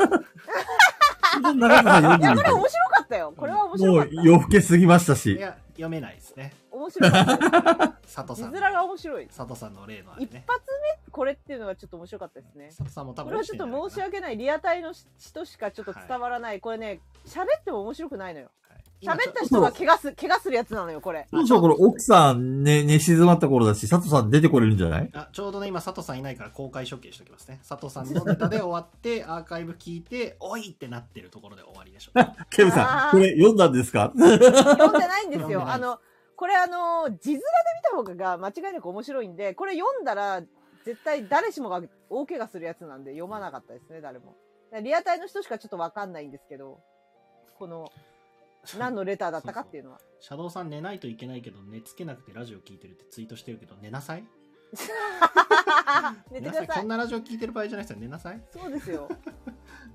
さん読んいでや、みこてれ面白かったよ。これは面白もかっうた。夜更けすぎましたいし。や、読めないですね。面白かった。佐藤字さん。面が面白い。佐藤さんの例のあれ一ね発。目、これっていうのがちょっと面白かったですね。佐藤さんも多こ分れは落ちょてんじゃっないかなと申し訳ない。リアタイの人しかちょっと伝わらない。これね、喋っても面白くないのよ。はい今ち喋ょった人が怪我す、怪我するやつなのよ、これ。そろそろこれ奥さんね、寝静まった頃だし、佐藤さん出てこれるんじゃないあちょうどね、今、佐藤さんいないから公開処刑しておきますね。佐藤さんのネタで終わ って、アーカイブ聞いて、おいってなってるところで終わりでしょう。ケムさん、これ読んだんですか読んでないんです読んでよ。ないあの、これあの、字面で見た方が間違いなく面白いんで、これ読んだら、絶対誰しもが大怪我するやつなんで読まなかったですね、誰も。だからリアタイの人しかちょっとわかんないんですけど、この、 何のレターだったかっていうのは。シャドウさん寝ないといけないけど、寝つけなくてラジオ聞いてるってツイートしてるけど、寝なさい寝てくだ寝なさこいん。なラジオ聞いてる場合じゃないですよ。寝なさいそうですよ。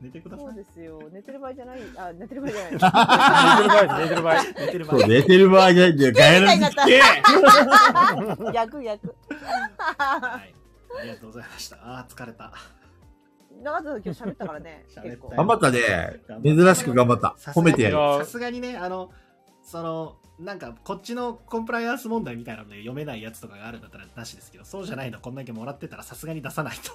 寝てくださそうい。ですよ。寝てる場合じゃない。あ、寝てる場合じ ゃない。寝てる場合、寝て寝るてる場合そう、寝てる場合じゃないんだよ。ガヤラジ聞け 逆逆。はい。ありがとうございました。あー疲れた。長田さん今日喋ったからね。喋結っ構た。よ頑張ったね。珍しく頑張った。褒めてやさる。すがにね、あの、その、なんか、こっちのコンプライアンス問題みたいなので読めないやつとかがあるんだったらなしですけど、そうじゃないの、こんだけもらってたらさすがに出さないと。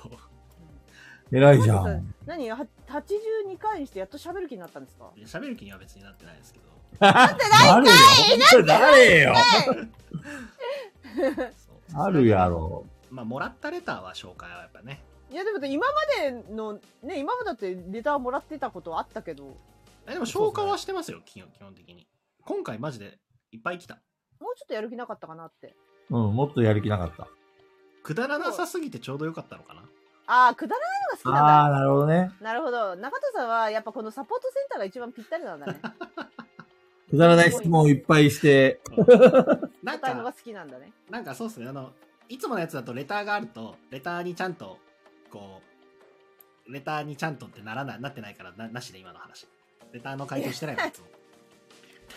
偉いじゃ長田さん。ん何は ?82 回にしてやっと喋る気になったんですかいや喋る気には別になってないですけど、誰よ誰よそうあるや。ろ。まあ、もらったレターは紹介はやっぱね。いやでも今までのね今までだってレターもらってたことはあったけどもえでも紹介はしてますよ、基本基本的に。今回マジでいっぱい来た。うちょっとやる気なかったかなってうん、もっとやる気なかった。くだらなさすぎてちょうどよかったのかな。ああくだらないのが好きなんあだあ、なるほどね。なるほど中田さんはやっぱこのサポートセンターが一番ぴったりなんだねくだらない質問をいっぱいして、なん答えのがか、好きなんだねなんかそうっすね、あの、いつものやつだとレターがあると、レターにちゃんと、こう、レターにちゃんとってならな、なってないからな、なしで今の話。レターの回答してないもん、いつ も。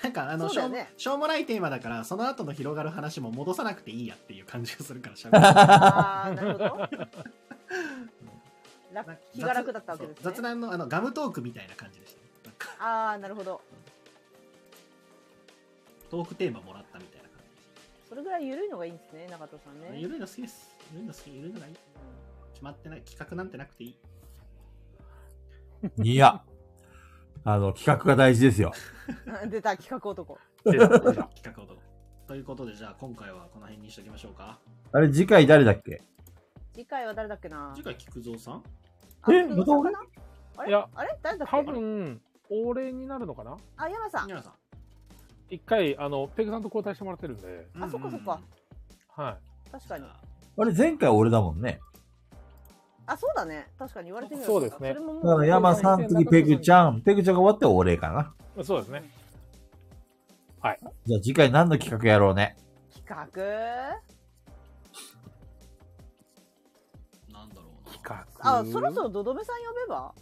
なんかあの、そうしだょようねしょうもないテーマだから、その後の広がる話も戻さなくていいやっていう感じがするから喋る。ああなるほど楽気が楽だったわけですねそう雑談のあのガムトークみたいな感じでした、ね、なんかああなるほどトークテーマもらったみたいな感じでしそれぐらい緩いのがいいんですね中田さんた、ね、ねゆるいの好きですゆるいの好きゆるいのがいい決まってない企画なんてなくていいいや、あの、企画が大事ですよ。 出た企画男 場合。企画をどうぞということでじゃあ今回はこの辺にしときましょうかあれ、次回誰だっけ次回は誰だっけな次回菊蔵さんあえ菊蔵さんかなあいれやあれ誰だっけ多分、お礼になるのかなあ山さん皆さん一回、あの、ペグさんと交代してもらってるんで、うんうんうんそっかそっかは確かにあれ、前回俺だもんね。あそうだね確かに言われてみればそうですねれももだから、山さん、次、ペグちゃん。ペグちゃんが終わってお礼かな。い。そうですね。じゃあ、次回何の企画やろうね。企画なんだろうな企画。あそろそろどどめさん呼 べば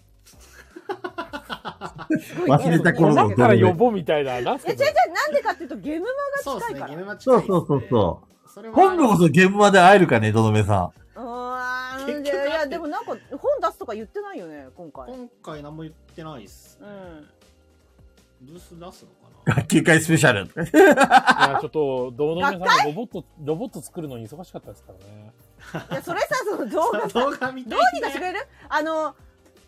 忘れた頃のだから呼ぼうみたいな。なんすいや違うか違それうなんでかっていうとゲームそうです近ねいからゲムマ近いそですねうそうそうそう。それは今度こそ現場で会えるかね、どどめさマうーんい 結局だってやいやでもなんか本出すとか言ってないよね今回今回何も言ってないっすうね、んブース出すのかん。な学級会スペシャル。いや、ちょっと、堂上さんがロボット、ロボット作るのに忙しかったですからね。いやそれ さその動画動画見たどいうにかしてくれるあの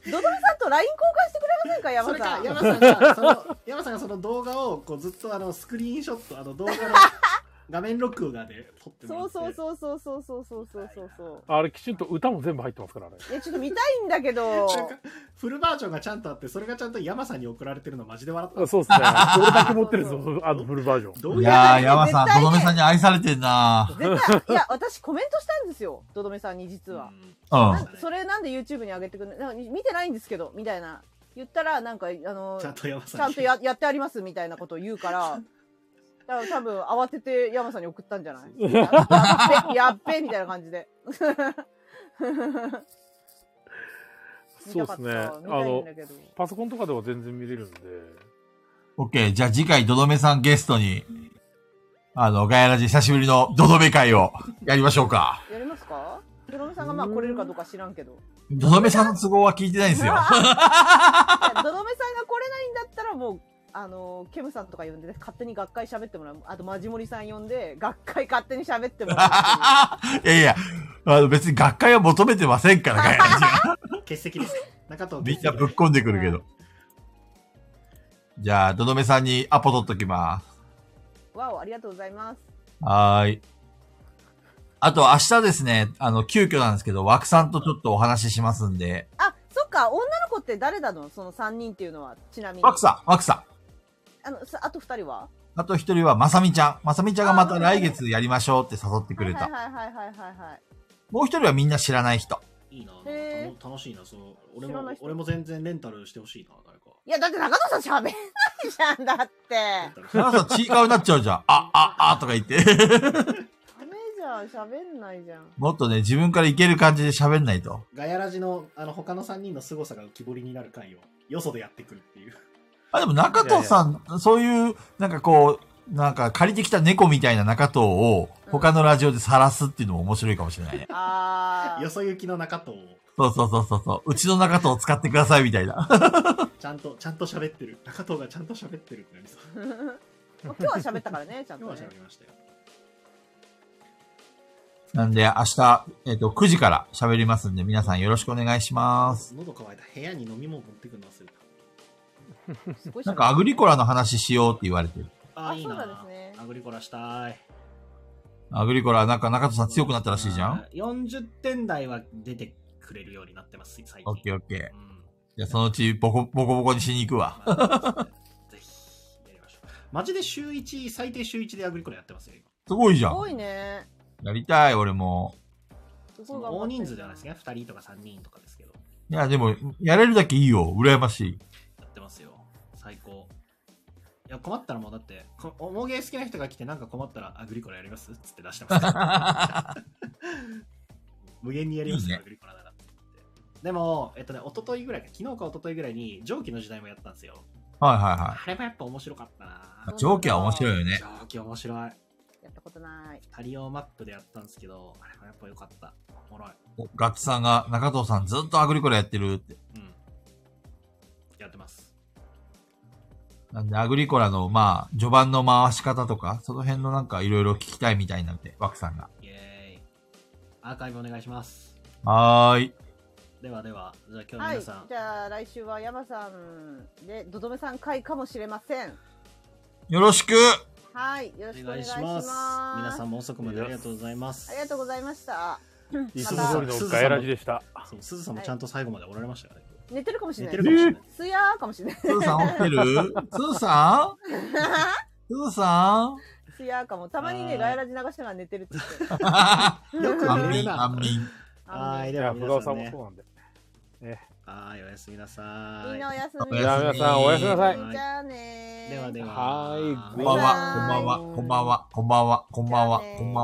ドドルさんと LINE 交換してくれまませんか、それか山さん山さん。がそ の山さんがその動画をこうずっとあのスクリーンショットあの動画の画面録画で撮ってもらそっうてそうそうそうそうそうそうそうそうそう。あれきちんと歌も全部入ってますから、あれ。いや、ちょっと見たいんだ けど。なんかフルバージョンがちゃんとあってそれがちゃんと山さんに送られてるのマジで笑ったそうですね。これだけ持ってるんですよ、あのフルバージョン。どいいううやー、いや山さん、絶対とどねめさんに愛されてんな絶対、いや、私コメントしたんですよ。どどめさんに実は。うん。なんそれなんで YouTube に上げてくんないなんか見てないんですけど、みたいな。言ったら、なんか、あの、ちゃんと山さちんにゃんとややってありますみたいなことを言うから、だから多分慌てて山さんに送ったんじゃない やっべ、やっべみたいな感じで。そうですね。あ見たいんの、だけどパソコンとかでは全然見れるんで。オッケー。じゃあ次回、どどめさんゲストに、あの、ガヤラジ久しぶりのどどめ会をやりましょうか。やりますかドロメさんがまあ来れるかどうか知らんけど。どどめさんの都合は聞いてないん ですよ。いやドロメさんが来れないんだったらもう、あのケムさんとか呼んで、勝手に学会喋ってもらう。あと、マジモリさん呼んで、学会勝手に喋ってもらうっいやいや、あの別に学会は求めてませんから、ガヤラジは。欠席です中藤み欠んな席ぶっ込んでくるけど。じゃあ、どどめさんにアポ取っときます。て いう。わお、ありがとうございます。はーい。あと、明日ですね、あの、急遽なんですけど、枠さんとちょっとお話ししますんで。あ、そっか、女の子って誰だのその3人っていうのは、ちなみに。枠さん、枠さん。あの、さあと2人はあと一人は、まさみちゃん。まさみちゃんがまた来月やりましょうって誘ってくれはたい。はいはいはいはいはい。もう一人はみんな知らない人。いいななんかへ楽楽しいなその俺知らなもい人俺も全然レンタルしてほしいな誰かいや、だって中野さん喋んないじゃん、だって。レンタルしてなん かさ、ちいかわになっちゃうじゃん。あ、あ、あ、とか言って。 ダメじゃん、喋んないじゃん。もっとね、自分からいける感じで喋んないと。ガヤラジのあの他の3人の凄さが浮き彫りになる回をよそでやってくるっていうあ、でも中藤さん、そういう、なんかこう、なんか借りてきた猫みたいな中藤を他のラジオで晒すっていうのも面白いかもしれないね。あよー。そ行きの中藤をそうそうそうそうそう。うちの中藤を使ってくださいみたいな。 ちゃんとちゃんと喋ってる中藤がちゃんと喋ってるってなりそうもう今日は喋ったからね、ちゃん今と、日ねは喋。りましたよなんで明日、えっ、と、9時から喋りますんで皆さんよろしくお願いします。喉乾いた部屋に飲み物持ってくるの忘れたすごい喋るなんかアグリコラの話しようって言われてる。ああいいなそうなんですねアグリコラしたいアグリコラ、なんか中戸さん強くなったらしいじゃんあー40点台は出てくれるようになってます最近オッケーオッケー。うんじゃあそのうちボコ、ボコボコにしに行くわ。まあぜひやりましょうマジで週1最低週1でアグリコラやってますよ今すごいじゃすんご。いね。やりたい、俺も。すそごいの頑張大ってる人数ではないですね2人とか3人とかですけどいや、でも、やれるだけいいよ。羨ましい。やってますよ最高いや困ったらもうだってこお大芸好きな人が来てなんか困ったらアグリコラやりますっつって出してますから 無限にやりますいいよ、ねアグリコラならって言ってでも、えっとね、一昨日ぐらいか、昨日か一昨日ぐらいに、蒸気の時代もやったんですよ。はいはいは。あれもやっぱ面白かったない上記は面白いよね。蒸気面白い。やったことない。タリオマップでやったんですけど、あれもやっぱ良かった。おもろい。おガッツさんが、中藤さんずっとアグリコラやってるって。うん。やってます。なんで、アグリコラの、まあ、序盤の回し方とか、その辺のなんかいろいろ聞きたいみたいなんで、枠さんが。イェーイ。アーカイブお願いします。はーい。ではでは、じゃあ今日はい。皆じさん、ゃあ、来週は山さんで、どどめさん会かもしれません。よろしくはい。よろしくお願いします。皆さんも遅くまでありがとうございます。ありがとうございました。いつまもた通りのガヤラジでした。そう、すずさんもちゃんと最後までおられましたからね。寝てるかもしれ寝なてい。るかもしれない。すやーかもしれない。つーさん起きて るつーさんつーさんすやーかも。たまにね、はいガヤラジ流しながら寝てるって言って る。よく安寝れる眠、な安。眠。あのはい、いでや、はふが皆おささんんもねそう。なんで。はい、おやすみなさい。みんなおやすおみ。やすみ皆さんおやすみなさいはいじゃあねー。ではでは。はいこんばんバイバイは、こんばんは、こんばんは、こんばんは、こんばんは、こんばんは。